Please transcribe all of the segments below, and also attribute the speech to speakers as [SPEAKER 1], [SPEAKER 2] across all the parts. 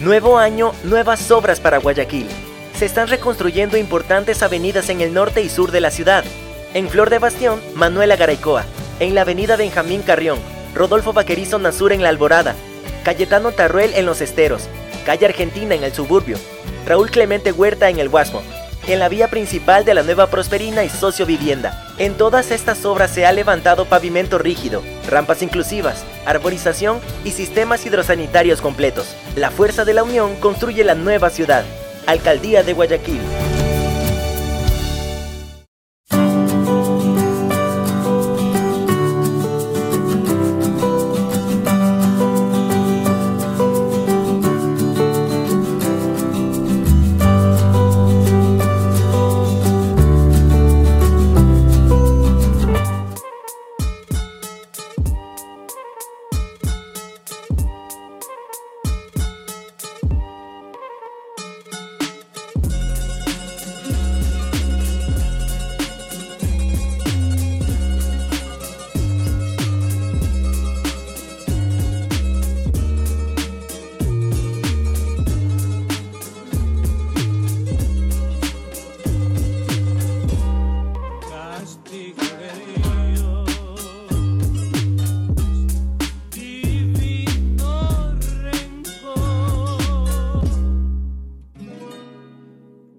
[SPEAKER 1] Nuevo año, nuevas obras para Guayaquil. Se están reconstruyendo importantes avenidas en el norte y sur de la ciudad. En Flor de Bastión, Manuela Garaycoa. En la avenida Benjamín Carrión, Rodolfo Vaquerizo Nazur en La Alborada. Cayetano Tarruel en Los Esteros. Calle Argentina en el suburbio. Raúl Clemente Huerta en el Guasmo. En la vía principal de la Nueva Prosperina y Socio Vivienda. En todas estas obras se ha levantado pavimento rígido, rampas inclusivas, arborización y sistemas hidrosanitarios completos. La fuerza de la unión construye la nueva ciudad. Alcaldía de Guayaquil.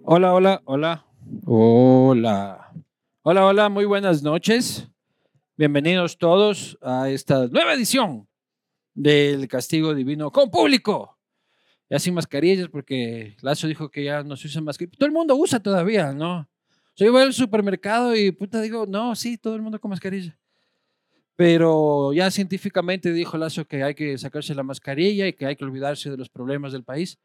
[SPEAKER 2] Hola, hola, hola. Hola. Hola, hola, muy buenas noches. Bienvenidos todos a esta nueva edición del Castigo Divino con público. Ya sin mascarillas porque Lazo dijo que ya no se usa mascarillas. Todo el mundo usa todavía, ¿no? O sea, yo voy al supermercado y puta digo, no, sí, todo el mundo con mascarilla. Pero ya científicamente dijo Lazo que hay que sacarse la mascarilla y que hay que olvidarse de los problemas del país.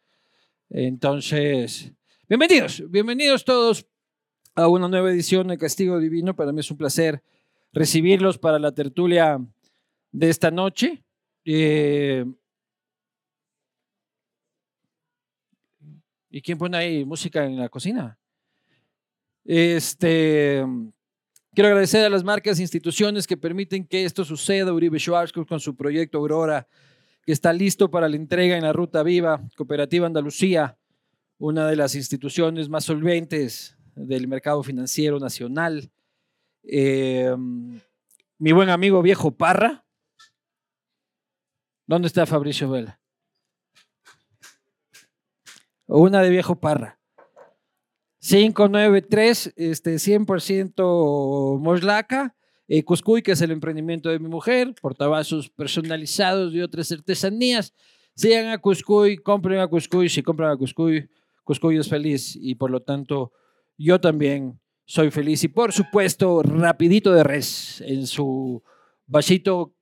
[SPEAKER 2] Entonces, Bienvenidos, bienvenidos todos a una nueva edición de Castigo Divino. Para mí es un placer recibirlos para la tertulia de esta noche. Eh, ¿Y quién pone ahí música en la cocina? Este, quiero agradecer a las marcas e instituciones que permiten que esto suceda. Uribe Schwarzkopf con su proyecto Aurora, que está listo para la entrega en la Ruta Viva, Cooperativa Andalucía una de las instituciones más solventes del mercado financiero nacional. Eh, mi buen amigo viejo Parra. ¿Dónde está Fabricio Vela? Una de viejo Parra. 593, este, 100% Moslaca. Eh, Cuscuy, que es el emprendimiento de mi mujer. Portavasos personalizados y otras artesanías. Sigan a Cuscuy, compren a Cuscuy. Si compran a Cuscuy, Cuscuy es feliz y por lo tanto yo también soy feliz. Y por supuesto, rapidito de res en su vasito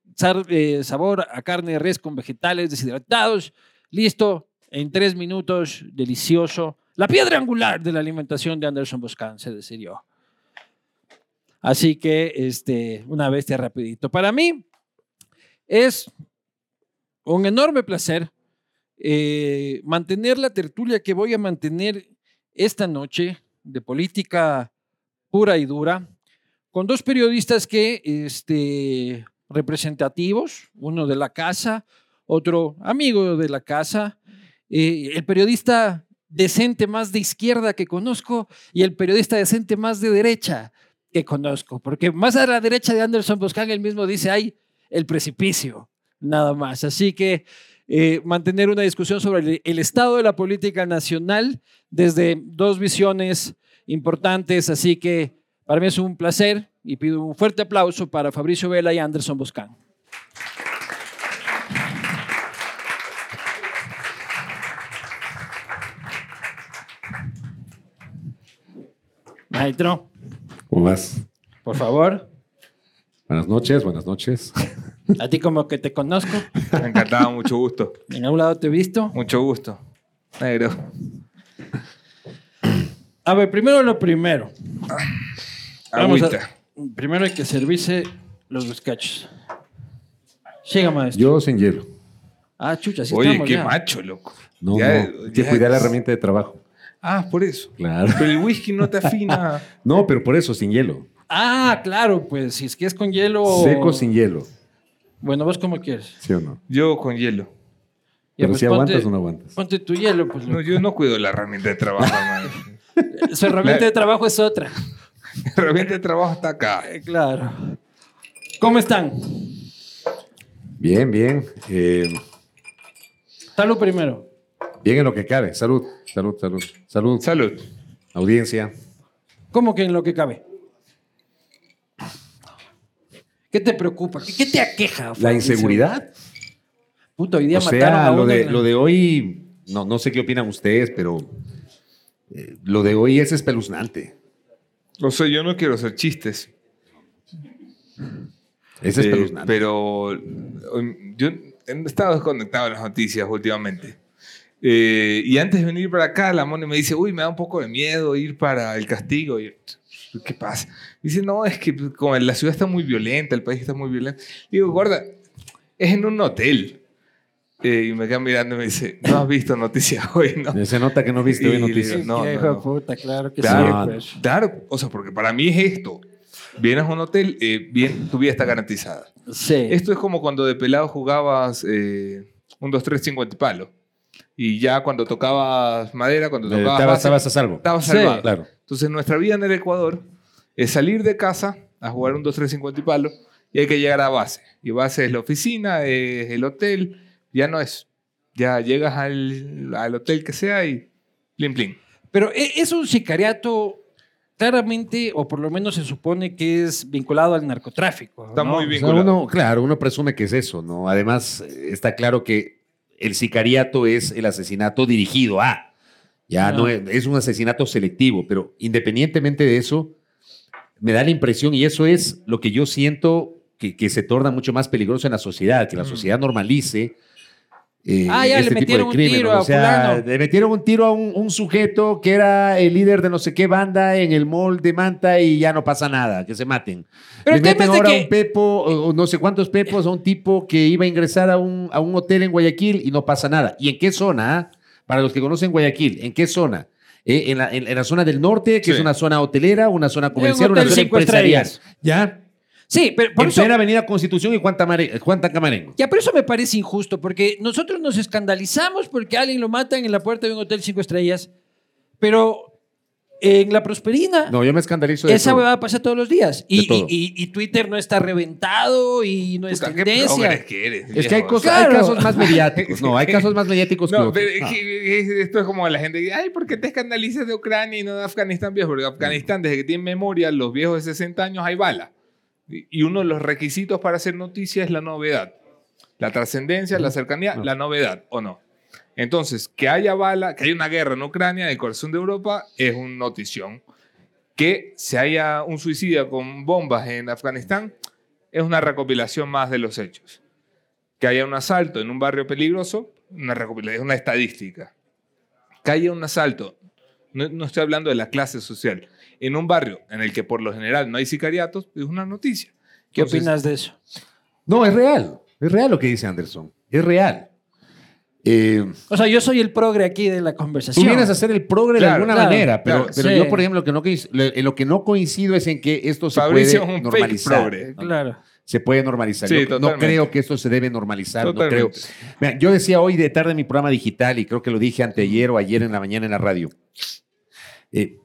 [SPEAKER 2] eh, sabor a carne de res con vegetales deshidratados. Listo, en tres minutos, delicioso. La piedra angular de la alimentación de Anderson Boscan, se decía yo. Así que, este, una bestia rapidito. Para mí es un enorme placer eh, mantener la tertulia que voy a mantener esta noche de política pura y dura, con dos periodistas que, este, representativos, uno de la casa, otro amigo de la casa, eh, el periodista decente más de izquierda que conozco y el periodista decente más de derecha que conozco, porque más a la derecha de Anderson Boscan, él mismo dice, hay el precipicio, nada más. Así que eh, mantener una discusión sobre el, el, estado de la política nacional desde dos visiones importantes. Así que para mí es un placer y pido un fuerte aplauso para Fabricio Vela y Anderson Boscan. Maestro.
[SPEAKER 3] ¿Cómo vas?
[SPEAKER 2] Por favor.
[SPEAKER 3] Buenas noches, buenas noches.
[SPEAKER 2] A ti como que te conozco.
[SPEAKER 4] Encantado, mucho gusto.
[SPEAKER 2] En algún lado te he visto.
[SPEAKER 4] Mucho gusto. Negro.
[SPEAKER 2] A ver, primero lo primero. Vamos a-
[SPEAKER 4] Agüita.
[SPEAKER 2] primero hay que servirse los bizcachos. Siga, maestro.
[SPEAKER 3] Yo sin hielo.
[SPEAKER 2] Ah, chucha, sí
[SPEAKER 4] Oye,
[SPEAKER 2] estamos
[SPEAKER 4] qué
[SPEAKER 2] ya.
[SPEAKER 4] macho, loco.
[SPEAKER 3] No,
[SPEAKER 4] Ya-
[SPEAKER 3] no. Hay
[SPEAKER 4] ya
[SPEAKER 3] que cuidar la
[SPEAKER 4] es-
[SPEAKER 3] herramienta de trabajo.
[SPEAKER 4] Ah, por eso.
[SPEAKER 3] Claro.
[SPEAKER 4] Pero el whisky no te afina.
[SPEAKER 3] No, pero por eso, sin hielo.
[SPEAKER 2] Ah, claro, pues si es que es con hielo.
[SPEAKER 3] Seco sin hielo.
[SPEAKER 2] Bueno, vos como quieres.
[SPEAKER 3] ¿Sí o no?
[SPEAKER 4] Yo con hielo.
[SPEAKER 2] Ya,
[SPEAKER 5] Pero
[SPEAKER 2] pues,
[SPEAKER 5] si
[SPEAKER 2] ponte-
[SPEAKER 5] aguantas o no aguantas.
[SPEAKER 2] Ponte tu hielo, pues.
[SPEAKER 4] No,
[SPEAKER 2] loco.
[SPEAKER 4] yo no cuido la herramienta de trabajo, hermano.
[SPEAKER 2] Su herramienta de trabajo es otra.
[SPEAKER 4] La herramienta de trabajo está acá.
[SPEAKER 2] Eh, Claro. ¿Cómo están?
[SPEAKER 5] Bien, bien. eh,
[SPEAKER 2] Salud primero.
[SPEAKER 5] bien en lo que cabe. Salud, salud, salud. Salud,
[SPEAKER 4] Salud.
[SPEAKER 5] audiencia.
[SPEAKER 2] ¿Cómo que en lo que cabe? ¿Qué te preocupa? ¿Qué, qué te aqueja?
[SPEAKER 5] La
[SPEAKER 2] Fabricio?
[SPEAKER 5] inseguridad.
[SPEAKER 2] Puta, hoy día
[SPEAKER 5] O
[SPEAKER 2] mataron
[SPEAKER 5] sea,
[SPEAKER 2] a uno
[SPEAKER 5] lo de,
[SPEAKER 2] en la-
[SPEAKER 5] lo de hoy, no, no sé qué opinan ustedes, pero eh, lo de hoy es espeluznante.
[SPEAKER 4] O sea, yo no quiero hacer chistes.
[SPEAKER 5] Es
[SPEAKER 4] Eh,
[SPEAKER 5] espeluznante.
[SPEAKER 4] pero eh, yo he estado desconectado de las noticias últimamente. Eh, y antes de venir para acá, la Moni me dice, uy, me da un poco de miedo ir para el castigo. Y yo, ¿qué pasa? Dice, no, es que pues, como la ciudad está muy violenta, el país está muy violento. Digo, gorda, es en un hotel. Eh, y me queda mirando y me dice, no has visto noticias hoy, ¿no?
[SPEAKER 5] Se nota que no viste hoy
[SPEAKER 4] Y-
[SPEAKER 5] noticias.
[SPEAKER 4] no,
[SPEAKER 2] Qué
[SPEAKER 4] no,
[SPEAKER 2] hijo de
[SPEAKER 4] no.
[SPEAKER 2] puta, claro que
[SPEAKER 5] Claro.
[SPEAKER 2] sí. pues.
[SPEAKER 4] Claro, o sea, porque para mí es esto. Vienes a un hotel, eh, bien, tu vida está garantizada.
[SPEAKER 2] Sí.
[SPEAKER 4] Esto es como cuando de pelado jugabas eh, un 2, 3, 50 y palo. Y ya cuando tocabas madera, cuando
[SPEAKER 5] Eh,
[SPEAKER 4] tocabas
[SPEAKER 5] estabas-
[SPEAKER 4] base,
[SPEAKER 5] estabas a salvo.
[SPEAKER 4] estabas
[SPEAKER 2] Sí.
[SPEAKER 4] salvado.
[SPEAKER 5] Claro.
[SPEAKER 4] Entonces nuestra vida en el Ecuador es salir de casa a jugar un 2, 3, 50 y palo y hay que llegar a base. Y base es la oficina, es el hotel, ya no es. Ya llegas al, al hotel que sea y plim, plim.
[SPEAKER 2] Pero e- es un sicariato claramente, o por lo menos se supone que es vinculado al narcotráfico.
[SPEAKER 4] Está
[SPEAKER 2] ¿no?
[SPEAKER 4] muy
[SPEAKER 5] O sea,
[SPEAKER 4] vinculado.
[SPEAKER 5] uno, claro, uno presume que es eso, ¿no? Además, eh, está claro que el sicariato es el asesinato dirigido a. Ya
[SPEAKER 2] Ya.
[SPEAKER 5] no es, es un asesinato selectivo, pero independientemente de eso, me da la impresión, y eso es lo que yo siento que, que se torna mucho más peligroso en la sociedad, que la
[SPEAKER 4] Mm.
[SPEAKER 5] sociedad normalice. eh,
[SPEAKER 2] Ah, ya, le
[SPEAKER 5] tipo de
[SPEAKER 2] metieron un
[SPEAKER 5] crimen,
[SPEAKER 2] tiro
[SPEAKER 5] ¿no?
[SPEAKER 2] a
[SPEAKER 5] O sea,
[SPEAKER 2] fulano.
[SPEAKER 5] le metieron un tiro a un, un sujeto que era el líder de no sé qué banda en el mall de Manta y ya no pasa nada, que se maten.
[SPEAKER 2] Pero
[SPEAKER 5] Pero
[SPEAKER 2] el tema es de
[SPEAKER 5] ahora
[SPEAKER 2] que-
[SPEAKER 5] un pepo, o, o no sé cuántos pepos, a un tipo que iba a ingresar a un, a un hotel en Guayaquil y no pasa nada. ¿Y en qué zona? ah? Para los que conocen Guayaquil, ¿en qué zona? Eh, en, la, en- en la zona del norte, que
[SPEAKER 4] Sí.
[SPEAKER 5] es una zona hotelera, una zona comercial,
[SPEAKER 2] hotel
[SPEAKER 5] una zona
[SPEAKER 2] cinco
[SPEAKER 5] empresarial.
[SPEAKER 2] estrellas.
[SPEAKER 5] ¿Ya?
[SPEAKER 2] Sí, pero por
[SPEAKER 5] en
[SPEAKER 2] eso,
[SPEAKER 5] plena avenida Constitución y Juan, Tamare- Juan Tacamarén.
[SPEAKER 2] ya, pero eso me parece injusto, porque nosotros nos escandalizamos porque a alguien lo matan en la puerta de un hotel cinco estrellas, pero en la Prosperina
[SPEAKER 5] No, yo me escandalizo de
[SPEAKER 2] esa
[SPEAKER 5] todo.
[SPEAKER 2] huevada pasa todos los días.
[SPEAKER 5] De
[SPEAKER 2] Y,
[SPEAKER 5] todo.
[SPEAKER 2] y- y- y Twitter no está reventado y no es
[SPEAKER 4] Puta, ¿qué progres
[SPEAKER 2] Pues tendencia.
[SPEAKER 4] que eres,
[SPEAKER 5] Es que hay,
[SPEAKER 4] viejo?
[SPEAKER 5] cosas, hay
[SPEAKER 2] Claro.
[SPEAKER 5] casos más mediáticos. No, hay casos más mediáticos que
[SPEAKER 4] No,
[SPEAKER 5] otros.
[SPEAKER 4] pero es
[SPEAKER 5] Ah.
[SPEAKER 4] que- es- esto es como la gente que, ay, ¿por qué te escandalizas de Ucrania y no de Afganistán, viejo? Porque Afganistán, desde que tiene memoria, los viejos de 60 años hay bala. Y y uno de los requisitos para hacer noticia es la novedad. La trascendencia, la cercanía, la novedad, ¿o no? Entonces, que haya bala, que haya una guerra en Ucrania, en el corazón de Europa, es un notición. Que se haya un suicidio con bombas en Afganistán, es una recopilación más de los hechos que haya un asalto en un barrio peligroso, una recopila- es una estadística. Que haya un asalto, no, no estoy hablando de la clase social, en un barrio en el que por lo general no hay sicariatos, es una noticia.
[SPEAKER 2] ¿Qué
[SPEAKER 4] Entonces,
[SPEAKER 2] opinas de eso?
[SPEAKER 5] No, es real. Es real lo que dice Anderson. Es real. Eh,
[SPEAKER 2] O sea, yo soy el progre aquí de la
[SPEAKER 5] Tú
[SPEAKER 2] conversación.
[SPEAKER 5] vienes a hacer el progre
[SPEAKER 4] Claro,
[SPEAKER 5] de alguna
[SPEAKER 2] claro,
[SPEAKER 5] manera, pero,
[SPEAKER 4] claro.
[SPEAKER 5] pero
[SPEAKER 2] Sí.
[SPEAKER 5] yo, por ejemplo, lo que no coinc- le- en lo que no coincido es en que esto se
[SPEAKER 4] Fabricio es
[SPEAKER 5] puede
[SPEAKER 4] un fake
[SPEAKER 5] normalizar.
[SPEAKER 4] progre.
[SPEAKER 5] ¿no?
[SPEAKER 2] Claro.
[SPEAKER 5] Se puede normalizar.
[SPEAKER 4] Sí,
[SPEAKER 5] Yo no
[SPEAKER 4] totalmente.
[SPEAKER 5] creo que esto se debe normalizar. no
[SPEAKER 4] Totalmente.
[SPEAKER 5] creo. Mira, yo decía hoy de tarde en mi programa digital, y creo que lo dije anteayer o ayer en la mañana en la radio. Eh,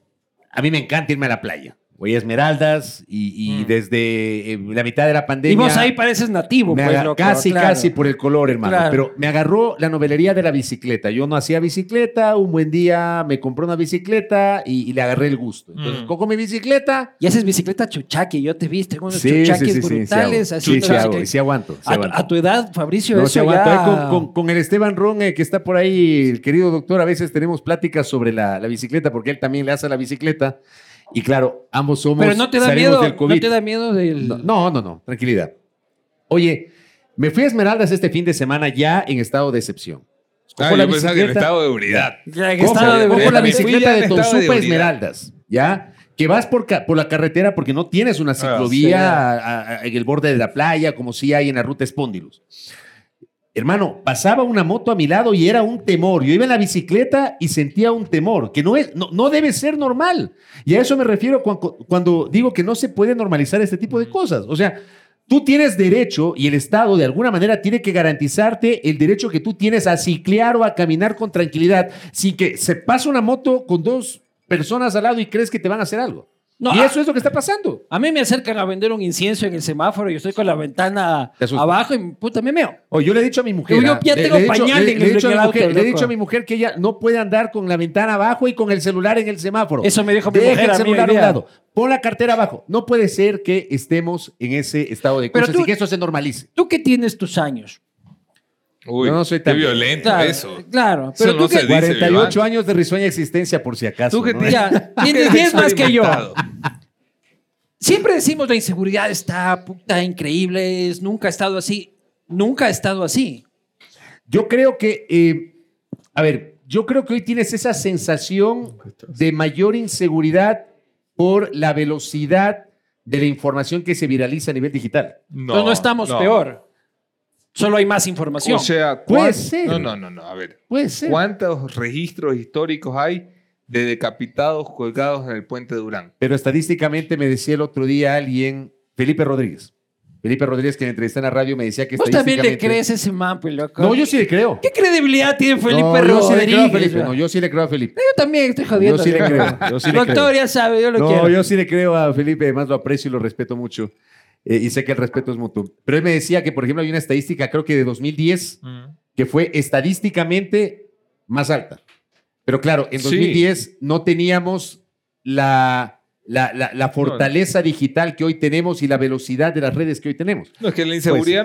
[SPEAKER 5] a mí me encanta irme a la playa. Voy a Esmeraldas y, y
[SPEAKER 4] Mm.
[SPEAKER 5] desde eh, la mitad de la pandemia.
[SPEAKER 2] Y vos ahí pareces nativo,
[SPEAKER 5] Me
[SPEAKER 2] pues,
[SPEAKER 5] aga-
[SPEAKER 2] loco,
[SPEAKER 5] casi,
[SPEAKER 2] claro.
[SPEAKER 5] casi por el color, hermano.
[SPEAKER 2] Claro.
[SPEAKER 5] Pero me agarró la novelería de la bicicleta. Yo no hacía bicicleta, un buen día me compré una bicicleta y, y le agarré el gusto. Entonces,
[SPEAKER 4] Mm.
[SPEAKER 5] cojo mi bicicleta.
[SPEAKER 2] Y haces bicicleta chuchaqui, yo te vi, tengo unos chuchaquis brutales.
[SPEAKER 5] Sí,
[SPEAKER 2] haciendo
[SPEAKER 5] sí,
[SPEAKER 2] las
[SPEAKER 5] hago,
[SPEAKER 2] que-
[SPEAKER 5] y sí aguanto. sí
[SPEAKER 2] a, tu-
[SPEAKER 5] aguanto.
[SPEAKER 2] a tu edad, Fabricio,
[SPEAKER 5] No,
[SPEAKER 2] eso
[SPEAKER 5] sí aguanto.
[SPEAKER 2] ya...
[SPEAKER 5] Ahí Con, con- con el Esteban Ron, eh, que está por ahí, el querido doctor, a veces tenemos pláticas sobre la, la bicicleta, porque él también le hace a la bicicleta. Y claro, ambos somos.
[SPEAKER 2] Pero no te da
[SPEAKER 5] salimos
[SPEAKER 2] miedo,
[SPEAKER 5] del
[SPEAKER 2] no
[SPEAKER 5] COVID.
[SPEAKER 2] te da miedo del...
[SPEAKER 5] No, no, no, no, tranquilidad. Oye, me fui a Esmeraldas este fin de semana ya en estado de excepción.
[SPEAKER 4] Ah,
[SPEAKER 5] Cojo la
[SPEAKER 4] yo pensaba que en
[SPEAKER 5] bicicleta-
[SPEAKER 4] estado de ebriedad.
[SPEAKER 2] Ya, que
[SPEAKER 5] cojo-
[SPEAKER 2] estaba de
[SPEAKER 5] cojo
[SPEAKER 2] breve.
[SPEAKER 5] la
[SPEAKER 4] Me fui ya
[SPEAKER 5] bicicleta
[SPEAKER 4] en
[SPEAKER 5] de
[SPEAKER 4] estado de
[SPEAKER 5] Tonsupa a
[SPEAKER 4] ebriedad.
[SPEAKER 5] Esmeraldas, ¿ya? Que vas por, ca- por la carretera porque no tienes
[SPEAKER 4] Ah,
[SPEAKER 5] una ciclovía
[SPEAKER 2] sí.
[SPEAKER 5] a- a- en el borde de la playa como si hay en la ruta Espóndilos. Hermano, pasaba una moto a mi lado y era un temor. Yo iba en la bicicleta y sentía un temor, que no, es, no, no debe ser normal. Y a eso me refiero cuan- cuando, digo que no se puede normalizar este tipo de cosas. O sea, Tú tienes derecho y el Estado de alguna manera tiene que garantizarte el derecho que tú tienes a ciclear o a caminar con tranquilidad sin que se pase una moto con dos personas al lado y crees que te van a hacer algo.
[SPEAKER 2] No,
[SPEAKER 5] y
[SPEAKER 2] ah-
[SPEAKER 5] eso es lo que está pasando.
[SPEAKER 2] A mí me acercan a vender un incienso en el semáforo y yo estoy con la ventana
[SPEAKER 5] Te asusta.
[SPEAKER 2] abajo y puta, me meo.
[SPEAKER 5] Oye, yo le he dicho a mi mujer.
[SPEAKER 2] Yo
[SPEAKER 5] ah,
[SPEAKER 2] ya
[SPEAKER 5] le-
[SPEAKER 2] tengo
[SPEAKER 5] le he dicho-
[SPEAKER 2] pañal
[SPEAKER 5] le-
[SPEAKER 2] en
[SPEAKER 5] le
[SPEAKER 2] el-
[SPEAKER 5] he dicho a
[SPEAKER 2] en
[SPEAKER 5] mi
[SPEAKER 2] el
[SPEAKER 5] mujer-
[SPEAKER 2] auto,
[SPEAKER 5] le he
[SPEAKER 2] loco.
[SPEAKER 5] dicho a mi mujer que ella no puede andar con la ventana abajo y con el celular en el semáforo.
[SPEAKER 2] Eso me dijo mi
[SPEAKER 5] Deja
[SPEAKER 2] mujer
[SPEAKER 5] el
[SPEAKER 2] a mí
[SPEAKER 5] celular
[SPEAKER 2] hoy
[SPEAKER 5] a un
[SPEAKER 2] día.
[SPEAKER 5] lado. Pon la cartera abajo. No puede ser que estemos en ese estado de
[SPEAKER 2] Pero
[SPEAKER 5] cosas
[SPEAKER 2] tú-
[SPEAKER 5] y que eso se normalice.
[SPEAKER 2] Tú que tienes tus años.
[SPEAKER 4] Uy,
[SPEAKER 5] No soy
[SPEAKER 4] qué
[SPEAKER 5] tan-
[SPEAKER 4] violento
[SPEAKER 2] Claro,
[SPEAKER 4] Eh, eso.
[SPEAKER 2] claro.
[SPEAKER 4] Eso
[SPEAKER 2] Pero
[SPEAKER 4] no
[SPEAKER 2] tú que
[SPEAKER 4] se dice,
[SPEAKER 5] 48 años de risueña existencia, por si acaso.
[SPEAKER 4] Tú que
[SPEAKER 5] ¿no?
[SPEAKER 4] te-
[SPEAKER 2] Ya,
[SPEAKER 4] Tú
[SPEAKER 2] tienes
[SPEAKER 4] eres
[SPEAKER 2] 10 más que yo.
[SPEAKER 4] experimentado.
[SPEAKER 2] Siempre decimos la inseguridad está puta increíble, es- nunca ha estado así. Nunca ha estado así.
[SPEAKER 5] Yo creo que, eh, a ver, yo creo que hoy tienes esa sensación de mayor inseguridad por la velocidad de la información que se viraliza a nivel digital.
[SPEAKER 2] Entonces no estamos
[SPEAKER 4] no.
[SPEAKER 2] peor. Solo hay más información.
[SPEAKER 4] O sea,
[SPEAKER 5] Puede
[SPEAKER 4] ¿cuán-
[SPEAKER 5] ser.
[SPEAKER 4] No, no, no, no. A ver,
[SPEAKER 5] Puede ser.
[SPEAKER 4] ¿cuántos registros históricos hay de decapitados colgados en el puente Durán?
[SPEAKER 5] Pero estadísticamente me decía el otro día alguien, Felipe Rodríguez. Felipe Rodríguez, que le entrevisté en la radio, me decía que
[SPEAKER 2] Vos también le
[SPEAKER 5] estadísticamente...
[SPEAKER 2] crees a ese man, pues, loco.
[SPEAKER 5] No, yo sí le creo.
[SPEAKER 2] ¿Qué credibilidad tiene Felipe
[SPEAKER 5] no, yo sí le creo a
[SPEAKER 2] Rodríguez?
[SPEAKER 5] Felipe.
[SPEAKER 2] man?
[SPEAKER 5] No, yo sí le creo a Felipe.
[SPEAKER 2] Yo también estoy jodiendo.
[SPEAKER 5] Yo sí le
[SPEAKER 2] loco.
[SPEAKER 5] creo, yo sí le
[SPEAKER 2] Doctor,
[SPEAKER 5] creo.
[SPEAKER 2] ya sabe, yo lo
[SPEAKER 5] No,
[SPEAKER 2] quiero.
[SPEAKER 5] yo sí le creo a Felipe, además lo aprecio y lo respeto mucho. Eh, y sé que el respeto es mutuo. Pero él me decía que, por ejemplo, hay una estadística, creo que de 2010, que fue estadísticamente más alta. Pero claro, en
[SPEAKER 4] Sí.
[SPEAKER 5] 2010 no teníamos la, la, la- la fortaleza digital que hoy tenemos y la velocidad de las redes que hoy tenemos.
[SPEAKER 4] No, es que la inseguridad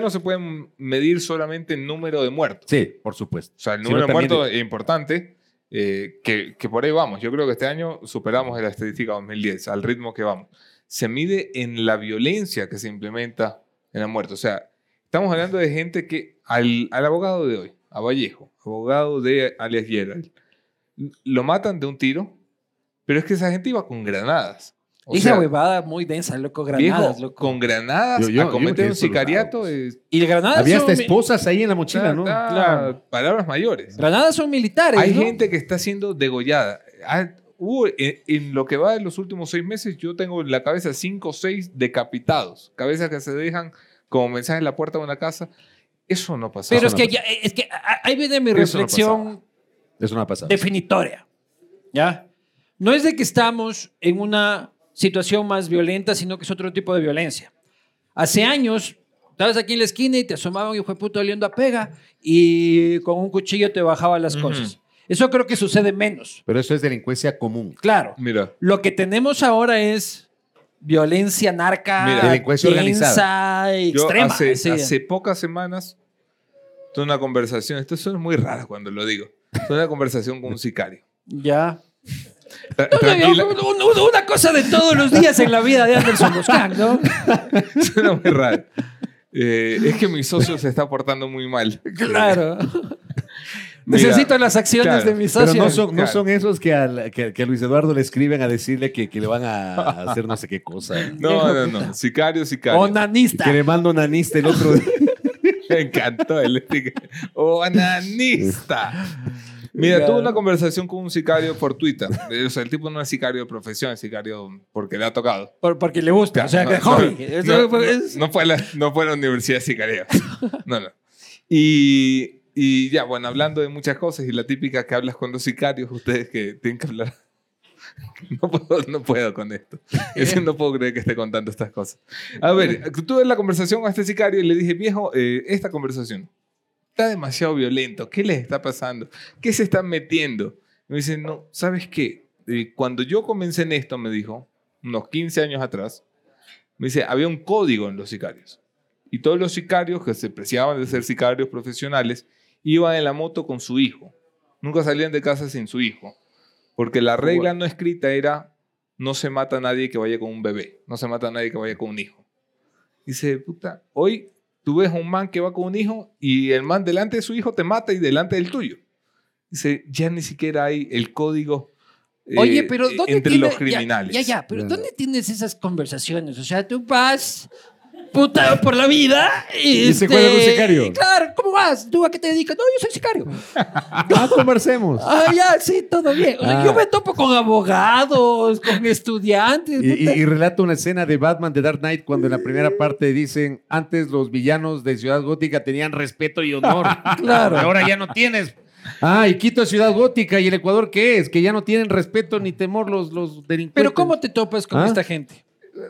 [SPEAKER 5] Pues sí.
[SPEAKER 4] no se puede medir solamente en número de muertos.
[SPEAKER 5] Sí, por supuesto.
[SPEAKER 4] O sea, el
[SPEAKER 5] Sino
[SPEAKER 4] número de
[SPEAKER 5] también
[SPEAKER 4] muertos es importante, eh, que, que por ahí vamos. Yo creo que este año superamos la estadística 2010, al ritmo que vamos. Se mide en la violencia que se implementa en la muerte. O sea, estamos hablando de gente que, al, al abogado de hoy, a Vallejo, abogado de alias Gerald, lo matan de un tiro, pero es que esa gente iba con granadas. O
[SPEAKER 2] Esa
[SPEAKER 4] sea,
[SPEAKER 2] huevada muy densa, loco,
[SPEAKER 4] viejo,
[SPEAKER 2] granadas, loco.
[SPEAKER 4] con granadas
[SPEAKER 5] Yo- yo-
[SPEAKER 4] a
[SPEAKER 5] yo
[SPEAKER 4] cometer
[SPEAKER 5] me
[SPEAKER 4] un
[SPEAKER 5] quedé solo,
[SPEAKER 4] sicariato.
[SPEAKER 5] claro.
[SPEAKER 4] es-
[SPEAKER 2] Y el granadas
[SPEAKER 5] Había
[SPEAKER 2] son
[SPEAKER 5] hasta
[SPEAKER 2] mi-
[SPEAKER 5] esposas ahí en la mochila, ¿no?
[SPEAKER 2] Ah,
[SPEAKER 4] está-
[SPEAKER 2] Claro.
[SPEAKER 4] Palabras mayores.
[SPEAKER 2] granadas son militares,
[SPEAKER 4] Hay
[SPEAKER 2] ¿no?
[SPEAKER 4] gente que está siendo degollada. Ah, hubo, en, en lo que va de los últimos seis meses, yo tengo en la cabeza cinco o seis decapitados. Cabezas que se dejan como mensaje en la puerta de una casa. Eso no pasa.
[SPEAKER 2] Pero
[SPEAKER 5] Eso
[SPEAKER 2] es
[SPEAKER 5] no
[SPEAKER 2] que,
[SPEAKER 5] pasa.
[SPEAKER 2] ya, es que a- ahí viene mi
[SPEAKER 4] Eso no
[SPEAKER 2] reflexión
[SPEAKER 5] Eso no ha pasado.
[SPEAKER 2] definitoria. ¿Ya? No es de que estamos en una situación más violenta, sino que es otro tipo de violencia. Hace años, estabas aquí en la esquina y te asomaban y fue puto oliendo a pega y con un cuchillo te bajaba las
[SPEAKER 4] Ujú.
[SPEAKER 2] cosas. Eso creo que sucede menos.
[SPEAKER 5] Pero eso es delincuencia común.
[SPEAKER 2] Claro.
[SPEAKER 4] Mira,
[SPEAKER 2] Lo que tenemos ahora es violencia narca,
[SPEAKER 4] Mira,
[SPEAKER 5] delincuencia organizada.
[SPEAKER 2] organizada,
[SPEAKER 4] yo
[SPEAKER 2] extrema.
[SPEAKER 4] hace,
[SPEAKER 2] sí.
[SPEAKER 4] hace pocas semanas tuve una conversación. Esto suena muy raro cuando lo digo. Tuve una conversación con un sicario.
[SPEAKER 2] Ya.
[SPEAKER 4] Tra-
[SPEAKER 2] No, no,
[SPEAKER 4] tranquila-
[SPEAKER 2] no, no, no, Una cosa de todos los días en la vida de Anderson Moscán, ¿no?
[SPEAKER 4] suena muy raro. Eh, es que mi socio se está portando muy mal.
[SPEAKER 2] Claro. Necesito las acciones
[SPEAKER 4] claro,
[SPEAKER 2] de mis
[SPEAKER 5] Pero
[SPEAKER 2] socios.
[SPEAKER 5] no son, no
[SPEAKER 4] Claro.
[SPEAKER 5] son esos que, al- que- que a Luis Eduardo le escriben a decirle que, que le van a hacer no sé qué cosa.
[SPEAKER 4] No, no, no. Sicario, sicario.
[SPEAKER 2] Onanista.
[SPEAKER 5] Que le mando un anista el otro día.
[SPEAKER 4] Me encantó el sticker. ¡Onanista! "Oh, Mira,
[SPEAKER 2] Claro.
[SPEAKER 4] tuve una conversación con un sicario por Twitter. O sea, el tipo no es sicario de profesión, es sicario porque le ha tocado.
[SPEAKER 2] Por- porque le gusta. O sea,
[SPEAKER 4] No,
[SPEAKER 2] que
[SPEAKER 4] no,
[SPEAKER 2] hobby.
[SPEAKER 4] no,
[SPEAKER 2] Es-
[SPEAKER 4] No,
[SPEAKER 2] es-
[SPEAKER 4] no fue a la, no fue a la universidad sicaria. No, no. Y, y ya, bueno, hablando de muchas cosas y la típica que hablas con los sicarios, ustedes que tienen que hablar. No puedo, no puedo con esto. Es que no puedo creer que esté contando estas cosas. A ver, tuve la conversación con este sicario y le dije, viejo, eh, esta conversación está demasiado violento. ¿Qué les está pasando? ¿Qué se están metiendo? Y me dice, no, ¿sabes qué? Eh, cuando yo comencé en esto, me dijo, unos 15 años atrás, me dice, había un código en los sicarios. Y todos los sicarios que se preciaban de ser sicarios profesionales iban en la moto con su hijo. Nunca salían de casa sin su hijo. Porque
[SPEAKER 2] Oh,
[SPEAKER 4] la regla no escrita era, no se mata a nadie que vaya con un bebé. No se mata a nadie que vaya con un hijo. Dice, puta, hoy tú ves a un man que va con un hijo y el man delante de su hijo te mata y delante del tuyo. Dice, ya ni siquiera hay el código eh,
[SPEAKER 2] Oye, pero ¿dónde
[SPEAKER 4] entre
[SPEAKER 2] tiene-
[SPEAKER 4] los criminales.
[SPEAKER 2] Ya, ya, ya, pero
[SPEAKER 5] Claro.
[SPEAKER 2] ¿dónde tienes esas conversaciones? O sea, tú vas putado por la vida. este,
[SPEAKER 5] Y se cuela con un sicario.
[SPEAKER 2] Claro, ¿cómo vas? ¿Tú a qué te dedicas? No, yo soy sicario.
[SPEAKER 5] Ah, conversemos.
[SPEAKER 2] Ah, ya, sí, todo bien. O sea, Yo me topo con abogados, con estudiantes.
[SPEAKER 5] Y, y-
[SPEAKER 2] puta.
[SPEAKER 5] y relata una escena de Batman de Dark Knight cuando en la primera parte dicen, antes los villanos de Ciudad Gótica tenían respeto y honor.
[SPEAKER 2] Claro.
[SPEAKER 5] Ahora ya no tienes. Ah, y Quito es Ciudad Gótica. ¿Y el Ecuador qué es? Que ya no tienen respeto ni temor los, los delincuentes.
[SPEAKER 2] Pero ¿cómo te topas con
[SPEAKER 5] ¿Ah?
[SPEAKER 2] esta gente?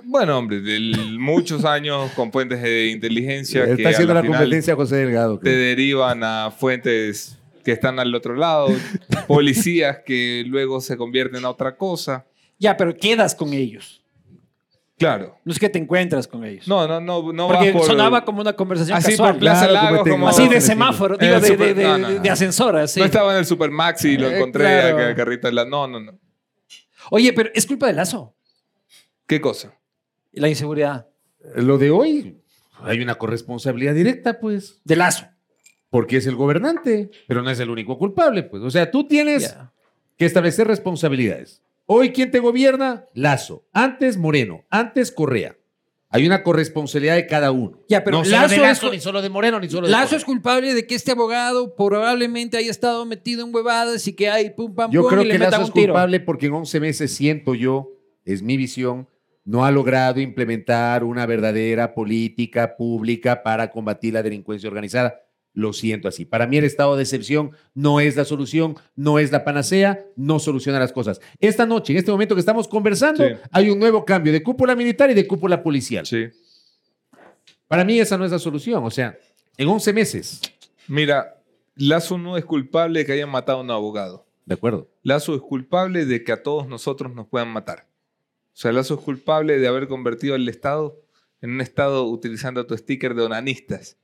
[SPEAKER 4] Bueno, hombre, del- muchos años con fuentes de inteligencia que
[SPEAKER 5] Está
[SPEAKER 4] a
[SPEAKER 5] haciendo
[SPEAKER 4] la
[SPEAKER 5] la,
[SPEAKER 4] final
[SPEAKER 5] competencia a José Delgado.
[SPEAKER 4] te
[SPEAKER 5] creo.
[SPEAKER 4] derivan a fuentes que están al otro lado, policías que luego se convierten a otra cosa.
[SPEAKER 2] Ya, pero quedas con ellos.
[SPEAKER 4] Claro.
[SPEAKER 2] No es que te encuentras con ellos.
[SPEAKER 4] No, no, no, no
[SPEAKER 2] Porque
[SPEAKER 4] va por...
[SPEAKER 2] sonaba como una conversación
[SPEAKER 4] así
[SPEAKER 2] casual.
[SPEAKER 4] por Plaza
[SPEAKER 5] Claro,
[SPEAKER 4] Lagos,
[SPEAKER 5] como te-
[SPEAKER 4] como...
[SPEAKER 2] Así de
[SPEAKER 5] Definitivo.
[SPEAKER 2] semáforo,
[SPEAKER 4] En
[SPEAKER 2] digo,
[SPEAKER 4] el
[SPEAKER 2] de, de-
[SPEAKER 4] super-
[SPEAKER 2] de-
[SPEAKER 4] Eh, no, no, no.
[SPEAKER 2] de ascensor, así.
[SPEAKER 4] No estaba en el Supermax y lo
[SPEAKER 2] Eh,
[SPEAKER 4] encontré
[SPEAKER 2] claro.
[SPEAKER 4] acá en el carrito de la... No, no, no.
[SPEAKER 2] Oye, pero es culpa de Lazo.
[SPEAKER 4] ¿Qué cosa?
[SPEAKER 2] y La inseguridad
[SPEAKER 5] Lo de hoy, hay una corresponsabilidad directa, pues.
[SPEAKER 2] de Lazo.
[SPEAKER 5] Porque es el gobernante, pero no es el único culpable, pues. O sea, tú tienes
[SPEAKER 2] Ya.
[SPEAKER 5] que establecer responsabilidades. Hoy, ¿quién te gobierna? Lazo. Antes Moreno. Antes Correa. Hay una corresponsabilidad de cada uno.
[SPEAKER 2] Ya, pero
[SPEAKER 5] no solo
[SPEAKER 2] Lazo,
[SPEAKER 5] de Lazo,
[SPEAKER 2] es,
[SPEAKER 5] ni solo de Moreno, ni solo de
[SPEAKER 2] Lazo
[SPEAKER 5] Correa.
[SPEAKER 2] es culpable de que este abogado probablemente haya estado metido en huevadas y que hay pum pam
[SPEAKER 5] Yo
[SPEAKER 2] pum
[SPEAKER 5] creo
[SPEAKER 2] y le
[SPEAKER 5] que
[SPEAKER 2] metan
[SPEAKER 5] Lazo es
[SPEAKER 2] un tiro.
[SPEAKER 5] culpable porque en 11 meses siento yo, es mi visión, no ha logrado implementar una verdadera política pública para combatir la delincuencia organizada. Lo siento así. Para mí el estado de excepción no es la solución, no es la panacea, no soluciona las cosas. Esta noche, en este momento que estamos conversando,
[SPEAKER 4] Sí.
[SPEAKER 5] hay un nuevo cambio de cúpula militar y de cúpula policial.
[SPEAKER 4] Sí.
[SPEAKER 5] Para mí esa no es la solución. O sea, en 11 meses,
[SPEAKER 4] Mira, Lazo no es culpable de que hayan matado a un abogado.
[SPEAKER 5] de acuerdo.
[SPEAKER 4] Lazo es culpable de que a todos nosotros nos puedan matar. O sea, Lazo es culpable de haber convertido al Estado en un Estado utilizando tu sticker de onanistas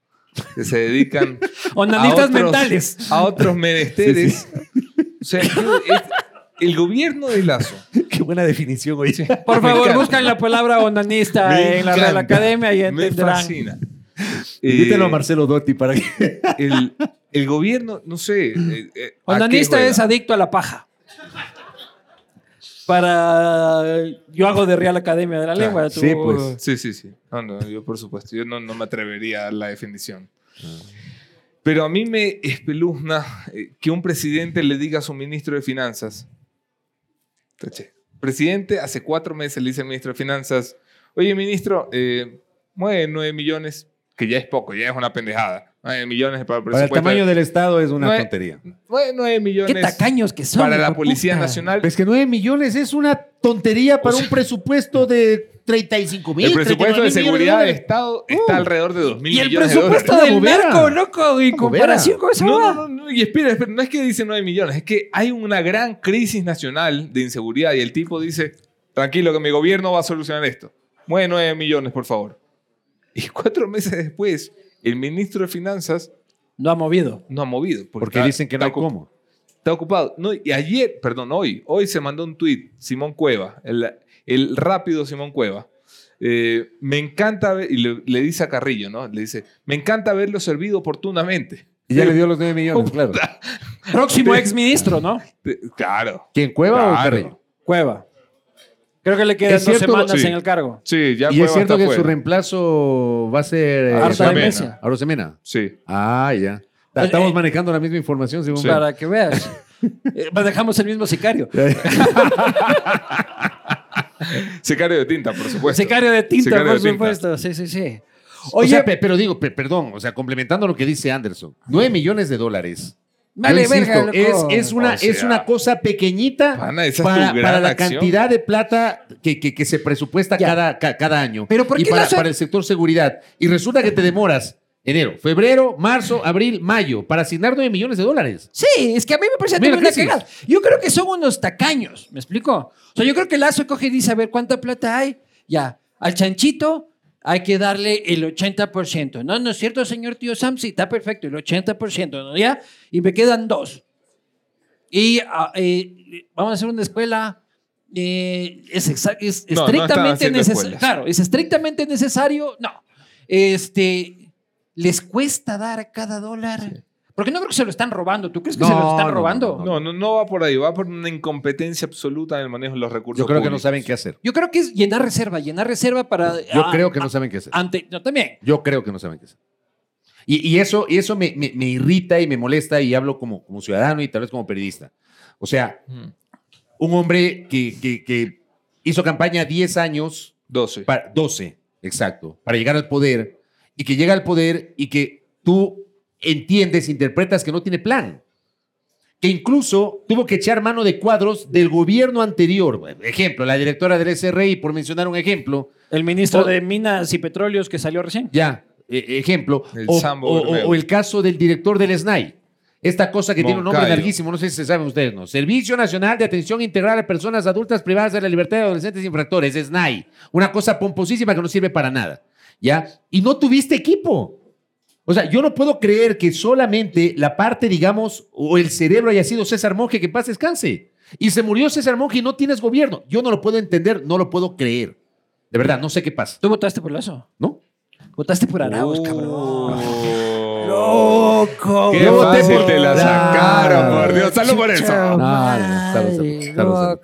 [SPEAKER 4] que se dedican
[SPEAKER 2] Onanistas
[SPEAKER 4] a otros-
[SPEAKER 2] mentales.
[SPEAKER 4] a otros menesteres. O sea, yo- es- el gobierno de Lazo.
[SPEAKER 5] Qué buena definición hoy.
[SPEAKER 2] Por favor,
[SPEAKER 4] Me encanta.
[SPEAKER 2] buscan la palabra onanista
[SPEAKER 4] Me
[SPEAKER 2] en la Real
[SPEAKER 4] encanta.
[SPEAKER 2] Academia y
[SPEAKER 4] Me
[SPEAKER 2] entenderán.
[SPEAKER 4] fascina.
[SPEAKER 5] Invítelo a
[SPEAKER 4] Eh,
[SPEAKER 5] Marcelo Dotti para que...
[SPEAKER 4] el, el gobierno, no sé. eh, eh, ¿a qué
[SPEAKER 2] Onanista
[SPEAKER 4] juega?
[SPEAKER 2] es adicto a la paja. Para. Yo hago de Real Academia de la
[SPEAKER 4] Claro,
[SPEAKER 2] Lengua. tú-
[SPEAKER 5] sí, pues.
[SPEAKER 4] Sí, sí, sí. No, no, yo por supuesto, yo no, no me atrevería a dar la definición. Pero a mí me espeluzna eh, que un presidente le diga a su ministro de Finanzas, Tache. presidente, hace cuatro meses le dice al ministro de Finanzas, oye ministro, eh, mueve nueve millones, que ya es poco, ya es una pendejada, nueve millones para el
[SPEAKER 5] Para el
[SPEAKER 4] presupuesto.
[SPEAKER 5] tamaño del Estado es una
[SPEAKER 4] No es-
[SPEAKER 5] tontería.
[SPEAKER 4] Mueve nueve millones
[SPEAKER 2] Qué tacaños que son.
[SPEAKER 4] para la
[SPEAKER 2] hijo
[SPEAKER 4] Policía
[SPEAKER 2] puta. Pues,
[SPEAKER 4] Nacional.
[SPEAKER 5] Es que 9 millones es una tontería para un presupuesto de 35 mil.
[SPEAKER 4] El presupuesto
[SPEAKER 5] 39
[SPEAKER 4] de
[SPEAKER 5] millones
[SPEAKER 4] seguridad de
[SPEAKER 5] dólares.
[SPEAKER 4] Estado está alrededor de dos mil
[SPEAKER 2] Uh. Y el
[SPEAKER 4] millones de dólares.
[SPEAKER 2] presupuesto
[SPEAKER 5] Una
[SPEAKER 2] del
[SPEAKER 5] bobera.
[SPEAKER 2] narco, loco, en
[SPEAKER 5] Una
[SPEAKER 2] comparación con esa
[SPEAKER 4] No,
[SPEAKER 2] huevada.
[SPEAKER 4] no, no, no, y espera, espera, no es que dice 9 millones, es que hay una gran crisis nacional de inseguridad y el tipo dice, tranquilo que mi gobierno va a solucionar esto. Mueve 9 millones, por favor. Y cuatro meses después, el ministro de Finanzas
[SPEAKER 2] No ha movido.
[SPEAKER 4] no ha movido.
[SPEAKER 5] Porque
[SPEAKER 4] está-
[SPEAKER 5] dicen que no
[SPEAKER 4] está
[SPEAKER 5] hay
[SPEAKER 4] ocu-
[SPEAKER 5] cómo.
[SPEAKER 4] Está ocupado. No, y ayer, perdón, hoy, hoy se mandó un tuit, Simón Cueva, el, el rápido Simón Cueva. Eh, me encanta ver, y le, le dice a Carrillo, ¿no? Le dice, me encanta verlo servido oportunamente.
[SPEAKER 5] Y ya le dio los 9 millones, claro.
[SPEAKER 2] Próximo exministro, ¿no?
[SPEAKER 4] Te- Claro.
[SPEAKER 5] ¿Quién Cueva o
[SPEAKER 4] Claro.
[SPEAKER 5] Carrillo?
[SPEAKER 2] Cueva. Creo que le quedan
[SPEAKER 5] Es
[SPEAKER 2] dos
[SPEAKER 5] cierto,
[SPEAKER 2] semanas
[SPEAKER 4] sí.
[SPEAKER 2] en el cargo.
[SPEAKER 4] Sí, ya
[SPEAKER 5] Y
[SPEAKER 4] Cueva
[SPEAKER 5] es cierto
[SPEAKER 4] está
[SPEAKER 5] que
[SPEAKER 4] fuera.
[SPEAKER 5] su reemplazo va a ser eh,
[SPEAKER 2] Arta
[SPEAKER 4] Arosemena.
[SPEAKER 2] de Mesa.
[SPEAKER 5] Arosemena.
[SPEAKER 4] Sí.
[SPEAKER 5] Ah, ya.
[SPEAKER 2] Oye,
[SPEAKER 5] Estamos
[SPEAKER 2] eh,
[SPEAKER 5] manejando la misma información, según Para-
[SPEAKER 2] Para que veas. Eh, Manejamos el mismo sicario.
[SPEAKER 4] Sicario de tinta, por supuesto.
[SPEAKER 2] Sicario de tinta,
[SPEAKER 4] Sicario
[SPEAKER 2] por
[SPEAKER 4] de tinta.
[SPEAKER 2] supuesto. Sí, sí, sí.
[SPEAKER 5] O
[SPEAKER 2] Oye,
[SPEAKER 5] sea, pe- pero digo, pe- perdón, o sea, complementando lo que dice Anderson, 9 millones de dólares. Yo
[SPEAKER 2] vale, verga,
[SPEAKER 5] ah, insisto,
[SPEAKER 2] loco.
[SPEAKER 5] es, es una,
[SPEAKER 4] O sea,
[SPEAKER 5] es una cosa pequeñita
[SPEAKER 4] pana, esa es
[SPEAKER 5] para,
[SPEAKER 4] tu gran
[SPEAKER 5] para la
[SPEAKER 4] acción.
[SPEAKER 5] cantidad de plata que, que- que se presupuesta
[SPEAKER 2] Ya.
[SPEAKER 5] cada, ca- cada año.
[SPEAKER 2] Pero ¿por
[SPEAKER 5] y
[SPEAKER 2] qué
[SPEAKER 5] para,
[SPEAKER 2] Lazo-
[SPEAKER 5] para el sector seguridad. Y resulta que te demoras enero, febrero, marzo, abril, mayo para asignar 9 millones de dólares.
[SPEAKER 2] Sí, es que a mí me parece
[SPEAKER 5] Mira,
[SPEAKER 2] también una
[SPEAKER 5] crisis.
[SPEAKER 2] cagada. Yo creo que son unos tacaños, ¿me explico? O sea, yo creo que Lazo coge y dice, a ver, ¿cuánta plata hay? Ya, al chanchito hay que darle el 80%. No, no es cierto, señor tío Sam, sí, está perfecto, el 80%, ¿no? ¿Ya? Y me quedan dos. Y ah, eh, vamos a hacer una escuela... eh, es, exa- es
[SPEAKER 4] No, no
[SPEAKER 2] estrictamente
[SPEAKER 4] están haciendo
[SPEAKER 2] necesario.
[SPEAKER 4] escuelas.
[SPEAKER 2] Claro, es estrictamente necesario. No. Este, les cuesta dar a cada dólar. Porque no creo que se lo están robando. ¿Tú crees que
[SPEAKER 5] No,
[SPEAKER 2] se lo están
[SPEAKER 5] no,
[SPEAKER 2] robando?
[SPEAKER 4] No, no, no va por ahí, va por una incompetencia absoluta en el manejo de los recursos.
[SPEAKER 5] Yo creo que no
[SPEAKER 4] públicos.
[SPEAKER 5] saben qué hacer.
[SPEAKER 2] Yo creo que es llenar reserva, llenar reserva para.
[SPEAKER 5] Yo
[SPEAKER 2] ah,
[SPEAKER 5] creo que no saben qué hacer.
[SPEAKER 2] Ante, yo también.
[SPEAKER 5] Yo creo que no saben qué hacer. Y, y eso, y eso me, me- me irrita y me molesta y hablo como, como ciudadano y tal vez como periodista. O sea,
[SPEAKER 4] Mm.
[SPEAKER 5] un hombre que, que- que hizo campaña 10 años,
[SPEAKER 4] 12.
[SPEAKER 5] para- 12, exacto, para llegar al poder y que llega al poder y que tú entiendes, interpretas que no tiene plan. Que incluso tuvo que echar mano de cuadros del gobierno anterior. Ejemplo, la directora del SRI, por mencionar un ejemplo,
[SPEAKER 2] El ministro
[SPEAKER 5] O-
[SPEAKER 2] de Minas y Petróleos que salió recién.
[SPEAKER 5] ya, e- ejemplo.
[SPEAKER 4] El
[SPEAKER 5] o,
[SPEAKER 4] Sambo
[SPEAKER 5] o- o-
[SPEAKER 4] Bermeo.
[SPEAKER 5] o el caso del director del SNAI. Esta cosa que tiene un nombre
[SPEAKER 4] Moncayo.
[SPEAKER 5] larguísimo, no sé si se saben ustedes, ¿no? Servicio Nacional de Atención Integral a Personas Adultas Privadas de la Libertad de Adolescentes Infractores, SNAI. Una cosa pomposísima que no sirve para nada, ¿ya? Y no tuviste equipo. O sea, yo no puedo creer que solamente la parte, digamos, o el cerebro haya sido César Monge, que en paz descanse. Y se murió César Monge y no tienes gobierno. Yo no lo puedo entender, no lo puedo creer. De verdad, no sé qué pasa,
[SPEAKER 2] ¿Tú votaste por Lazo?
[SPEAKER 5] ¿no? Oh.
[SPEAKER 2] Votaste por Arauz, cabrón.
[SPEAKER 4] Oh. ¡Loco! ¡Qué
[SPEAKER 5] Yo voté
[SPEAKER 4] fácil
[SPEAKER 5] por-
[SPEAKER 4] te la sacaron,
[SPEAKER 5] Ah.
[SPEAKER 4] por Dios! ¡Salud por eso!
[SPEAKER 5] Ah, salud, salud, salud, salud.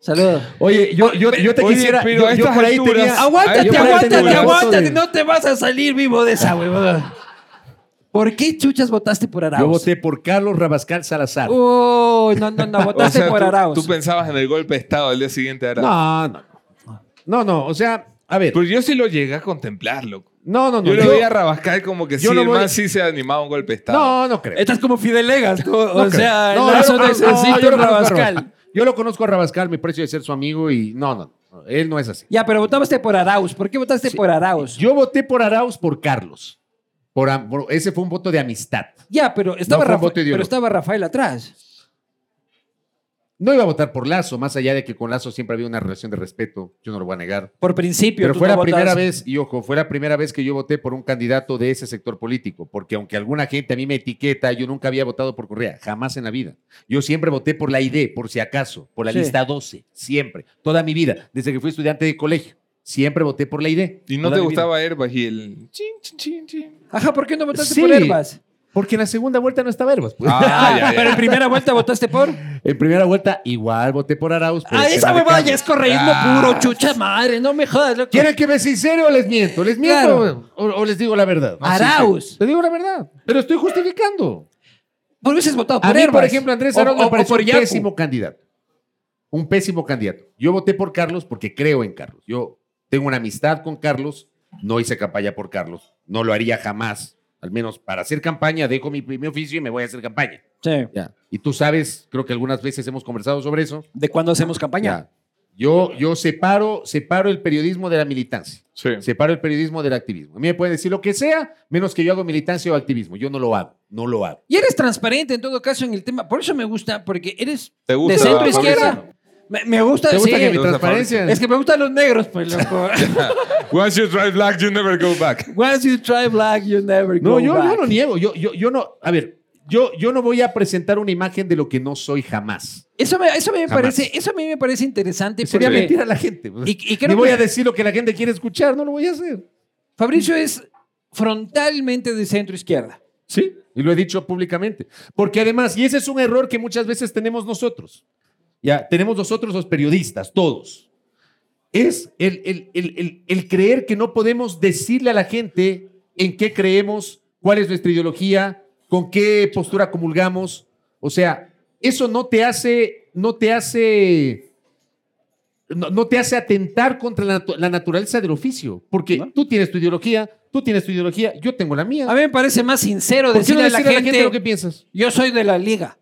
[SPEAKER 2] Saludos.
[SPEAKER 5] Oye, yo, yo, yo te
[SPEAKER 4] Oye,
[SPEAKER 5] quisiera.
[SPEAKER 4] pero
[SPEAKER 5] yo-
[SPEAKER 4] a
[SPEAKER 5] yo
[SPEAKER 4] estas
[SPEAKER 5] por ahí
[SPEAKER 4] alturas-
[SPEAKER 5] tenía-
[SPEAKER 4] Ay, yo
[SPEAKER 2] Aguántate,
[SPEAKER 4] por ahí tengo
[SPEAKER 2] aguántate,
[SPEAKER 4] la razón
[SPEAKER 2] aguántate.
[SPEAKER 5] de-
[SPEAKER 2] No te vas a salir vivo de esa huevada. ¿Por qué chuchas votaste por Arauz?
[SPEAKER 5] Yo voté por Carlos Rabascal Salazar.
[SPEAKER 2] Uh, Uy, no, no, no,
[SPEAKER 4] O
[SPEAKER 2] votaste
[SPEAKER 4] sea,
[SPEAKER 2] por
[SPEAKER 4] tú,
[SPEAKER 2] Arauz.
[SPEAKER 4] tú pensabas en el golpe de Estado el día siguiente, Arauz.
[SPEAKER 5] no, no. No, no, o sea, a ver.
[SPEAKER 4] Pero yo sí lo llegué a contemplar, loco.
[SPEAKER 5] No, no, no.
[SPEAKER 4] Pues, Yo lo
[SPEAKER 5] yo-
[SPEAKER 4] veía a Rabascal como que sí,
[SPEAKER 5] yo no
[SPEAKER 4] el
[SPEAKER 5] voy-
[SPEAKER 4] man sí se animaba a un golpe de Estado.
[SPEAKER 5] no, no creo.
[SPEAKER 2] Estás como Fidel Egas, tú. O
[SPEAKER 5] No creo.
[SPEAKER 2] sea,
[SPEAKER 5] No,
[SPEAKER 2] el Lazo
[SPEAKER 5] yo no- no,
[SPEAKER 2] necesita
[SPEAKER 5] yo
[SPEAKER 2] un
[SPEAKER 5] no conozco a
[SPEAKER 2] Rabascal.
[SPEAKER 5] Rabascal. Yo lo conozco a Rabascal, me precio de ser su amigo y no, no, no, él no es así.
[SPEAKER 2] Ya, pero votaste por Arauz. ¿Por qué votaste por Arauz?
[SPEAKER 5] Yo voté por Arauz por Carlos. Por, am- por- ese fue un voto de amistad.
[SPEAKER 2] Ya, pero estaba,
[SPEAKER 5] No fue un
[SPEAKER 2] Rafa-
[SPEAKER 5] voto ideológico.
[SPEAKER 2] pero estaba Rafael atrás.
[SPEAKER 5] No iba a votar por Lazo, más allá de que con Lazo siempre había una relación de respeto, yo no lo voy a negar.
[SPEAKER 2] Por principio.
[SPEAKER 5] Pero
[SPEAKER 2] tú
[SPEAKER 5] fue
[SPEAKER 2] no
[SPEAKER 5] la primera
[SPEAKER 2] votas-
[SPEAKER 5] vez, y ojo, fue la primera vez que yo voté por un candidato de ese sector político, porque aunque alguna gente a mí me etiqueta, yo nunca había votado por Correa, jamás en la vida. Yo siempre voté por la ID, por si acaso, por la
[SPEAKER 2] Sí.
[SPEAKER 5] lista 12, siempre, toda mi vida, desde que fui estudiante de colegio, siempre voté por la ID.
[SPEAKER 4] Y no
[SPEAKER 5] toda mi
[SPEAKER 4] te
[SPEAKER 5] vida.
[SPEAKER 4] gustaba Herbas y el... Chin, chin, chin, chin.
[SPEAKER 2] Ajá, ¿por qué no votaste
[SPEAKER 5] Sí.
[SPEAKER 2] por Herbas?
[SPEAKER 5] Porque en la segunda vuelta no estaba Herbas. pues.
[SPEAKER 4] Ah, ya, ya.
[SPEAKER 2] Pero en primera vuelta votaste por.
[SPEAKER 5] En primera vuelta igual voté por Arauz. por
[SPEAKER 2] Ah,
[SPEAKER 5] el
[SPEAKER 2] esa
[SPEAKER 5] tema de
[SPEAKER 2] huevada ya
[SPEAKER 5] Carlos.
[SPEAKER 2] es correísmo
[SPEAKER 5] Ah.
[SPEAKER 2] puro, chucha madre. No me jodas, loco.
[SPEAKER 5] ¿Quieren que me sincero o les miento? ¿Les miento
[SPEAKER 2] Claro.
[SPEAKER 5] o, o les digo la verdad?
[SPEAKER 4] sí,
[SPEAKER 2] Arauz.
[SPEAKER 5] Te digo la verdad, pero estoy justificando.
[SPEAKER 2] ¿Por qué hubieses votado por
[SPEAKER 5] A mí,
[SPEAKER 2] Herbas?
[SPEAKER 5] por ejemplo, Andrés
[SPEAKER 2] O-
[SPEAKER 5] Arauz
[SPEAKER 2] o-
[SPEAKER 5] me
[SPEAKER 2] o
[SPEAKER 5] pareció
[SPEAKER 2] por
[SPEAKER 5] un
[SPEAKER 2] Yacu.
[SPEAKER 5] pésimo candidato. Un pésimo candidato. Yo voté por Carlos porque creo en Carlos. Yo tengo una amistad con Carlos. No hice campaña por Carlos. No lo haría jamás. Al menos para hacer campaña, dejo mi, mi oficio y me voy a hacer campaña.
[SPEAKER 2] Sí.
[SPEAKER 5] Ya. Y tú sabes, creo que algunas veces hemos conversado sobre eso.
[SPEAKER 2] ¿De cuándo hacemos campaña?
[SPEAKER 5] Ya. Yo, yo separo, separo el periodismo de la militancia.
[SPEAKER 4] Sí.
[SPEAKER 5] Separo el periodismo del activismo. A mí me pueden decir lo que sea, menos que yo hago militancia o activismo. Yo no lo hago. No lo hago.
[SPEAKER 2] Y eres transparente en todo caso en el tema. Por eso me gusta, porque eres
[SPEAKER 4] ¿Te gusta Ah,
[SPEAKER 2] de centro
[SPEAKER 4] Fabricio?
[SPEAKER 2] izquierda. Me, me gusta,
[SPEAKER 5] ¿Te gusta
[SPEAKER 2] sí.
[SPEAKER 5] que mi
[SPEAKER 4] gusta
[SPEAKER 5] transparencia?
[SPEAKER 2] Es que me gustan los negros, pues, loco.
[SPEAKER 4] Once you try black, you never go back.
[SPEAKER 2] Once you try black, you never go
[SPEAKER 5] No, yo, yo
[SPEAKER 2] back.
[SPEAKER 5] no niego. Yo, yo, yo no. A ver, yo, yo no voy a presentar una imagen de lo que no soy jamás.
[SPEAKER 2] Eso, me, eso, a mí me
[SPEAKER 5] Jamás.
[SPEAKER 2] parece, eso a mí me parece interesante.
[SPEAKER 5] Sería
[SPEAKER 2] porque
[SPEAKER 5] mentir a la gente. pues.
[SPEAKER 2] Y- y creo
[SPEAKER 5] Ni voy
[SPEAKER 2] que-
[SPEAKER 5] a decir lo que la gente quiere escuchar. No lo voy a hacer.
[SPEAKER 2] Fabricio es frontalmente de centro izquierda.
[SPEAKER 5] Sí. Y lo he dicho públicamente. Porque además, y ese es un error que muchas veces tenemos nosotros. Ya, tenemos nosotros los periodistas, todos. Es el, el- el- el- el creer que no podemos decirle a la gente en qué creemos, cuál es nuestra ideología, con qué postura comulgamos. O sea, eso no te hace, no te hace, no, no te hace atentar contra la, natu- la naturaleza del oficio. Porque tú tienes tu ideología, tú tienes tu ideología, yo tengo la mía.
[SPEAKER 2] A mí me parece más sincero
[SPEAKER 5] ¿Por qué no
[SPEAKER 2] decirle, a, la
[SPEAKER 5] decirle
[SPEAKER 2] gente,
[SPEAKER 5] lo que piensas?
[SPEAKER 2] yo soy de la liga.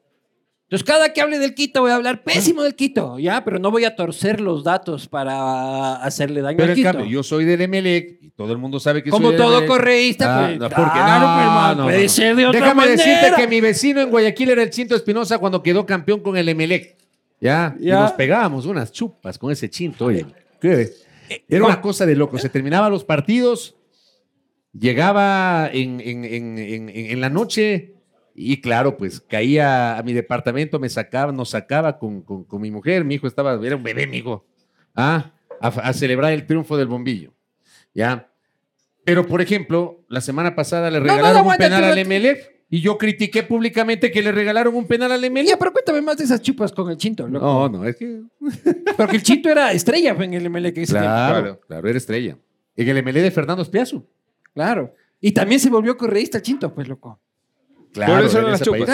[SPEAKER 2] Entonces, cada que hable del Quito, voy a hablar pésimo del Quito, ya, pero no voy a torcer los datos para hacerle daño
[SPEAKER 5] Pero
[SPEAKER 2] al
[SPEAKER 5] en
[SPEAKER 2] Quito.
[SPEAKER 5] cambio, yo soy del Emelec y todo el mundo sabe que
[SPEAKER 2] Como
[SPEAKER 5] soy del
[SPEAKER 2] todo
[SPEAKER 5] Emelec.
[SPEAKER 2] correísta,
[SPEAKER 5] Ah,
[SPEAKER 2] pues,
[SPEAKER 5] no, porque no,
[SPEAKER 2] claro, pues, man,
[SPEAKER 5] no,
[SPEAKER 2] puede
[SPEAKER 5] no.
[SPEAKER 2] ser de otra
[SPEAKER 5] Déjame
[SPEAKER 2] manera.
[SPEAKER 5] decirte que mi vecino en Guayaquil era el Chinto Espinosa cuando quedó campeón con el Emelec. Ya, y
[SPEAKER 2] Ya.
[SPEAKER 5] nos pegábamos unas chupas con ese Chinto. oye. ¿Qué?
[SPEAKER 2] Eh,
[SPEAKER 5] Era una cosa de loco. Se terminaban los partidos, llegaba en, en- en- en- en- en la noche y claro, pues caía a mi departamento, me sacaba, nos sacaba con, con- con mi mujer, mi hijo estaba, era un bebé, mi hijo, ¿ah? a, a celebrar el triunfo del bombillo. ¿Ya? Pero, por ejemplo, la semana pasada le
[SPEAKER 2] no,
[SPEAKER 5] regalaron un
[SPEAKER 2] aguanta,
[SPEAKER 5] penal
[SPEAKER 2] pero-
[SPEAKER 5] al MLF Y yo critiqué públicamente que le regalaron un penal al Emelec.
[SPEAKER 2] Ya, pero cuéntame más de esas chupas con el Chinto, loco.
[SPEAKER 5] No, no, es que.
[SPEAKER 2] Porque el Chinto era estrella en el MLE que hizo.
[SPEAKER 5] Claro,
[SPEAKER 4] claro.
[SPEAKER 5] claro, era estrella. En el Emelec de Fernando Espiazo.
[SPEAKER 2] Claro. Y también se volvió correísta el Chinto, pues, loco.
[SPEAKER 5] Claro,
[SPEAKER 4] Por eso
[SPEAKER 5] de
[SPEAKER 4] eran las
[SPEAKER 5] Alianza País.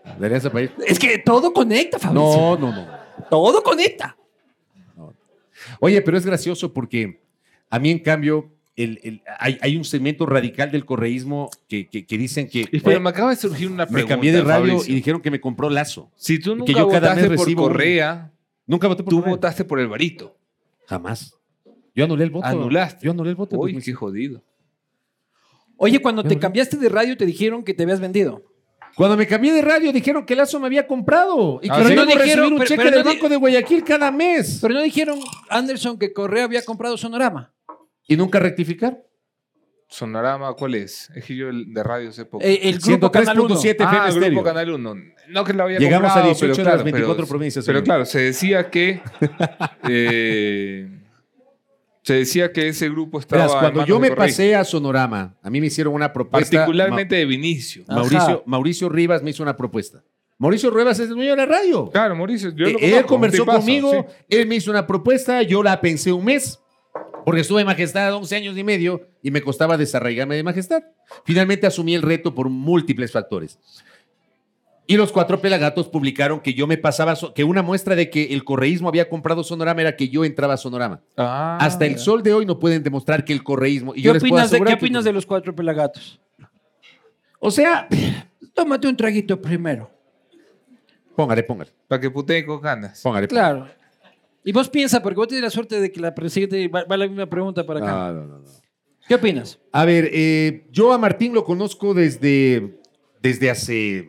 [SPEAKER 2] Claro.
[SPEAKER 5] De Alianza País.
[SPEAKER 2] Es que todo conecta, Fabricio.
[SPEAKER 5] No, no, no.
[SPEAKER 2] Todo conecta.
[SPEAKER 5] Oye, pero es gracioso porque a mí, en cambio, el- el- hay, hay un segmento radical del correísmo que, que- que dicen que.
[SPEAKER 4] Y- Pero me acaba de surgir una
[SPEAKER 5] me
[SPEAKER 4] pregunta.
[SPEAKER 5] cambié de radio
[SPEAKER 4] Fabricio.
[SPEAKER 5] y dijeron que me compró Lazo.
[SPEAKER 4] si tú nunca
[SPEAKER 5] que yo cada
[SPEAKER 4] votaste
[SPEAKER 5] mes
[SPEAKER 4] por
[SPEAKER 5] recibo un-
[SPEAKER 4] Correa,
[SPEAKER 5] Nunca voté por
[SPEAKER 4] tú
[SPEAKER 5] Correa.
[SPEAKER 4] votaste por el varito.
[SPEAKER 5] Jamás. Yo anulé el voto.
[SPEAKER 4] Anulaste.
[SPEAKER 5] Yo anulé el voto. pues, en
[SPEAKER 4] Uy,
[SPEAKER 5] 2005.
[SPEAKER 4] qué jodido.
[SPEAKER 2] Oye, cuando te
[SPEAKER 5] Ujú.
[SPEAKER 2] cambiaste de radio te dijeron que te habías vendido.
[SPEAKER 5] Cuando me cambié de radio dijeron que Lazo me había comprado y que
[SPEAKER 4] Ah,
[SPEAKER 5] yo
[SPEAKER 4] ¿sí?
[SPEAKER 5] iba
[SPEAKER 2] Pero no
[SPEAKER 5] a recibir
[SPEAKER 2] dijeron-
[SPEAKER 5] un
[SPEAKER 2] pero-
[SPEAKER 5] cheque
[SPEAKER 2] pero
[SPEAKER 5] del
[SPEAKER 2] no di-
[SPEAKER 5] Banco de Guayaquil cada mes.
[SPEAKER 2] Pero no dijeron, Anderson, que Correa había comprado Sonorama.
[SPEAKER 5] y nunca rectificar.
[SPEAKER 4] Sonorama, ¿cuál es? Es que yo el- de radio sé poco.
[SPEAKER 2] Eh, el grupo Canal Uno.
[SPEAKER 5] 103.7
[SPEAKER 4] ah,
[SPEAKER 5] FM
[SPEAKER 4] Grupo
[SPEAKER 5] este Estéreo.
[SPEAKER 4] Canal 1. No que lo había
[SPEAKER 5] Llegamos
[SPEAKER 4] comprado,
[SPEAKER 5] a 18
[SPEAKER 4] pero
[SPEAKER 5] de
[SPEAKER 4] claro,
[SPEAKER 5] las 24
[SPEAKER 4] pero-
[SPEAKER 5] provincias.
[SPEAKER 4] Pero
[SPEAKER 5] señor.
[SPEAKER 4] claro, se decía que. eh, se decía que ese grupo estaba.
[SPEAKER 5] Verás,
[SPEAKER 4] en
[SPEAKER 5] cuando
[SPEAKER 4] manos
[SPEAKER 5] yo
[SPEAKER 4] de
[SPEAKER 5] me
[SPEAKER 4] Correa.
[SPEAKER 5] pasé a Sonorama, a mí me hicieron una propuesta.
[SPEAKER 4] Particularmente de Vinicio.
[SPEAKER 5] Ma-
[SPEAKER 2] Ajá.
[SPEAKER 5] Mauricio, Mauricio Rivas me hizo una propuesta. Mauricio Rivas es el dueño de la radio.
[SPEAKER 4] Claro, Mauricio. Yo lo
[SPEAKER 5] Eh, él
[SPEAKER 4] conozco,
[SPEAKER 5] conversó
[SPEAKER 4] un tipazo,
[SPEAKER 5] conmigo,
[SPEAKER 4] sí.
[SPEAKER 5] él me hizo una propuesta, yo la pensé un mes, porque estuve en Majestad 11 años y medio y me costaba desarraigarme de Majestad. Finalmente asumí el reto por múltiples factores. Y los cuatro pelagatos publicaron que yo me pasaba, so- que una muestra de que el correísmo había comprado Sonorama era que yo entraba a Sonorama.
[SPEAKER 4] Ah,
[SPEAKER 5] Hasta el sol de hoy no pueden demostrar que el correísmo. Y
[SPEAKER 2] ¿Qué,
[SPEAKER 5] yo les puedo
[SPEAKER 2] opinas de, ¿qué
[SPEAKER 5] asegurar que-
[SPEAKER 2] opinas de los cuatro pelagatos?
[SPEAKER 5] O sea,
[SPEAKER 2] Tómate un traguito primero.
[SPEAKER 5] póngale, póngale,
[SPEAKER 4] Para que putee con ganas.
[SPEAKER 5] póngale.
[SPEAKER 2] Claro. Y vos piensa, porque vos tenés la suerte de que la siguiente va, va la misma pregunta para acá.
[SPEAKER 5] Ah, no, no, no.
[SPEAKER 2] ¿Qué opinas?
[SPEAKER 5] A ver, eh, yo a Martín lo conozco desde, desde hace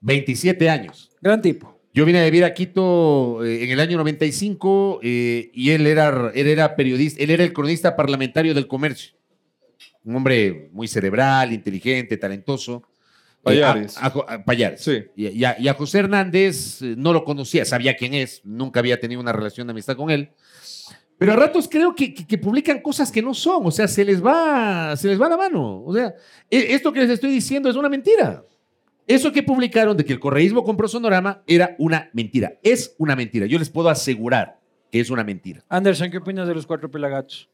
[SPEAKER 5] 27 años.
[SPEAKER 2] Gran tipo.
[SPEAKER 5] Yo vine a vivir a Quito eh, en el año 95 eh, y él era, él era periodista, él era el cronista parlamentario del comercio. Un hombre muy cerebral, inteligente, talentoso. Eh, a-
[SPEAKER 4] Payares.
[SPEAKER 5] a Jo- a Payares.
[SPEAKER 4] Sí.
[SPEAKER 5] Y, y a, y a José Hernández eh, no lo conocía, sabía quién es, nunca había tenido una relación de amistad con él. Pero a ratos creo que, que- que publican cosas que no son, o sea, se les va, se les va la mano. O sea, e- esto que les estoy diciendo es una mentira. Eso que publicaron de que el correísmo compró Sonorama era una mentira. Es una mentira. Yo les puedo asegurar que es una mentira.
[SPEAKER 2] Anderson, ¿qué opinas de los cuatro pelagatos?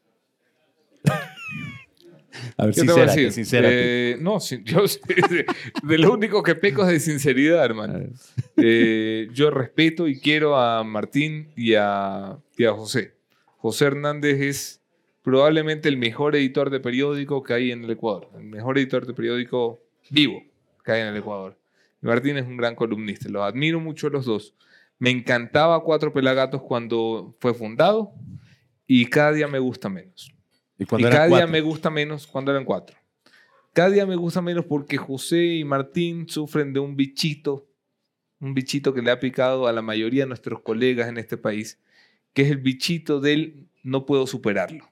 [SPEAKER 5] A ver,
[SPEAKER 4] ¿Qué te voy a decir? Eh, no, sin- yo sí, de, de lo único que peco es de sinceridad, hermano. Eh, yo respeto y quiero a Martín y a, y a José. José Hernández es probablemente el mejor editor de periódico que hay en el Ecuador. El mejor editor de periódico vivo que hay en el Ecuador. Y Martín es un gran columnista. Los admiro mucho a los dos. Me encantaba Cuatro Pelagatos cuando fue fundado y cada día me gusta menos
[SPEAKER 5] Y cuando
[SPEAKER 4] y
[SPEAKER 5] era
[SPEAKER 4] cada
[SPEAKER 5] cuatro.
[SPEAKER 4] día me gusta menos cuando eran cuatro. Cada día me gusta menos porque José y Martín sufren de un bichito, un bichito que le ha picado a la mayoría de nuestros colegas en este país, que es el bichito del no puedo superarlo.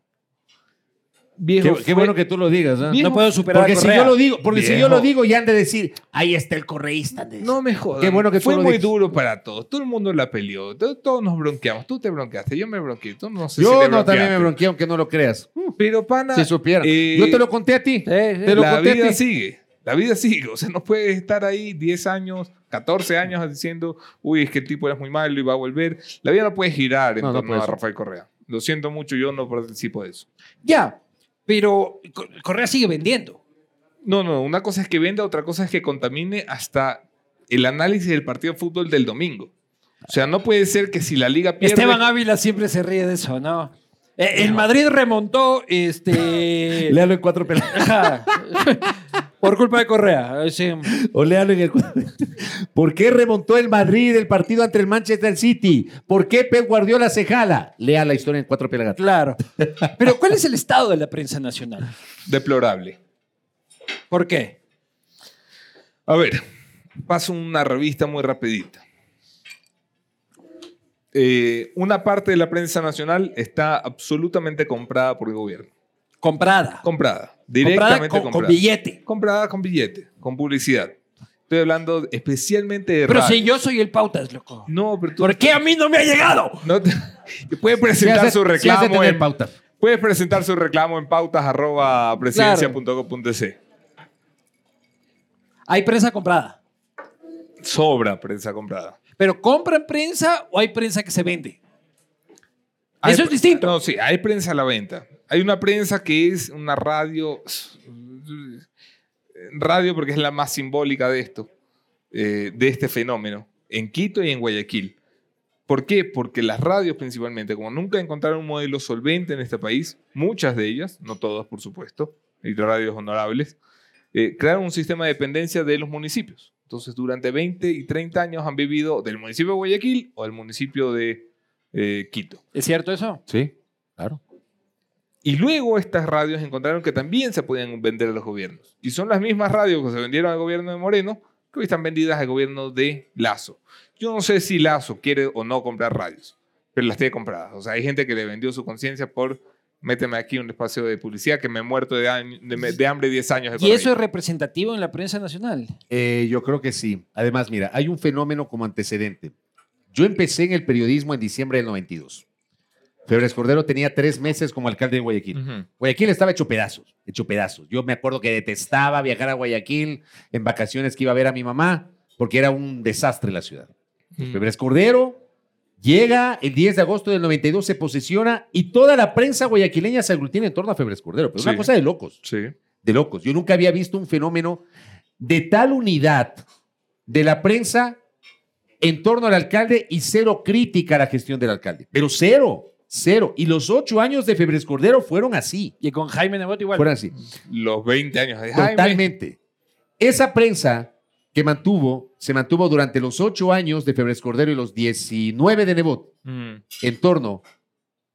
[SPEAKER 4] Viejo,
[SPEAKER 5] Qué, qué bueno que tú lo digas. ¿ah?
[SPEAKER 4] Viejo,
[SPEAKER 2] No puedo superar
[SPEAKER 5] Porque
[SPEAKER 2] a
[SPEAKER 5] si
[SPEAKER 2] Correa.
[SPEAKER 5] yo lo digo, porque si yo
[SPEAKER 4] Viejo.
[SPEAKER 5] lo digo, ya han de decir, ahí está el correísta. han de decir.
[SPEAKER 4] No me jodas.
[SPEAKER 5] Qué bueno que tú
[SPEAKER 4] Fue
[SPEAKER 5] lo
[SPEAKER 4] muy
[SPEAKER 5] dices.
[SPEAKER 4] duro para todos. Todo el mundo la peleó. To- Todos nos bronqueamos. Tú te bronqueaste, yo me bronqueé. Tú no sé si
[SPEAKER 5] yo
[SPEAKER 4] le
[SPEAKER 5] no también me
[SPEAKER 4] bronqueaste.
[SPEAKER 5] bronqueé, aunque no lo creas.
[SPEAKER 4] Pero pana,
[SPEAKER 5] Si supieran.
[SPEAKER 4] eh,
[SPEAKER 5] yo te lo conté a ti.
[SPEAKER 2] Eh,
[SPEAKER 5] Te lo
[SPEAKER 4] la
[SPEAKER 5] conté a
[SPEAKER 4] vida
[SPEAKER 5] ti.
[SPEAKER 4] sigue. La vida sigue. O sea, no puedes estar ahí 10 años, 14 años diciendo, uy, es que el tipo era muy malo y va a volver. La vida no puede girar en
[SPEAKER 5] No, no
[SPEAKER 4] torno
[SPEAKER 5] puede
[SPEAKER 4] a
[SPEAKER 5] ser.
[SPEAKER 4] Rafael Correa. Lo siento mucho, yo no participo de eso.
[SPEAKER 2] Ya, pero Co- Correa sigue vendiendo.
[SPEAKER 4] No, no, una cosa es que venda, otra cosa es que contamine hasta el análisis del partido de fútbol del domingo. O sea, no puede ser que si la liga pierde...
[SPEAKER 2] Esteban Ávila siempre se ríe de eso, ¿no? Eh, El Madrid remontó, este...
[SPEAKER 5] Eh, Léalo en cuatro pelados.
[SPEAKER 2] Ajá. Por culpa de Correa. eh, sí.
[SPEAKER 5] O léalo en el cuatro. ¿Por qué remontó el Madrid el partido ante el Manchester City? ¿Por qué Pep Guardiola se jala? Lea la historia en cuatro pelagatos.
[SPEAKER 2] Claro. Pero ¿cuál es el estado de la prensa nacional?
[SPEAKER 4] Deplorable.
[SPEAKER 2] ¿Por qué?
[SPEAKER 4] A ver, paso una revista muy rapidita. Eh, una parte de la prensa nacional está absolutamente comprada por el gobierno.
[SPEAKER 2] Comprada.
[SPEAKER 4] Comprada.
[SPEAKER 2] Comprada
[SPEAKER 4] Directamente
[SPEAKER 2] con,
[SPEAKER 4] comprada.
[SPEAKER 2] con billete.
[SPEAKER 4] Comprada con billete, con publicidad. Estoy hablando especialmente de
[SPEAKER 2] Pero
[SPEAKER 4] radio.
[SPEAKER 2] si yo soy el pautas, loco.
[SPEAKER 4] No, pero tú...
[SPEAKER 2] ¿Por qué a mí no me ha llegado?
[SPEAKER 4] no te- puedes
[SPEAKER 5] Sí
[SPEAKER 4] presentar
[SPEAKER 5] hace-
[SPEAKER 4] su
[SPEAKER 5] sí hace
[SPEAKER 4] reclamo
[SPEAKER 5] tener
[SPEAKER 4] en
[SPEAKER 5] pauta.
[SPEAKER 4] Puedes presentar su reclamo en pautas arroba presidencia punto com punto es.
[SPEAKER 2] hay prensa comprada.
[SPEAKER 4] Sobra prensa comprada.
[SPEAKER 2] Pero ¿compran prensa o hay prensa que se vende?
[SPEAKER 4] Hay
[SPEAKER 2] Eso es
[SPEAKER 4] pre-
[SPEAKER 2] distinto.
[SPEAKER 4] No, sí, hay prensa a la venta. Hay una prensa que es una radio. Radio, porque es la más simbólica de esto, eh, de este fenómeno, en Quito y en Guayaquil. ¿Por qué? Porque las radios principalmente, como nunca encontraron un modelo solvente en este país, muchas de ellas, no todas por supuesto, y radios honorables, eh, crearon un sistema de dependencia de los municipios. Entonces, durante 20 y 30 años han vivido del municipio de Guayaquil o del municipio de eh, Quito.
[SPEAKER 2] ¿Es cierto eso?
[SPEAKER 5] Sí, claro.
[SPEAKER 4] Y luego estas radios encontraron que también se podían vender a los gobiernos. Y son las mismas radios que se vendieron al gobierno de Moreno que hoy están vendidas al gobierno de Lazo. Yo no sé si Lazo quiere o no comprar radios, pero las tiene compradas. O sea, hay gente que le vendió su conciencia por méteme aquí un espacio de publicidad que me he muerto de, año- de, me- de hambre 10 años. de
[SPEAKER 2] Y eso
[SPEAKER 4] corrido".
[SPEAKER 2] es representativo en la prensa nacional.
[SPEAKER 5] Eh, yo creo que sí. Además, mira, hay un fenómeno como antecedente. Yo empecé en el periodismo en diciembre del 92. Febres Cordero tenía tres meses como alcalde de Guayaquil.
[SPEAKER 4] Ujú.
[SPEAKER 5] Guayaquil estaba hecho pedazos, hecho pedazos. Yo me acuerdo que detestaba viajar a Guayaquil en vacaciones que iba a ver a mi mamá, porque era un desastre la ciudad.
[SPEAKER 4] Mm.
[SPEAKER 5] Febres Cordero llega el 10 de agosto del 92, se posesiona y toda la prensa guayaquileña se aglutina en torno a Febres Cordero. Pero es
[SPEAKER 4] Sí.
[SPEAKER 5] una cosa de locos
[SPEAKER 4] Sí.
[SPEAKER 5] de locos. Yo nunca había visto un fenómeno de tal unidad de la prensa en torno al alcalde y cero crítica a la gestión del alcalde. Pero cero, cero. Y los ocho años de Febres Cordero fueron así.
[SPEAKER 2] Y con Jaime Nebot igual.
[SPEAKER 5] Fueron así.
[SPEAKER 4] Los 20 años de Jaime.
[SPEAKER 5] Totalmente. Esa prensa que mantuvo, se mantuvo durante los ocho años de Febres Cordero y los 19 de Nebot
[SPEAKER 4] Ujú.
[SPEAKER 5] en torno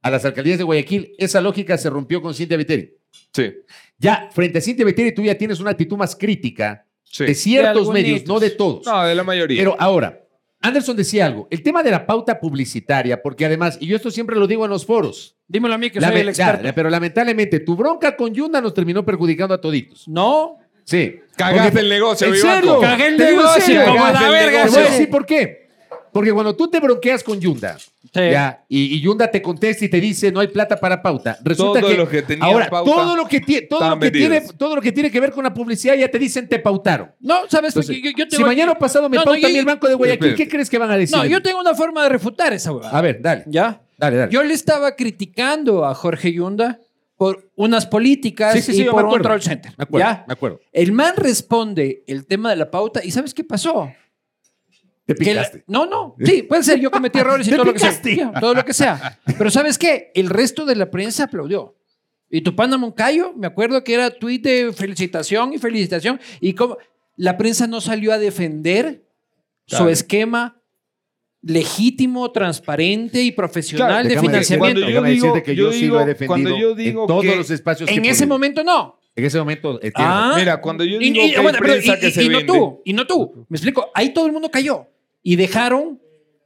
[SPEAKER 5] a las alcaldías de Guayaquil, esa lógica se rompió con Cintia Viteri.
[SPEAKER 4] Sí.
[SPEAKER 5] Ya, frente a Cintia Viteri, tú ya tienes una actitud más crítica
[SPEAKER 4] sí.
[SPEAKER 5] de ciertos
[SPEAKER 2] algunos.
[SPEAKER 5] medios, no de todos.
[SPEAKER 4] No, de la mayoría.
[SPEAKER 5] Pero ahora, Anderson decía algo, el tema de la pauta publicitaria, porque además, y yo esto siempre lo digo en los foros,
[SPEAKER 2] Dímelo a mí que soy
[SPEAKER 5] lame-
[SPEAKER 2] el experto.
[SPEAKER 5] ya, pero lamentablemente tu bronca con Yunda nos terminó perjudicando a toditos.
[SPEAKER 2] No,
[SPEAKER 5] Sí.
[SPEAKER 4] Cagaste
[SPEAKER 5] Porque-
[SPEAKER 4] el negocio,
[SPEAKER 5] ¿En
[SPEAKER 4] Vivanco.
[SPEAKER 5] serio?
[SPEAKER 2] Cagué el
[SPEAKER 5] Te digo en
[SPEAKER 2] negocio,
[SPEAKER 5] serio,
[SPEAKER 2] como
[SPEAKER 5] cagaste
[SPEAKER 2] la
[SPEAKER 5] el
[SPEAKER 2] verga, pues.
[SPEAKER 5] negocio. Te voy
[SPEAKER 2] sí.
[SPEAKER 5] a decir por qué. Porque cuando tú te bronqueas con Yunda,
[SPEAKER 2] Sí.
[SPEAKER 5] ya, y, y Yunda te contesta y te dice no hay plata para pauta. Resulta
[SPEAKER 4] Todo
[SPEAKER 5] que,
[SPEAKER 4] lo que tenía
[SPEAKER 5] ahora
[SPEAKER 4] pauta
[SPEAKER 5] todo lo que tiene, todo lo
[SPEAKER 4] estaban
[SPEAKER 5] que tiene,
[SPEAKER 4] vendidos.
[SPEAKER 5] todo lo que tiene que ver con la publicidad ya te dicen te pautaron.
[SPEAKER 2] no, sabes,
[SPEAKER 5] Entonces,
[SPEAKER 2] yo, yo- yo
[SPEAKER 5] si
[SPEAKER 2] tengo-
[SPEAKER 5] mañana o pasado me
[SPEAKER 2] No, no,
[SPEAKER 5] pauta
[SPEAKER 2] yo-
[SPEAKER 5] a mí el Banco de Guayaquil,
[SPEAKER 4] Espérate.
[SPEAKER 5] ¿qué crees que van a decir?
[SPEAKER 2] No, yo tengo una forma de refutar esa huevada.
[SPEAKER 5] A ver, dale.
[SPEAKER 2] ¿Ya?
[SPEAKER 5] Dale, dale.
[SPEAKER 2] Yo le estaba criticando a Jorge Yunda por unas políticas
[SPEAKER 5] Sí, sí, sí,
[SPEAKER 2] y
[SPEAKER 5] yo me
[SPEAKER 2] por un
[SPEAKER 5] acuerdo.
[SPEAKER 2] troll center.
[SPEAKER 5] me acuerdo,
[SPEAKER 2] ¿Ya?
[SPEAKER 5] me acuerdo.
[SPEAKER 2] El man responde el tema de la pauta y ¿sabes qué pasó?
[SPEAKER 5] Te
[SPEAKER 2] Que la-
[SPEAKER 5] picaste.
[SPEAKER 2] no, no. Sí, puede ser. Yo cometí errores y
[SPEAKER 5] Te
[SPEAKER 2] todo lo que sea.
[SPEAKER 5] picaste.
[SPEAKER 2] Ya, todo lo que sea. Pero ¿sabes qué? El resto de la prensa aplaudió. Y tu pana Moncayo, me acuerdo que era tuit de felicitación y felicitación. Y como la prensa no salió a defender su
[SPEAKER 4] Claro.
[SPEAKER 2] esquema legítimo, transparente y profesional
[SPEAKER 4] Claro,
[SPEAKER 2] de
[SPEAKER 5] déjame decir-
[SPEAKER 2] financiamiento.
[SPEAKER 4] cuando yo
[SPEAKER 5] déjame decirte
[SPEAKER 4] digo-
[SPEAKER 5] que
[SPEAKER 4] yo
[SPEAKER 5] yo, sí lo he
[SPEAKER 4] digo-
[SPEAKER 5] defendido
[SPEAKER 4] cuando yo digo
[SPEAKER 5] en todos
[SPEAKER 4] que-
[SPEAKER 5] los espacios que
[SPEAKER 2] en
[SPEAKER 5] he
[SPEAKER 2] ese
[SPEAKER 5] podido.
[SPEAKER 2] momento no.
[SPEAKER 5] En ese momento eh, tiene
[SPEAKER 2] Ah.
[SPEAKER 5] razón.
[SPEAKER 4] Mira, cuando yo
[SPEAKER 2] Y-
[SPEAKER 4] digo
[SPEAKER 2] y-
[SPEAKER 4] que hay
[SPEAKER 2] bueno, pero
[SPEAKER 4] prensa
[SPEAKER 2] y-
[SPEAKER 4] que
[SPEAKER 2] y-
[SPEAKER 4] se
[SPEAKER 2] y no
[SPEAKER 4] vende-
[SPEAKER 2] tú, y no tú. Me explico, ahí todo el mundo cayó y dejaron.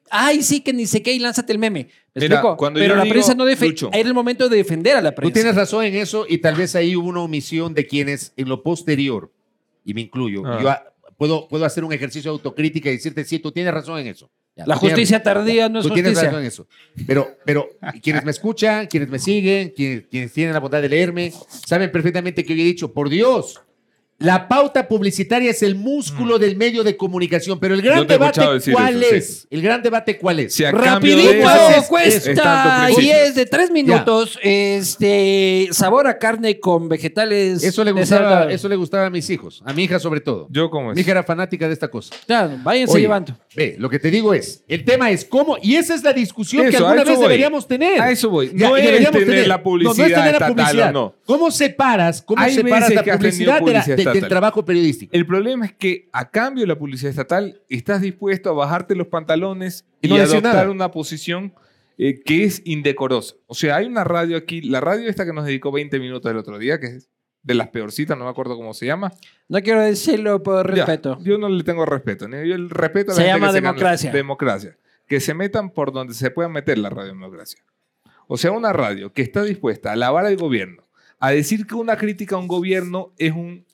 [SPEAKER 2] Ay, sí, que ni sé qué, y lánzate el meme. Me
[SPEAKER 4] Mira,
[SPEAKER 2] explico.
[SPEAKER 4] cuando
[SPEAKER 2] Pero
[SPEAKER 4] yo
[SPEAKER 2] la
[SPEAKER 4] digo,
[SPEAKER 2] prensa no defendió.
[SPEAKER 4] Lucho.
[SPEAKER 2] Era el momento de defender a la
[SPEAKER 5] Tú
[SPEAKER 2] prensa.
[SPEAKER 5] tienes razón en eso y tal vez ahí hubo una omisión de quienes en lo posterior, y me incluyo,
[SPEAKER 4] Ah.
[SPEAKER 5] yo ah, puedo, puedo hacer un ejercicio de autocrítica y decirte, sí, tú tienes razón en eso. Ya,
[SPEAKER 2] La
[SPEAKER 5] tú tienes-
[SPEAKER 2] justicia tardía no es
[SPEAKER 5] Tú tienes
[SPEAKER 2] justicia.
[SPEAKER 5] razón en eso. Pero, pero quienes me escuchan, quienes me siguen, quienes, quienes tienen la bondad de leerme, saben perfectamente que yo he dicho, por Dios, la pauta publicitaria es el músculo del medio de comunicación. Pero el gran
[SPEAKER 4] Mm. Yo te he
[SPEAKER 5] debate,
[SPEAKER 4] escuchado decir
[SPEAKER 5] ¿cuál
[SPEAKER 4] eso, sí.
[SPEAKER 5] es? El gran debate, ¿cuál es?
[SPEAKER 4] Si a cambio de
[SPEAKER 2] Rapidito,
[SPEAKER 4] eso-
[SPEAKER 5] eso, es
[SPEAKER 2] cuesta
[SPEAKER 4] tanto principio.
[SPEAKER 2] 10 de 3 minutos. Este sabor a carne con vegetales.
[SPEAKER 5] Eso le,
[SPEAKER 2] de
[SPEAKER 5] gustaba,
[SPEAKER 2] cerdo.
[SPEAKER 5] eso le gustaba a mis hijos, a mi hija sobre todo.
[SPEAKER 4] Yo como es.
[SPEAKER 5] Mi hija era fanática de esta cosa.
[SPEAKER 2] Claro, váyanse
[SPEAKER 5] Oye,
[SPEAKER 2] llevando.
[SPEAKER 5] Ve, lo que te digo es, el tema es cómo, y esa es la discusión que
[SPEAKER 4] Eso, a
[SPEAKER 5] alguna
[SPEAKER 4] eso
[SPEAKER 5] vez
[SPEAKER 4] voy.
[SPEAKER 5] deberíamos tener.
[SPEAKER 4] A eso voy.
[SPEAKER 5] Ya,
[SPEAKER 4] No
[SPEAKER 5] y
[SPEAKER 4] es
[SPEAKER 5] deberíamos
[SPEAKER 4] tener la publicidad estatal o no.
[SPEAKER 5] ¿Cómo separas, cómo
[SPEAKER 4] Hay
[SPEAKER 5] separas
[SPEAKER 4] veces
[SPEAKER 5] la
[SPEAKER 4] que has tenido
[SPEAKER 5] publicidad, de la-
[SPEAKER 4] publicidad
[SPEAKER 5] de- del
[SPEAKER 4] estatal.
[SPEAKER 5] trabajo periodístico?
[SPEAKER 4] El problema es que a cambio de la publicidad estatal estás dispuesto a bajarte los pantalones
[SPEAKER 5] Y
[SPEAKER 4] y,
[SPEAKER 5] no decir
[SPEAKER 4] adoptar
[SPEAKER 5] nada.
[SPEAKER 4] una posición eh, que es indecorosa. O sea, hay una radio aquí, la radio esta que nos dedicó 20 minutos el otro día, que es de las peorcitas, no me acuerdo cómo se llama.
[SPEAKER 2] No quiero decirlo por
[SPEAKER 4] Ya,
[SPEAKER 2] respeto.
[SPEAKER 4] yo no le tengo respeto. ni- Yo el respeto a la
[SPEAKER 2] Se
[SPEAKER 4] gente
[SPEAKER 2] llama
[SPEAKER 4] que gana-
[SPEAKER 2] democracia.
[SPEAKER 4] democracia. Que se metan por donde se pueda meter la radio democracia. O sea, una radio que está dispuesta a alabar al gobierno, a decir que una crítica a un gobierno es un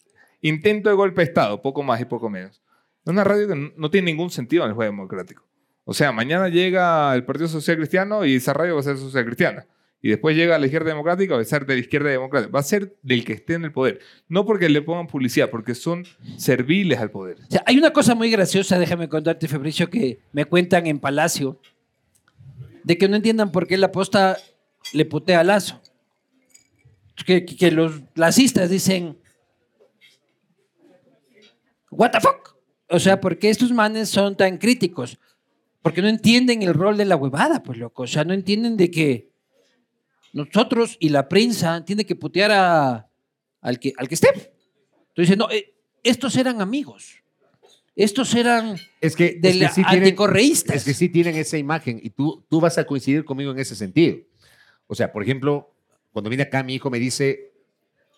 [SPEAKER 4] intento de golpe de Estado, poco más y poco menos. Una radio que no- no tiene ningún sentido en el juego democrático. O sea, mañana llega el Partido Social Cristiano y esa radio va a ser social cristiana. y después llega a la izquierda democrática, va a ser de la izquierda democrática. Va a ser del que esté en el poder. No porque le pongan publicidad, porque son serviles al poder.
[SPEAKER 2] O sea, hay una cosa muy graciosa, déjame contarte, Fabricio, que me cuentan en Palacio, de que no entiendan por qué la posta le putea a Lazo. Que, que- que los lacistas dicen, ¿What the fuck? O sea, ¿por qué estos manes son tan críticos? Porque no entienden el rol de la huevada, pues loco. O sea, no entienden de que nosotros y la prensa tienen que putear a, al, que, al que esté. Entonces, no, eh, estos eran amigos. Estos eran
[SPEAKER 5] Es que,
[SPEAKER 2] de
[SPEAKER 5] es que
[SPEAKER 2] la-
[SPEAKER 5] sí tienen,
[SPEAKER 2] anticorreístas.
[SPEAKER 5] es que sí tienen esa imagen y tú, tú vas a coincidir conmigo en ese sentido. O sea, por ejemplo, cuando viene acá mi hijo me dice,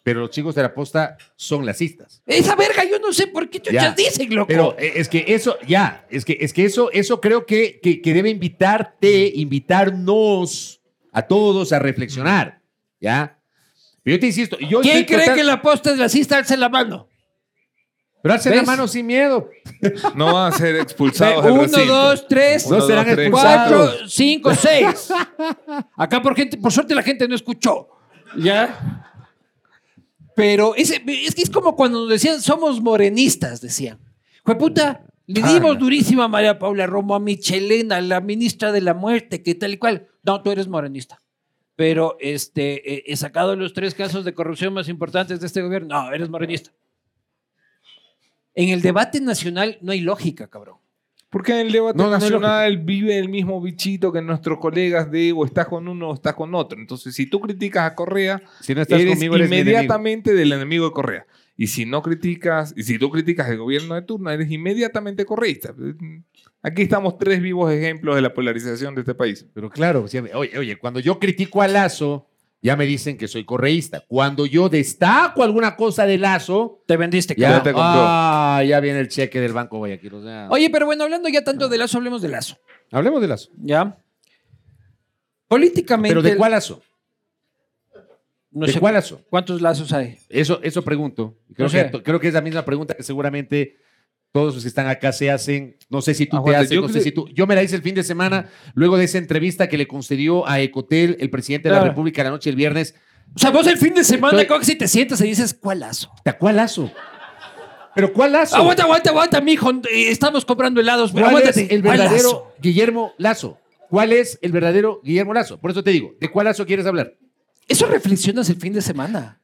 [SPEAKER 5] pero los chicos de la posta son lacistas.
[SPEAKER 2] Esa verga, yo no sé por qué chuchas dicen, loco.
[SPEAKER 5] Pero eh, es que eso, ya, es que, es que eso, eso creo que, que, que debe invitarte, invitarnos a todos a reflexionar, ¿ya? Pero yo te insisto, yo
[SPEAKER 2] ¿Quién
[SPEAKER 5] estoy
[SPEAKER 2] cree
[SPEAKER 5] total-
[SPEAKER 2] que la posta es racista? Alce la mano.
[SPEAKER 5] Pero alcen la
[SPEAKER 2] ¿Ves?
[SPEAKER 5] mano sin miedo.
[SPEAKER 4] No van a ser expulsados del
[SPEAKER 2] Uno,
[SPEAKER 4] recinto.
[SPEAKER 2] dos, tres,
[SPEAKER 4] Uno,
[SPEAKER 5] No serán
[SPEAKER 4] dos, tres,
[SPEAKER 2] cuatro,
[SPEAKER 4] cuatro.
[SPEAKER 2] cinco, seis. Acá por gente, por suerte la gente no escuchó. ¿Ya? Pero ese- es que es como cuando nos decían, somos morenistas, decían. Jueputa, le
[SPEAKER 4] Ah,
[SPEAKER 2] dimos durísima a María Paula Romo, a Michelena, la ministra de la muerte, que tal y cual. No, tú eres morenista. Pero este, eh, he sacado los tres casos de corrupción más importantes de este gobierno. No, eres morenista. En el debate nacional no hay lógica, cabrón.
[SPEAKER 4] Porque en el debate
[SPEAKER 5] No, no, sí,
[SPEAKER 4] nacional vive el mismo bichito que nuestros colegas de o estás con uno o estás con otro. Entonces, si tú criticas a Correa,
[SPEAKER 5] Si no estás
[SPEAKER 4] eres
[SPEAKER 5] conmigo, eres mi enemigo.
[SPEAKER 4] inmediatamente del enemigo de Correa. Y si no criticas, y si tú criticas el gobierno de turno, eres inmediatamente correísta. Aquí estamos tres vivos ejemplos de la polarización de este país.
[SPEAKER 5] Pero claro, sí, oye, oye, cuando yo critico a Lazo, ya me dicen que soy correísta. Cuando yo destaco alguna cosa de Lazo,
[SPEAKER 2] Te vendiste,
[SPEAKER 5] ya,
[SPEAKER 4] te compró.
[SPEAKER 5] ah, ya viene el cheque del Banco Guayaquil. o sea.
[SPEAKER 2] Oye, pero bueno, hablando ya tanto de Lazo, hablemos de Lazo.
[SPEAKER 5] hablemos de Lazo.
[SPEAKER 2] ¿Ya? Políticamente.
[SPEAKER 5] Pero ¿de cuál Lazo?
[SPEAKER 2] no
[SPEAKER 5] ¿De
[SPEAKER 2] sé
[SPEAKER 5] cuál Lazo?
[SPEAKER 2] ¿Cuántos lazos hay?
[SPEAKER 5] Eso, eso pregunto. Creo,
[SPEAKER 2] No sé.
[SPEAKER 5] que, creo que es la misma pregunta que seguramente todos los que están acá se hacen. No sé si tú te
[SPEAKER 4] Aguanta,
[SPEAKER 5] haces,
[SPEAKER 4] yo
[SPEAKER 5] no sé
[SPEAKER 4] creo-
[SPEAKER 5] si tú. Yo me la hice el fin de semana luego de esa entrevista que le concedió a Ecotel el presidente de la
[SPEAKER 2] Claro.
[SPEAKER 5] República la noche del viernes.
[SPEAKER 2] O sea, vos el fin de semana,
[SPEAKER 5] Estoy-
[SPEAKER 2] coges y te sientas y dices, ¿cuál lazo?
[SPEAKER 5] ¿Tacó a Lazo? ¿Pero cuál Lazo?
[SPEAKER 2] Aguanta, aguanta, aguanta, mijo. eh, Estamos comprando helados, pero
[SPEAKER 5] ¿Cuál es
[SPEAKER 2] aguántate.
[SPEAKER 5] el
[SPEAKER 2] ¿Cuál
[SPEAKER 5] verdadero
[SPEAKER 2] lazo?
[SPEAKER 5] Guillermo Lazo? ¿Cuál es el verdadero Guillermo Lazo? Por eso te digo, ¿de cuál Lazo quieres hablar?
[SPEAKER 2] Eso reflexionas el fin de semana.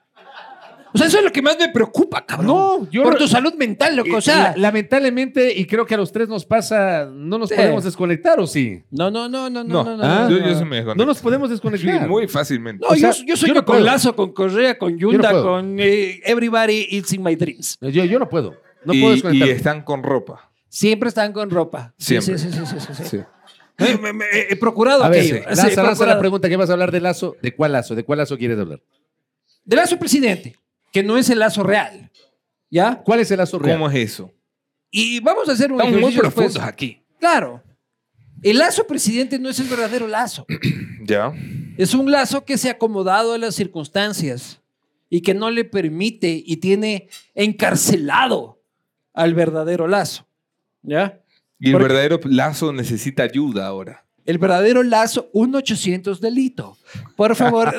[SPEAKER 2] O sea, eso es lo que más me preocupa, cabrón.
[SPEAKER 5] No, yo-
[SPEAKER 2] Por tu salud mental, loco. O sea.
[SPEAKER 5] Eh, la- lamentablemente, y creo que a los tres nos pasa, no nos
[SPEAKER 2] Sí.
[SPEAKER 5] podemos desconectar, ¿o sí?
[SPEAKER 2] No, no, no, no,
[SPEAKER 4] No,
[SPEAKER 2] no, no.
[SPEAKER 5] ¿Ah?
[SPEAKER 2] No,
[SPEAKER 4] yo,
[SPEAKER 2] no,
[SPEAKER 4] yo
[SPEAKER 2] no.
[SPEAKER 4] sí me desconecto.
[SPEAKER 5] No nos podemos
[SPEAKER 4] Sí,
[SPEAKER 5] desconectar.
[SPEAKER 4] muy fácilmente.
[SPEAKER 2] No,
[SPEAKER 5] O sea,
[SPEAKER 2] yo, yo soy
[SPEAKER 5] yo no
[SPEAKER 2] con
[SPEAKER 5] puedo.
[SPEAKER 2] Lazo, con Correa, con
[SPEAKER 5] Yo
[SPEAKER 2] Yunda,
[SPEAKER 5] no puedo.
[SPEAKER 2] con eh, Everybody It's in My Dreams.
[SPEAKER 5] Yo, yo no puedo. No
[SPEAKER 4] y,
[SPEAKER 5] puedo
[SPEAKER 4] y
[SPEAKER 5] desconectar.
[SPEAKER 4] están con ropa.
[SPEAKER 2] Siempre están con ropa. Sí,
[SPEAKER 4] Siempre.
[SPEAKER 2] Sí, sí, sí, sí, sí, sí. Eh, me- me- he procurado
[SPEAKER 5] A ver,
[SPEAKER 2] aquello.
[SPEAKER 5] sí,
[SPEAKER 2] Sí, he
[SPEAKER 5] lanza, lanza
[SPEAKER 2] procurado.
[SPEAKER 5] la pregunta que vas a hablar de Lazo. ¿De cuál Lazo? ¿De cuál Lazo quieres hablar?
[SPEAKER 2] De lazo presidente, que no es el lazo real. ¿Ya?
[SPEAKER 5] ¿Cuál es el Lazo real?
[SPEAKER 4] ¿Cómo es eso?
[SPEAKER 2] Y vamos a hacer un
[SPEAKER 4] Estamos muy
[SPEAKER 2] ejercicio después.
[SPEAKER 4] profundos aquí.
[SPEAKER 2] Claro. El lazo presidente no es el verdadero lazo.
[SPEAKER 4] Ya.
[SPEAKER 2] Es un lazo que se ha acomodado a las circunstancias y que no le permite y tiene encarcelado al verdadero lazo. ¿Ya?
[SPEAKER 4] Y el
[SPEAKER 2] Porque-
[SPEAKER 4] verdadero lazo necesita ayuda ahora.
[SPEAKER 2] El verdadero lazo, un 800 delito. Por favor,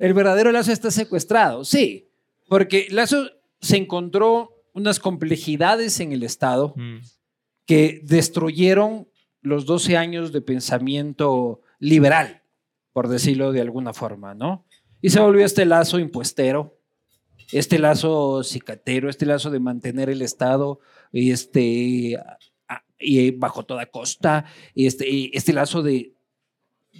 [SPEAKER 2] el verdadero lazo está secuestrado. Sí, porque lazo se encontró unas complejidades en el Estado
[SPEAKER 5] Mm.
[SPEAKER 2] que destruyeron los 12 años de pensamiento liberal, por decirlo de alguna forma, ¿no? Y se volvió este lazo impuestero, este lazo cicatero, este lazo de mantener el Estado y este, a- a- y bajo toda costa, y este, y este lazo de,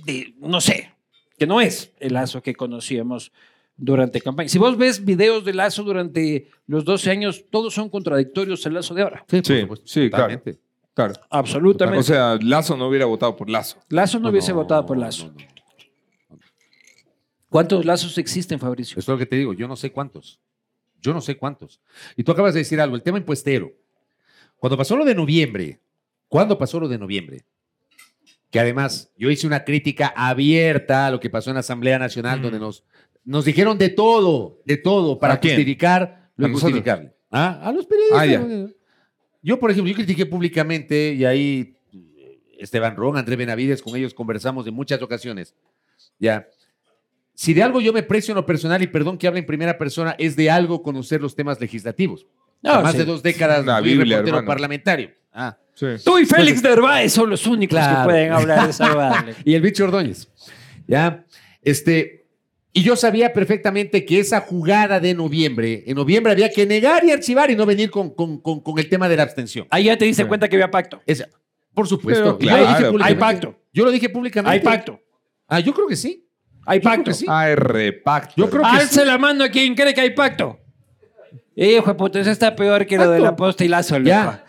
[SPEAKER 2] de, no sé, que no es el lazo que conocíamos durante campaña. Si vos ves videos de lazo durante los 12 años, todos son contradictorios al lazo de ahora.
[SPEAKER 5] Sí, por
[SPEAKER 4] Sí,
[SPEAKER 5] supuesto,
[SPEAKER 4] sí, claro.
[SPEAKER 5] totalmente.
[SPEAKER 4] Claro.
[SPEAKER 2] Absolutamente.
[SPEAKER 4] O sea, Lazo no hubiera votado por Lazo.
[SPEAKER 2] Lazo no, hubiese
[SPEAKER 5] No,
[SPEAKER 2] votado por Lazo.
[SPEAKER 5] no, no.
[SPEAKER 2] ¿Cuántos lazos existen, Fabricio?
[SPEAKER 5] Eso es lo que te digo, yo no sé cuántos. Yo no sé cuántos. Y tú acabas de decir algo, el tema impuestero. Cuando pasó lo de noviembre, ¿cuándo pasó lo de noviembre? Que además yo hice una crítica abierta a lo que pasó en la Asamblea Nacional,
[SPEAKER 4] Mm.
[SPEAKER 5] donde nos, nos dijeron de todo, de todo, para
[SPEAKER 4] ¿A quién?
[SPEAKER 5] justificar lo
[SPEAKER 4] ¿A nosotros?
[SPEAKER 5] injustificable. ¿Ah? A los periodistas.
[SPEAKER 4] Ah, ya.
[SPEAKER 5] Yo, por ejemplo, yo critiqué públicamente y eh, ahí Esteban Ron, Andrés Benavides, con ellos conversamos en muchas ocasiones. Ya. Si de algo yo me precio en lo personal, y perdón que hable en primera persona, es de algo conocer los temas legislativos.
[SPEAKER 2] No,
[SPEAKER 5] Más
[SPEAKER 2] Ah, sí.
[SPEAKER 5] de dos décadas
[SPEAKER 4] La
[SPEAKER 5] fui
[SPEAKER 4] Biblia,
[SPEAKER 5] reportero
[SPEAKER 4] hermano.
[SPEAKER 5] parlamentario. Ah.
[SPEAKER 2] Tú y Félix Derbaez son los únicos
[SPEAKER 5] Pues Claro.
[SPEAKER 2] que pueden hablar de esa vaina.
[SPEAKER 5] Y el bicho Ordóñez. Ya, este. Y yo sabía perfectamente que esa jugada de noviembre, en noviembre había que negar y archivar y no venir con, con- con- con el tema de la abstención.
[SPEAKER 2] Ahí ya te diste cuenta que había pacto.
[SPEAKER 5] Esa- por supuesto.
[SPEAKER 4] Pero
[SPEAKER 5] Y yo lo dije
[SPEAKER 4] claro,
[SPEAKER 5] públicamente.
[SPEAKER 2] hay pacto.
[SPEAKER 5] Yo lo dije públicamente.
[SPEAKER 2] Hay pacto.
[SPEAKER 5] Ah, yo creo que sí.
[SPEAKER 2] Hay pacto. Ah,
[SPEAKER 5] sí.
[SPEAKER 4] AR Pacto.
[SPEAKER 5] Yo creo que sí.
[SPEAKER 2] Alce la mano a quien cree que hay pacto. Hijo de puta, eso está peor que lo de la posta y lazo, loco.
[SPEAKER 5] Ya.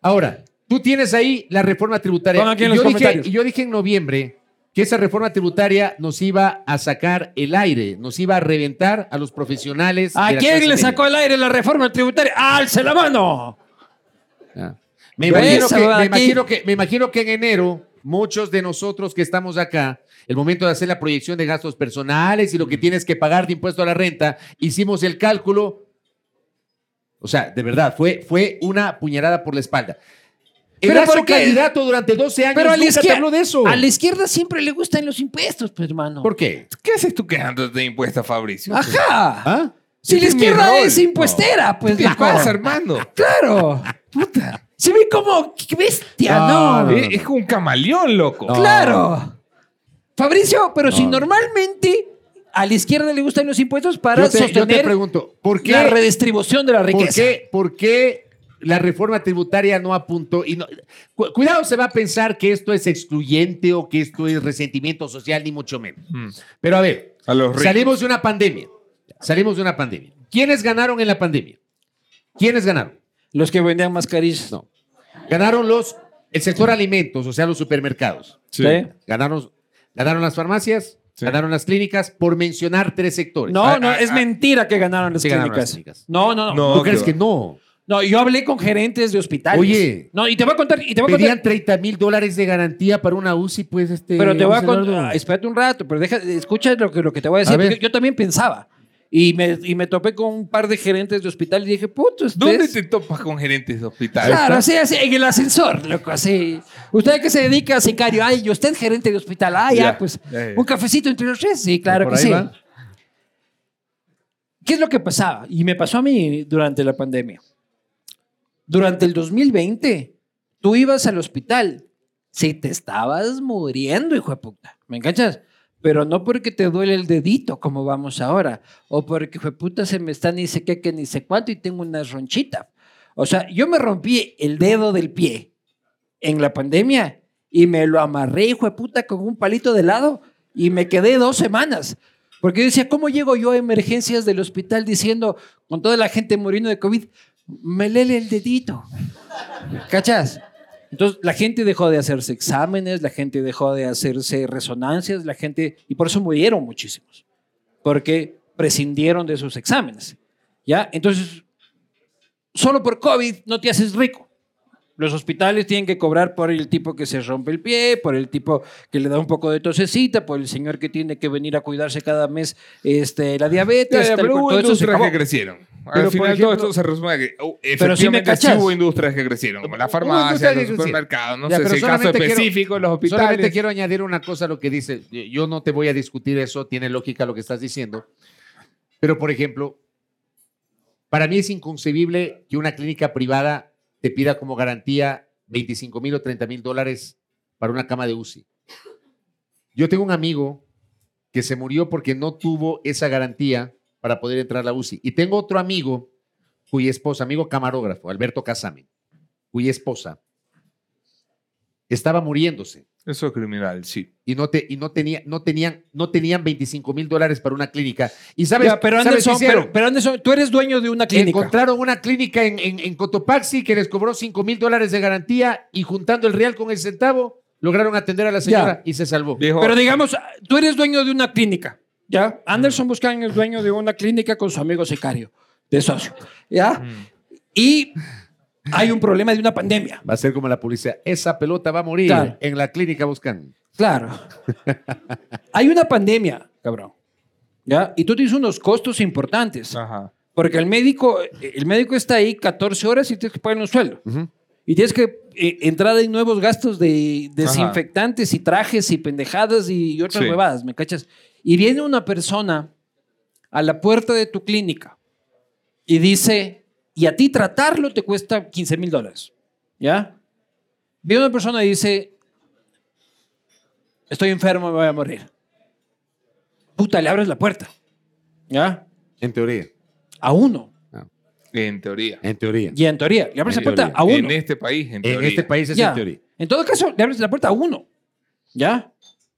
[SPEAKER 5] Ahora, tú tienes ahí la reforma tributaria.
[SPEAKER 2] Pon aquí en
[SPEAKER 5] Y yo
[SPEAKER 2] los
[SPEAKER 5] dije,
[SPEAKER 2] comentarios.
[SPEAKER 5] y yo dije en noviembre que esa reforma tributaria nos iba a sacar el aire, nos iba a reventar a los profesionales.
[SPEAKER 2] ¿A
[SPEAKER 5] de la
[SPEAKER 2] quién
[SPEAKER 5] clase
[SPEAKER 2] le
[SPEAKER 5] media.
[SPEAKER 2] sacó el aire la reforma tributaria? ¡Alce la mano!
[SPEAKER 5] Ah. Me
[SPEAKER 2] Pero
[SPEAKER 5] imagino,
[SPEAKER 2] esa
[SPEAKER 5] que,
[SPEAKER 2] va
[SPEAKER 5] me
[SPEAKER 2] aquí.
[SPEAKER 5] imagino que- me imagino que en enero, muchos de nosotros que estamos acá, el momento de hacer la proyección de gastos personales y
[SPEAKER 2] Mm.
[SPEAKER 5] lo que tienes que pagar de impuesto a la renta, hicimos el cálculo. O sea, de verdad, fue, fue una puñalada por la espalda. El
[SPEAKER 2] Pero
[SPEAKER 5] Pero
[SPEAKER 2] ¿por qué?
[SPEAKER 5] candidato durante 12 años
[SPEAKER 2] Pero a la,
[SPEAKER 5] nunca te
[SPEAKER 2] izquierda,
[SPEAKER 5] habló de eso.
[SPEAKER 2] a la izquierda siempre le gustan los impuestos, pues, hermano.
[SPEAKER 5] ¿Por qué?
[SPEAKER 4] ¿Qué haces tú quejándote de impuestos, Fabricio?
[SPEAKER 2] Ajá.
[SPEAKER 5] ¿Ah?
[SPEAKER 2] Si la
[SPEAKER 4] Ese es mi
[SPEAKER 2] izquierda
[SPEAKER 4] rol.
[SPEAKER 2] es impuestera, pues.
[SPEAKER 4] ¿Qué
[SPEAKER 2] loco.
[SPEAKER 4] pasa, hermano?
[SPEAKER 2] Claro. Puta. Se ve como qué bestia, ¿no?
[SPEAKER 5] No, no,
[SPEAKER 4] Es es un camaleón, loco.
[SPEAKER 2] Claro. Fabricio, pero si normalmente a la izquierda le gustan los impuestos para
[SPEAKER 5] Yo te, yo te
[SPEAKER 2] sostener
[SPEAKER 5] pregunto, ¿por qué?
[SPEAKER 2] la redistribución de la
[SPEAKER 5] ¿Por
[SPEAKER 2] riqueza.
[SPEAKER 5] qué, por qué la reforma tributaria no apuntó? Y no- cu- cuidado, se va a pensar que esto es excluyente o que esto es resentimiento social, ni mucho menos.
[SPEAKER 4] Mm.
[SPEAKER 5] Pero a ver,
[SPEAKER 4] A los ricos.
[SPEAKER 5] salimos de una pandemia. Salimos de una pandemia. ¿Quiénes ganaron en la pandemia? ¿Quiénes ganaron?
[SPEAKER 2] Los que vendían mascarillas.
[SPEAKER 5] No. Ganaron los, el sector alimentos, o sea, los supermercados.
[SPEAKER 2] ¿Sí?
[SPEAKER 5] Ganaron, ganaron las farmacias,
[SPEAKER 4] Sí.
[SPEAKER 5] ganaron las clínicas, por mencionar tres sectores.
[SPEAKER 2] No,
[SPEAKER 4] Ah,
[SPEAKER 2] no,
[SPEAKER 4] ah,
[SPEAKER 2] es
[SPEAKER 4] ah.
[SPEAKER 2] mentira que ganaron las
[SPEAKER 5] Sí ganaron
[SPEAKER 2] clínicas.
[SPEAKER 5] las clínicas.
[SPEAKER 2] No, no, no, no.
[SPEAKER 4] No,
[SPEAKER 5] ¿Tú crees
[SPEAKER 4] qué
[SPEAKER 5] que
[SPEAKER 4] va.
[SPEAKER 5] no?
[SPEAKER 2] yo hablé con gerentes de hospitales.
[SPEAKER 5] Oye.
[SPEAKER 2] No, y te voy a contar, y te voy a contar.
[SPEAKER 5] Pedían 30 mil dólares de garantía para una UCI, pues este.
[SPEAKER 2] Pero te voy a
[SPEAKER 5] Luis Eduardo.
[SPEAKER 2] contar, espérate un rato, pero deja, escucha lo que, lo que te voy a decir.
[SPEAKER 5] A ver.
[SPEAKER 2] porque yo también pensaba. Y me, y me topé con un par de gerentes de hospital y dije, puto, ustedes-
[SPEAKER 4] ¿Dónde te topas con gerentes de hospital?
[SPEAKER 2] Claro, así, así, en el ascensor, loco, así. Usted que se dedica a sicario, ay, y usted gerente de hospital, ay, ya,
[SPEAKER 4] Ya,
[SPEAKER 2] pues,
[SPEAKER 4] ya, ya.
[SPEAKER 2] un cafecito entre los tres, sí, claro
[SPEAKER 5] Por
[SPEAKER 2] que
[SPEAKER 5] ahí
[SPEAKER 2] sí.
[SPEAKER 5] va.
[SPEAKER 2] ¿Qué es lo que pasaba? Y me pasó a mí durante la pandemia. Durante el 2020, tú ibas al hospital, si te estabas muriendo, hijo de puta, ¿me enganchas? Pero no porque te duele el dedito, como vamos ahora, o porque, hijo de puta, se me está ni sé qué, que ni sé cuánto y tengo una ronchita. O sea, yo me rompí el dedo del pie en la pandemia y me lo amarré, hijo de puta, con un palito de lado y me quedé dos semanas. Porque yo decía, ¿cómo llego yo a emergencias del hospital diciendo, con toda la gente muriendo de COVID, me lele el dedito? ¿Cachas? Entonces, la gente dejó de hacerse exámenes, la gente dejó de hacerse resonancias, la gente, y por eso murieron muchísimos, porque prescindieron de sus exámenes. ¿Ya? Entonces, solo por COVID no te haces rico. Los hospitales tienen que cobrar por el tipo que se rompe el pie, por el tipo que le da un poco de tosecita, por el señor que tiene que venir a cuidarse cada mes este, la
[SPEAKER 4] Ya,
[SPEAKER 2] diabetes.
[SPEAKER 4] ya,
[SPEAKER 2] tal
[SPEAKER 4] pero
[SPEAKER 2] cual,
[SPEAKER 4] hubo
[SPEAKER 2] todo eso se
[SPEAKER 4] industrias
[SPEAKER 2] acabó.
[SPEAKER 4] que crecieron. Al
[SPEAKER 2] Pero, por
[SPEAKER 4] final
[SPEAKER 2] ejemplo-
[SPEAKER 4] todo esto se resume a que oh,
[SPEAKER 2] Pero sí me
[SPEAKER 4] efectivamente sí
[SPEAKER 2] cachas.
[SPEAKER 4] hubo industrias que crecieron, como las
[SPEAKER 5] industrias
[SPEAKER 4] farmacias,
[SPEAKER 5] que
[SPEAKER 4] los
[SPEAKER 5] crecieron.
[SPEAKER 4] supermercados, no
[SPEAKER 5] Ya,
[SPEAKER 4] sé
[SPEAKER 5] pero
[SPEAKER 4] si caso
[SPEAKER 5] solamente quiero-
[SPEAKER 4] específico, los
[SPEAKER 5] Solamente
[SPEAKER 4] hospitales.
[SPEAKER 5] quiero añadir una cosa a lo que dice. eh, Yo no te voy a discutir eso, tiene lógica lo que estás diciendo. Pero, por ejemplo, para mí es inconcebible que una clínica privada te pida como garantía 25 mil o 30 mil dólares para una cama de UCI. Yo tengo un amigo que se murió porque no tuvo esa garantía para poder entrar a la UCI. Y tengo otro amigo cuya esposa, amigo camarógrafo, Alberto Casame, cuya esposa estaba muriéndose
[SPEAKER 4] Eso es criminal, sí.
[SPEAKER 5] y no te y no tenía no tenían no tenían 25 mil dólares para una clínica y sabes
[SPEAKER 2] Ya, pero,
[SPEAKER 5] ¿sabes qué
[SPEAKER 2] Anderson,
[SPEAKER 5] hicieron?
[SPEAKER 2] pero, pero Anderson, tú eres dueño de una clínica.
[SPEAKER 5] encontraron una clínica en, en, en Cotopaxi que les cobró 5 mil dólares de garantía y juntando el real con el centavo lograron atender a la señora y se salvó
[SPEAKER 4] Viejo,
[SPEAKER 2] Pero digamos, tú eres dueño de una clínica. ¿Ya? Anderson Buscan es dueño de una clínica con su amigo sicario, de socio. ¿Ya? Y hay un problema de una pandemia.
[SPEAKER 5] va a ser como la policía esa pelota va a morir
[SPEAKER 2] Claro.
[SPEAKER 5] en la clínica buscan
[SPEAKER 2] Claro. Hay una pandemia, cabrón. ¿Ya? Y tú tienes unos costos importantes.
[SPEAKER 4] Ajá.
[SPEAKER 2] Porque el médico, el médico está ahí 14 horas y tienes que pagar un sueldo. Y tienes que eh, entrar en nuevos gastos de desinfectantes y trajes y pendejadas y otras
[SPEAKER 4] Sí.
[SPEAKER 2] huevadas, ¿me cachas? y viene una persona a la puerta de tu clínica y dice, y a ti tratarlo te cuesta 15 mil dólares, ¿ya? Viene una persona y dice, estoy enfermo, me voy a morir. Puta, le abres la puerta, ¿ya?
[SPEAKER 5] En teoría.
[SPEAKER 2] A uno.
[SPEAKER 4] En teoría.
[SPEAKER 5] En teoría.
[SPEAKER 2] Y en teoría, le abres
[SPEAKER 5] En
[SPEAKER 2] la puerta
[SPEAKER 5] teoría.
[SPEAKER 2] a uno.
[SPEAKER 4] En este país, en,
[SPEAKER 5] En
[SPEAKER 4] teoría.
[SPEAKER 5] este país es
[SPEAKER 2] Ya.
[SPEAKER 5] en teoría.
[SPEAKER 2] En todo caso, le abres la puerta a uno. ¿Ya?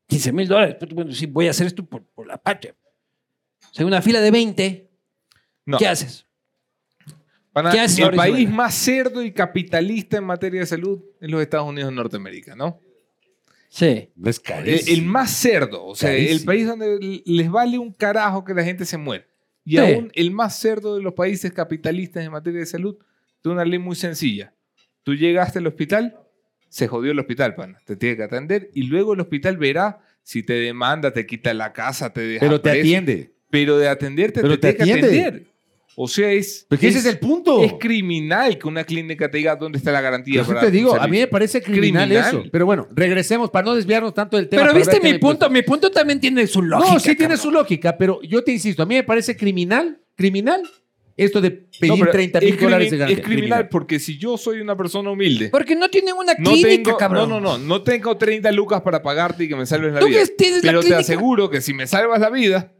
[SPEAKER 2] 15 mil dólares. Puta, Bueno, sí, voy a hacer esto por, por la patria. O sea, una fila de 20,
[SPEAKER 4] No.
[SPEAKER 2] ¿qué haces?
[SPEAKER 4] Pana,
[SPEAKER 2] ¿Qué hace
[SPEAKER 4] el
[SPEAKER 2] Mauricio
[SPEAKER 4] país
[SPEAKER 2] Vargas?
[SPEAKER 4] más cerdo y capitalista en materia de salud es los Estados Unidos de Norteamérica, ¿no?
[SPEAKER 2] Sí.
[SPEAKER 5] No es
[SPEAKER 4] El,
[SPEAKER 5] carísimo.
[SPEAKER 4] el más cerdo, o sea, el
[SPEAKER 5] Carísimo.
[SPEAKER 4] país donde les vale un carajo que la gente se muera. Y
[SPEAKER 2] Sí.
[SPEAKER 4] aún el más cerdo de los países capitalistas en materia de salud tiene una ley muy sencilla. Tú llegaste al hospital, se jodió el hospital, pana. Te tiene que atender y luego el hospital verá si te demanda, te quita la casa, te deja
[SPEAKER 5] Pero te
[SPEAKER 4] preso.
[SPEAKER 5] atiende.
[SPEAKER 4] Pero de atenderte
[SPEAKER 5] Pero
[SPEAKER 4] te,
[SPEAKER 5] te
[SPEAKER 4] tiene que
[SPEAKER 5] atiende.
[SPEAKER 4] atender. O sea, es...
[SPEAKER 5] Porque ese es el punto.
[SPEAKER 4] Es criminal que una clínica te diga dónde está la
[SPEAKER 5] Por
[SPEAKER 4] garantía.
[SPEAKER 5] eso
[SPEAKER 4] para
[SPEAKER 5] te
[SPEAKER 4] tu
[SPEAKER 5] digo, a
[SPEAKER 4] servicio.
[SPEAKER 5] mí me parece criminal,
[SPEAKER 4] Criminal.
[SPEAKER 5] eso. Pero bueno, regresemos para no desviarnos tanto del tema.
[SPEAKER 2] Pero
[SPEAKER 5] para
[SPEAKER 2] viste
[SPEAKER 5] ver qué
[SPEAKER 2] mi
[SPEAKER 5] me-
[SPEAKER 2] punto. Mi punto también tiene su lógica.
[SPEAKER 5] no, sí tiene
[SPEAKER 2] cabrón.
[SPEAKER 5] su lógica, pero yo te insisto, a mí me parece criminal, criminal, esto de
[SPEAKER 4] No,
[SPEAKER 5] pedir
[SPEAKER 4] pero
[SPEAKER 5] 30
[SPEAKER 4] es
[SPEAKER 5] mil
[SPEAKER 4] crimi-
[SPEAKER 5] dólares de
[SPEAKER 4] Es
[SPEAKER 5] garantía.
[SPEAKER 4] criminal, porque si yo soy una persona humilde,
[SPEAKER 2] Porque no tienen una
[SPEAKER 4] no
[SPEAKER 2] clínica,
[SPEAKER 4] tengo, no,
[SPEAKER 2] cabrón.
[SPEAKER 4] no, no, no tengo 30 lucas para pagarte y que me salves la
[SPEAKER 2] Tú
[SPEAKER 4] vida.
[SPEAKER 2] que tienes la
[SPEAKER 4] Pero te
[SPEAKER 2] clínica.
[SPEAKER 4] aseguro que si me salvas la vida,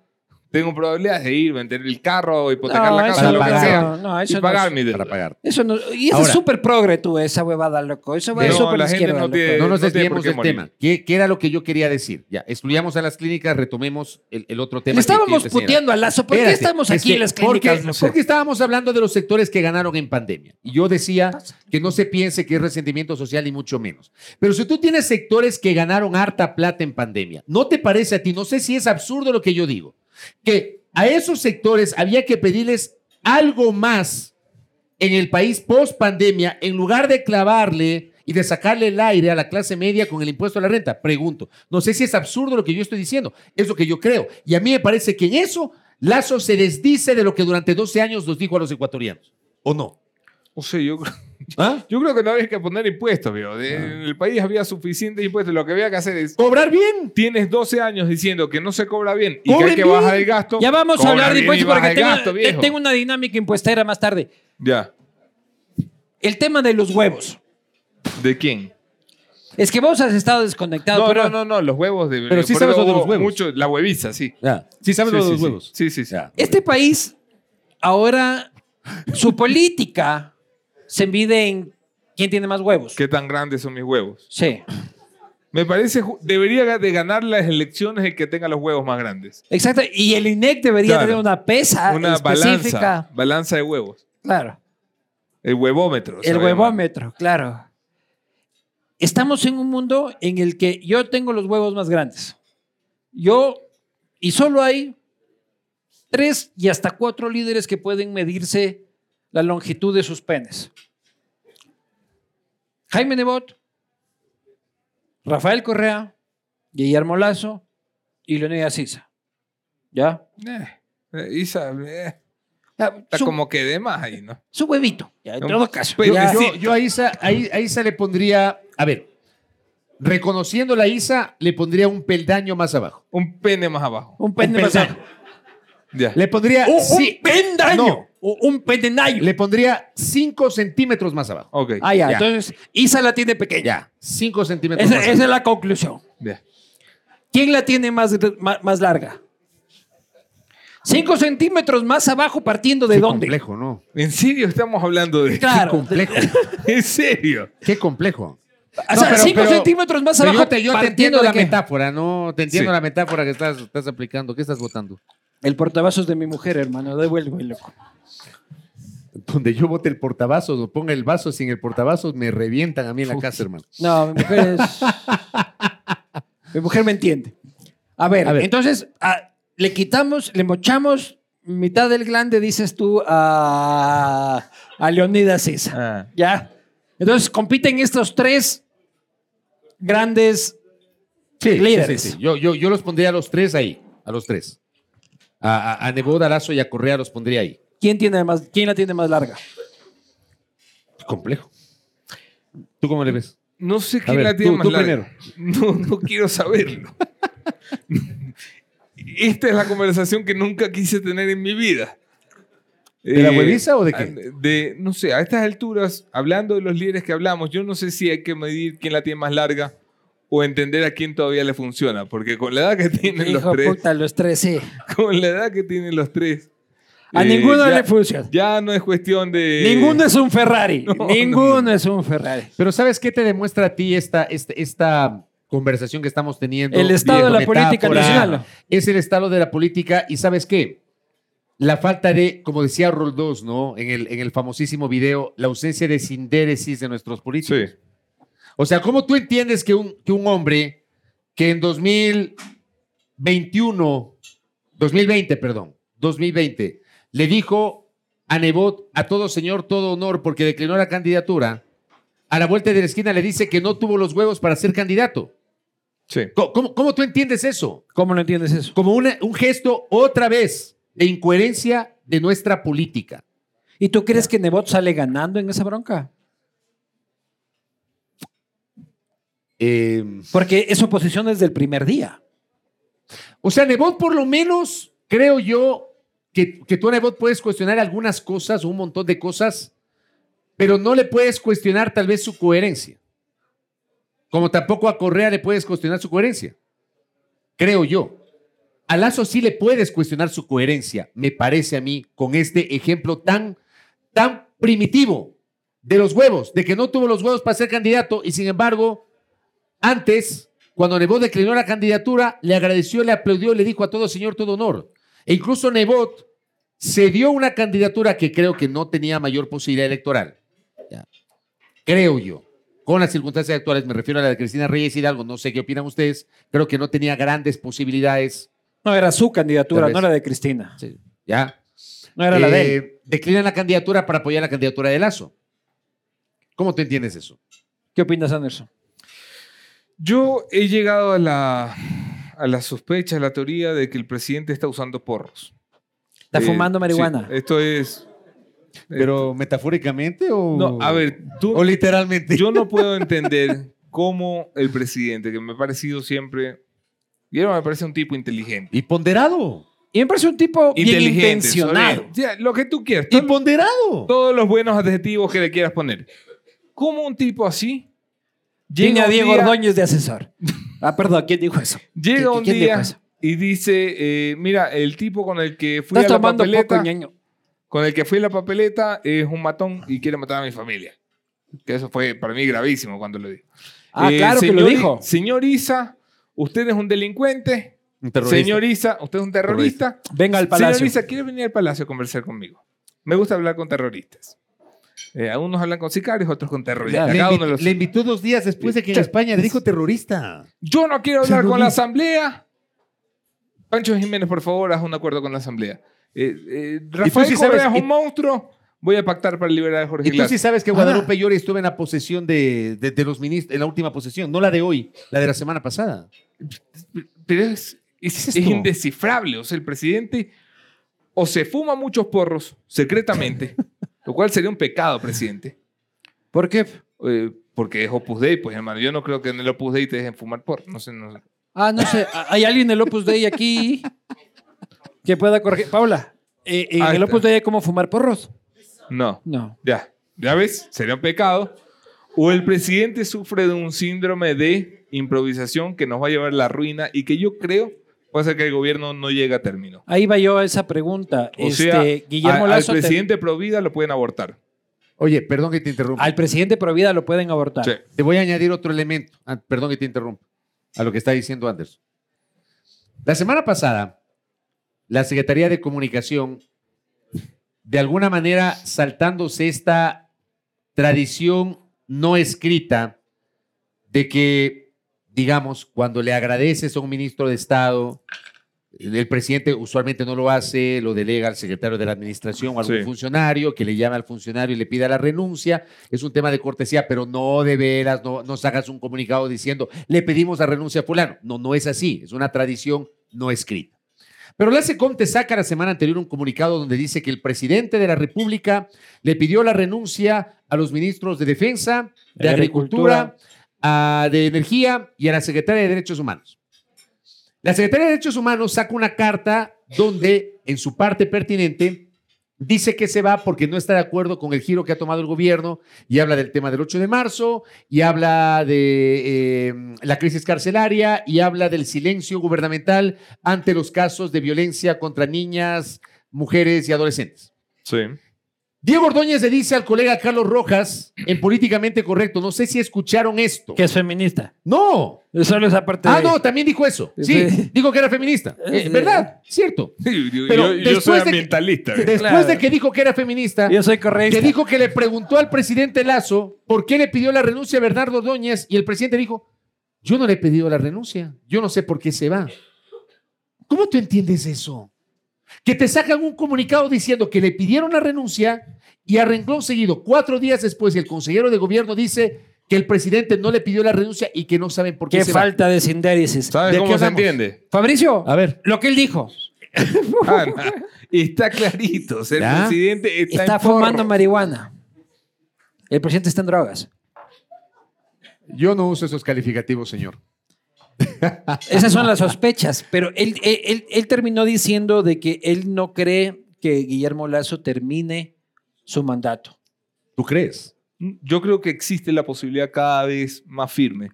[SPEAKER 4] tengo probabilidades de ir, vender el carro, hipotecar la casa,
[SPEAKER 5] eso
[SPEAKER 4] lo
[SPEAKER 5] no,
[SPEAKER 4] que sea,
[SPEAKER 2] no, no, eso
[SPEAKER 4] y
[SPEAKER 2] no
[SPEAKER 4] pagar
[SPEAKER 2] es-
[SPEAKER 4] mi deuda.
[SPEAKER 5] Para pagar.
[SPEAKER 2] Eso no, y eso
[SPEAKER 5] Ahora.
[SPEAKER 2] es súper progre, tú, esa huevada, loco. Eso va
[SPEAKER 5] No,
[SPEAKER 2] de
[SPEAKER 5] la
[SPEAKER 2] súper
[SPEAKER 4] gente
[SPEAKER 2] izquierda,
[SPEAKER 4] no
[SPEAKER 2] loco.
[SPEAKER 4] tiene- Eh,
[SPEAKER 5] no nos
[SPEAKER 4] no tiene por
[SPEAKER 5] desviemos
[SPEAKER 4] qué
[SPEAKER 5] del
[SPEAKER 4] morir.
[SPEAKER 5] tema. ¿Qué, qué era lo que yo quería decir? Ya, excluyamos a las clínicas, retomemos el, el otro tema.
[SPEAKER 2] Le
[SPEAKER 5] que-
[SPEAKER 2] estábamos
[SPEAKER 5] que-
[SPEAKER 2] puteando al lazo. ¿Por qué
[SPEAKER 5] Espérate,
[SPEAKER 2] estamos
[SPEAKER 5] es
[SPEAKER 2] aquí
[SPEAKER 5] que-
[SPEAKER 2] en las clínicas,
[SPEAKER 5] porque,
[SPEAKER 2] loco?
[SPEAKER 5] porque estábamos hablando de los sectores que ganaron en pandemia. Y yo decía que no se piense que es resentimiento social y mucho menos. Pero si tú tienes sectores que ganaron harta plata en pandemia, ¿no te parece a ti? No sé si es absurdo lo que yo digo. Que a esos sectores había que pedirles algo más en el país post pandemia en lugar de clavarle y de sacarle el aire a la clase media con el impuesto a la renta? Pregunto. No sé si es absurdo lo que yo estoy diciendo, es lo que yo creo. Y a mí me parece que en eso Lazo se desdice de lo que durante 12 años nos dijo a los ecuatorianos. ¿O no?
[SPEAKER 4] O sea, yo,
[SPEAKER 5] ¿Ah?
[SPEAKER 4] yo creo que no había que poner impuestos, viejo. De- En el país había suficientes impuestos. Lo que había que hacer es.
[SPEAKER 5] Cobrar bien.
[SPEAKER 4] Tienes 12 años diciendo que no se cobra bien y que
[SPEAKER 5] Cobren
[SPEAKER 4] hay que
[SPEAKER 5] bien.
[SPEAKER 4] bajar el gasto.
[SPEAKER 2] Ya vamos a
[SPEAKER 4] cobra
[SPEAKER 2] hablar de
[SPEAKER 4] bien y
[SPEAKER 2] impuestos
[SPEAKER 4] baja
[SPEAKER 2] porque
[SPEAKER 4] el
[SPEAKER 2] tengo,
[SPEAKER 5] eh,
[SPEAKER 4] gasto, viejo.
[SPEAKER 2] tengo una dinámica impuestera más tarde.
[SPEAKER 4] Ya.
[SPEAKER 2] El tema de los huevos.
[SPEAKER 4] ¿De quién?
[SPEAKER 2] Es que vos has estado desconectado.
[SPEAKER 4] No,
[SPEAKER 2] pero
[SPEAKER 4] no, no, no, los huevos de.
[SPEAKER 5] Pero sí
[SPEAKER 4] por
[SPEAKER 5] sabes
[SPEAKER 4] eso
[SPEAKER 5] lo de los
[SPEAKER 4] hubo
[SPEAKER 5] huevos.
[SPEAKER 4] Mucho, la hueviza, sí.
[SPEAKER 5] Sí sabes
[SPEAKER 4] Sí,
[SPEAKER 5] lo de
[SPEAKER 4] sí,
[SPEAKER 5] los
[SPEAKER 4] sí.
[SPEAKER 5] huevos.
[SPEAKER 4] Sí, sí, sí.
[SPEAKER 5] Ya.
[SPEAKER 2] Este país, ahora, su política se mide en quién tiene más huevos.
[SPEAKER 4] ¿Qué tan grandes son mis huevos?
[SPEAKER 2] Sí,
[SPEAKER 4] Me parece, ju- debería de ganar las elecciones el que tenga los huevos más grandes.
[SPEAKER 2] exacto. Y el INEC debería
[SPEAKER 4] Claro.
[SPEAKER 2] tener una pesa
[SPEAKER 4] Una
[SPEAKER 2] Ah, específica.
[SPEAKER 4] balanza. Balanza de huevos.
[SPEAKER 2] Claro.
[SPEAKER 4] El huevómetro. se
[SPEAKER 2] El
[SPEAKER 4] llama.
[SPEAKER 2] huevómetro, claro. Estamos en un mundo en el que yo tengo los huevos más grandes. Yo, y solo hay tres y hasta cuatro líderes que pueden medirse la longitud de sus penes. Jaime Nebot, Rafael Correa, Guillermo Lazo y Leonidas Sisa. ¿Ya?
[SPEAKER 4] Eh, eh, Isa, eh,
[SPEAKER 2] Ya,
[SPEAKER 4] está
[SPEAKER 2] Ah, su,
[SPEAKER 4] como que de más ahí, ¿no?
[SPEAKER 2] su huevito, ya, en
[SPEAKER 4] Un
[SPEAKER 2] todo caso.
[SPEAKER 4] Pero
[SPEAKER 2] Ya.
[SPEAKER 4] que sí.
[SPEAKER 5] yo, yo a Isa, a I- a Isa le pondría, a ver, reconociendo la Isa, le pondría un peldaño más abajo.
[SPEAKER 4] Un pene más abajo.
[SPEAKER 2] un pene
[SPEAKER 5] un
[SPEAKER 2] más
[SPEAKER 5] peldaño.
[SPEAKER 2] grande.
[SPEAKER 4] Ya.
[SPEAKER 5] Le pondría,
[SPEAKER 2] Un,
[SPEAKER 5] sí,
[SPEAKER 2] un pendaño.
[SPEAKER 5] No.
[SPEAKER 2] O Un pendenayo.
[SPEAKER 5] le pondría 5 centímetros más abajo.
[SPEAKER 4] Ok.
[SPEAKER 2] Ah, ya.
[SPEAKER 5] Ya.
[SPEAKER 2] Entonces, Isa la tiene pequeña.
[SPEAKER 5] Ya, 5 centímetros
[SPEAKER 2] Esa,
[SPEAKER 5] más
[SPEAKER 2] esa es la conclusión.
[SPEAKER 4] Ya.
[SPEAKER 2] ¿Quién la tiene más, más, más larga? Cinco centímetros más abajo, partiendo de
[SPEAKER 5] Qué
[SPEAKER 2] dónde.
[SPEAKER 5] complejo, ¿no?
[SPEAKER 4] ¿En serio estamos hablando de esto?
[SPEAKER 2] Claro.
[SPEAKER 5] Complejo.
[SPEAKER 4] ¿En serio?
[SPEAKER 5] Qué complejo.
[SPEAKER 2] O sea,
[SPEAKER 5] No, pero-
[SPEAKER 2] cinco
[SPEAKER 5] pero-
[SPEAKER 2] centímetros más
[SPEAKER 5] Pero
[SPEAKER 2] abajo.
[SPEAKER 5] yo te, yo te
[SPEAKER 2] partiendo
[SPEAKER 5] entiendo
[SPEAKER 2] de
[SPEAKER 5] la
[SPEAKER 2] qué?
[SPEAKER 5] metáfora, ¿no? Te entiendo
[SPEAKER 4] Sí.
[SPEAKER 5] la metáfora que estás, estás aplicando. ¿Qué estás votando?
[SPEAKER 2] El portavasos de mi mujer, hermano. Devuelvo el loco.
[SPEAKER 5] Donde yo vote el portavasos o ponga el vaso sin el portavasos, me revientan a mí en la casa, hermano.
[SPEAKER 2] No, mi mujer es. mi mujer me entiende. A ver,
[SPEAKER 5] A ver.
[SPEAKER 2] entonces ah, le quitamos, le mochamos mitad del glande, dices tú, a, a Leonidas César.
[SPEAKER 4] Ah.
[SPEAKER 2] Ya. Entonces compiten estos tres grandes.
[SPEAKER 5] Sí,
[SPEAKER 2] Líderes.
[SPEAKER 5] sí, sí. Yo, yo, yo los pondría a los tres ahí, a los tres. A, a, a Neboda, Lazo y a Correa los pondría ahí.
[SPEAKER 2] ¿Quién, tiene más, ¿Quién la tiene más larga?
[SPEAKER 5] Complejo. ¿Tú cómo le ves?
[SPEAKER 4] No sé quién
[SPEAKER 5] ver,
[SPEAKER 4] la tiene
[SPEAKER 5] tú-
[SPEAKER 4] más
[SPEAKER 5] tú
[SPEAKER 4] larga. No, no quiero saberlo. Esta es la conversación que nunca quise tener en mi vida. Eh,
[SPEAKER 5] ¿De la hueviza o de qué?
[SPEAKER 4] De, no sé, a estas alturas, hablando de los líderes que hablamos, yo no sé si hay que medir quién la tiene más larga o entender a quién todavía le funciona, porque con la edad que tienen
[SPEAKER 2] Hijo
[SPEAKER 4] los tres,
[SPEAKER 2] puta, los tres, sí.
[SPEAKER 4] con la edad que tienen los tres,
[SPEAKER 2] A
[SPEAKER 4] eh,
[SPEAKER 2] ninguno
[SPEAKER 4] ya-
[SPEAKER 2] le funciona.
[SPEAKER 4] Ya no es cuestión de.
[SPEAKER 2] ninguno es un Ferrari.
[SPEAKER 4] no,
[SPEAKER 2] ninguno es un Ferrari.
[SPEAKER 5] Pero ¿sabes qué te demuestra a ti esta, esta, esta conversación que estamos teniendo?
[SPEAKER 2] El estado de la política
[SPEAKER 5] metáfora?
[SPEAKER 2] nacional.
[SPEAKER 5] Es el estado de la política y ¿sabes qué? La falta de, como decía Roldós, ¿no? En el, en el famosísimo video, la ausencia de sindéresis de nuestros políticos.
[SPEAKER 4] Sí.
[SPEAKER 5] O sea, ¿cómo tú entiendes que un, que un hombre que en 2021, 2020, perdón, 2020, le dijo a Nebot, a todo señor, todo honor, porque declinó la candidatura, a la vuelta de la esquina le dice que no tuvo los huevos para ser candidato?
[SPEAKER 4] Sí.
[SPEAKER 5] Co- ¿Cómo, cómo tú entiendes eso?
[SPEAKER 2] ¿Cómo no entiendes eso?
[SPEAKER 5] Como una- un gesto, otra vez, de incoherencia de nuestra política.
[SPEAKER 2] ¿Y tú crees que Nebot sale ganando en esa bronca?
[SPEAKER 5] Eh,
[SPEAKER 2] Porque es oposición desde el primer día.
[SPEAKER 5] O sea, Nebot por lo menos, creo yo, que, que tú a Nebot puedes cuestionar algunas cosas, un montón de cosas, pero no le puedes cuestionar tal vez su coherencia. Como tampoco a Correa le puedes cuestionar su coherencia. Creo yo. A Lazo sí le puedes cuestionar su coherencia, me parece a mí, con este ejemplo tan, tan primitivo de los huevos, de que no tuvo los huevos para ser candidato y sin embargo antes, cuando Nebot declinó la candidatura, le agradeció, le aplaudió y le dijo a todo señor todo honor. E incluso Nebot cedió una candidatura que creo que no tenía mayor posibilidad electoral. Ya. Creo yo. Con las circunstancias actuales, me refiero a la de Cristina Reyes Hidalgo, no sé qué opinan ustedes, creo que no tenía grandes posibilidades,
[SPEAKER 2] No era su
[SPEAKER 5] Tal
[SPEAKER 2] candidatura,
[SPEAKER 5] vez.
[SPEAKER 2] no la de Cristina.
[SPEAKER 5] ¿ya?
[SPEAKER 2] No era la de él.
[SPEAKER 5] Eh, Declinan la candidatura para apoyar la candidatura de Lazo. ¿Cómo te entiendes eso?
[SPEAKER 2] ¿Qué opinas, Anderson?
[SPEAKER 4] Yo he llegado a la, a la sospecha, a la teoría de que el presidente está usando porros.
[SPEAKER 2] Está
[SPEAKER 4] Eh,
[SPEAKER 2] fumando
[SPEAKER 4] sí,
[SPEAKER 2] marihuana.
[SPEAKER 4] esto es.
[SPEAKER 5] ¿Pero metafóricamente o,
[SPEAKER 4] No, a ver, tú,
[SPEAKER 5] o literalmente?
[SPEAKER 4] yo no puedo entender cómo el presidente, que me ha parecido siempre. Guillermo me parece un tipo inteligente.
[SPEAKER 5] Y ponderado.
[SPEAKER 2] y me parece un tipo bien
[SPEAKER 4] Inteligente.
[SPEAKER 2] intencionado.
[SPEAKER 4] sobre- ya, lo que tú quieras.
[SPEAKER 5] Y
[SPEAKER 4] todo-
[SPEAKER 5] ponderado.
[SPEAKER 4] todos los buenos adjetivos que le quieras poner. ¿Cómo un tipo así
[SPEAKER 2] Tiene a
[SPEAKER 4] un
[SPEAKER 2] Diego
[SPEAKER 4] día-
[SPEAKER 2] Ordóñez de asesor. Ah, perdón, ¿quién dijo eso?
[SPEAKER 4] Llega
[SPEAKER 2] ¿Qui-
[SPEAKER 4] un
[SPEAKER 2] quién dijo
[SPEAKER 4] día
[SPEAKER 2] eso?
[SPEAKER 4] y dice, eh, mira, el tipo con el que fui
[SPEAKER 2] Estás
[SPEAKER 4] a la
[SPEAKER 2] tomando
[SPEAKER 4] papeleta,
[SPEAKER 2] poco, ñaño.
[SPEAKER 4] con el que fui a la papeleta es un matón y quiere matar a mi familia. Que eso fue para mí gravísimo cuando lo dijo.
[SPEAKER 2] Ah,
[SPEAKER 4] Eh,
[SPEAKER 2] claro que lo
[SPEAKER 4] señor I-
[SPEAKER 2] dijo.
[SPEAKER 4] Señor Isa, usted es un delincuente. Señor Isa, usted es un terrorista.
[SPEAKER 2] Venga al
[SPEAKER 4] Señor
[SPEAKER 2] palacio.
[SPEAKER 4] Isa, ¿quiere venir al palacio a conversar conmigo? Me gusta hablar con terroristas. Eh, algunos hablan con sicarios, otros con terroristas.
[SPEAKER 5] le,
[SPEAKER 4] Cada
[SPEAKER 5] invi-
[SPEAKER 4] uno de los-
[SPEAKER 5] le invitó dos días después de que en
[SPEAKER 4] Cha-
[SPEAKER 5] España le dijo terrorista.
[SPEAKER 4] Yo no quiero hablar
[SPEAKER 5] Terrorista.
[SPEAKER 4] con la asamblea. Pancho Jiménez, por favor, haz un acuerdo con la asamblea. Eh, eh, Rafael
[SPEAKER 5] sí
[SPEAKER 4] Correa
[SPEAKER 5] sabes-
[SPEAKER 4] es un
[SPEAKER 5] y-
[SPEAKER 4] monstruo. Voy a pactar para liberar a Jorge
[SPEAKER 5] Y tú
[SPEAKER 4] Glass.
[SPEAKER 5] Pues sí sabes que Guadalupe Llori estuvo en la posesión de, de- de los ministros, en la última posesión, no la de hoy, la de la semana pasada.
[SPEAKER 4] Pero es, es-
[SPEAKER 5] es
[SPEAKER 4] es
[SPEAKER 5] esto?
[SPEAKER 4] indescifrable. O sea, el presidente o se fuma muchos porros secretamente, lo cual sería un pecado, presidente.
[SPEAKER 2] ¿Por qué?
[SPEAKER 4] Eh, porque es Opus Dei, pues hermano. Yo no creo que en el Opus Dei te dejen fumar porros. No sé, no sé.
[SPEAKER 2] Ah, no sé. ¿ha- ¿Hay alguien del Opus Dei aquí que pueda corregir? Paula, eh, ¿en
[SPEAKER 4] Ahí
[SPEAKER 2] el
[SPEAKER 4] está.
[SPEAKER 2] Opus Dei hay como fumar porros?
[SPEAKER 4] No.
[SPEAKER 2] No.
[SPEAKER 4] Ya, ya ves, sería un pecado. O el presidente sufre de un síndrome de improvisación que nos va a llevar a la ruina y que yo creo puede ser que el gobierno no llegue a término.
[SPEAKER 2] Ahí va yo a esa pregunta.
[SPEAKER 4] O
[SPEAKER 2] Este,
[SPEAKER 4] sea,
[SPEAKER 2] Guillermo
[SPEAKER 4] a- al
[SPEAKER 2] Lazo te-
[SPEAKER 4] presidente Provida lo pueden abortar.
[SPEAKER 5] Oye, perdón que te interrumpa.
[SPEAKER 2] al presidente Provida lo pueden abortar.
[SPEAKER 4] Sí.
[SPEAKER 5] Te voy a añadir otro elemento. Ah, perdón que te interrumpa. A lo que está diciendo Anderson. La semana pasada, la Secretaría de Comunicación, de alguna manera saltándose esta tradición no escrita de que, digamos, cuando le agradeces a un ministro de Estado, el presidente usualmente no lo hace, lo delega al secretario de la administración o a algún
[SPEAKER 4] Sí.
[SPEAKER 5] funcionario, que le llame al funcionario y le pida la renuncia. Es un tema de cortesía, pero no de veras, no, no sacas un comunicado diciendo, le pedimos la renuncia a fulano. No, no es así, es una tradición no escrita. Pero la SECOM te saca la semana anterior un comunicado donde dice que el presidente de la República le pidió la renuncia a los ministros de Defensa, de
[SPEAKER 2] De
[SPEAKER 5] Agricultura, a- de Energía y a la Secretaria de Derechos Humanos. La Secretaría de Derechos Humanos saca una carta donde, en su parte pertinente, dice que se va porque no está de acuerdo con el giro que ha tomado el gobierno y habla del tema del 8 de marzo y habla de eh, la crisis carcelaria y habla del silencio gubernamental ante los casos de violencia contra niñas, mujeres y adolescentes.
[SPEAKER 4] Sí.
[SPEAKER 5] Diego Ordóñez le dice al colega Carlos Rojas en Políticamente Correcto, no sé si escucharon esto.
[SPEAKER 2] Que es feminista.
[SPEAKER 5] No.
[SPEAKER 2] Solo esa parte
[SPEAKER 5] Ah,
[SPEAKER 2] de-
[SPEAKER 5] no, también dijo eso. Sí,
[SPEAKER 2] Sí.
[SPEAKER 5] dijo que era feminista. Eh, ¿Verdad? Cierto.
[SPEAKER 4] Yo,
[SPEAKER 5] Pero
[SPEAKER 4] yo- yo soy
[SPEAKER 5] después de que-
[SPEAKER 4] ambientalista. ¿eh?
[SPEAKER 5] Después
[SPEAKER 2] Claro.
[SPEAKER 5] de que dijo que era feminista,
[SPEAKER 2] Yo soy
[SPEAKER 5] que
[SPEAKER 2] correcto.
[SPEAKER 5] dijo que le preguntó al presidente Lazo por qué le pidió la renuncia a Bernardo Ordóñez y el presidente dijo, yo no le he pedido la renuncia, yo no sé por qué se va. ¿Cómo tú entiendes eso? Que te sacan un comunicado diciendo que le pidieron la renuncia y a renglón seguido, cuatro días después, el consejero de gobierno dice que el presidente no le pidió la renuncia y que no saben por qué,
[SPEAKER 2] Qué
[SPEAKER 5] se va.
[SPEAKER 2] falta de sindéresis.
[SPEAKER 4] ¿Sabes
[SPEAKER 5] ¿de qué
[SPEAKER 4] cómo se
[SPEAKER 5] hablamos?
[SPEAKER 4] entiende?
[SPEAKER 2] Fabricio,
[SPEAKER 5] A ver.
[SPEAKER 2] lo que él dijo.
[SPEAKER 4] Ah, no. Está clarito. o sea,
[SPEAKER 5] ¿Ya?
[SPEAKER 4] el presidente está,
[SPEAKER 2] Está
[SPEAKER 4] en forro.
[SPEAKER 2] fumando marihuana. El presidente está en drogas.
[SPEAKER 5] Yo no uso esos calificativos, señor.
[SPEAKER 2] Esas son las sospechas, pero él, él, él- él terminó diciendo de que él no cree que Guillermo Lazo termine su mandato.
[SPEAKER 5] ¿Tú crees?
[SPEAKER 4] Yo creo que existe la posibilidad cada vez más firme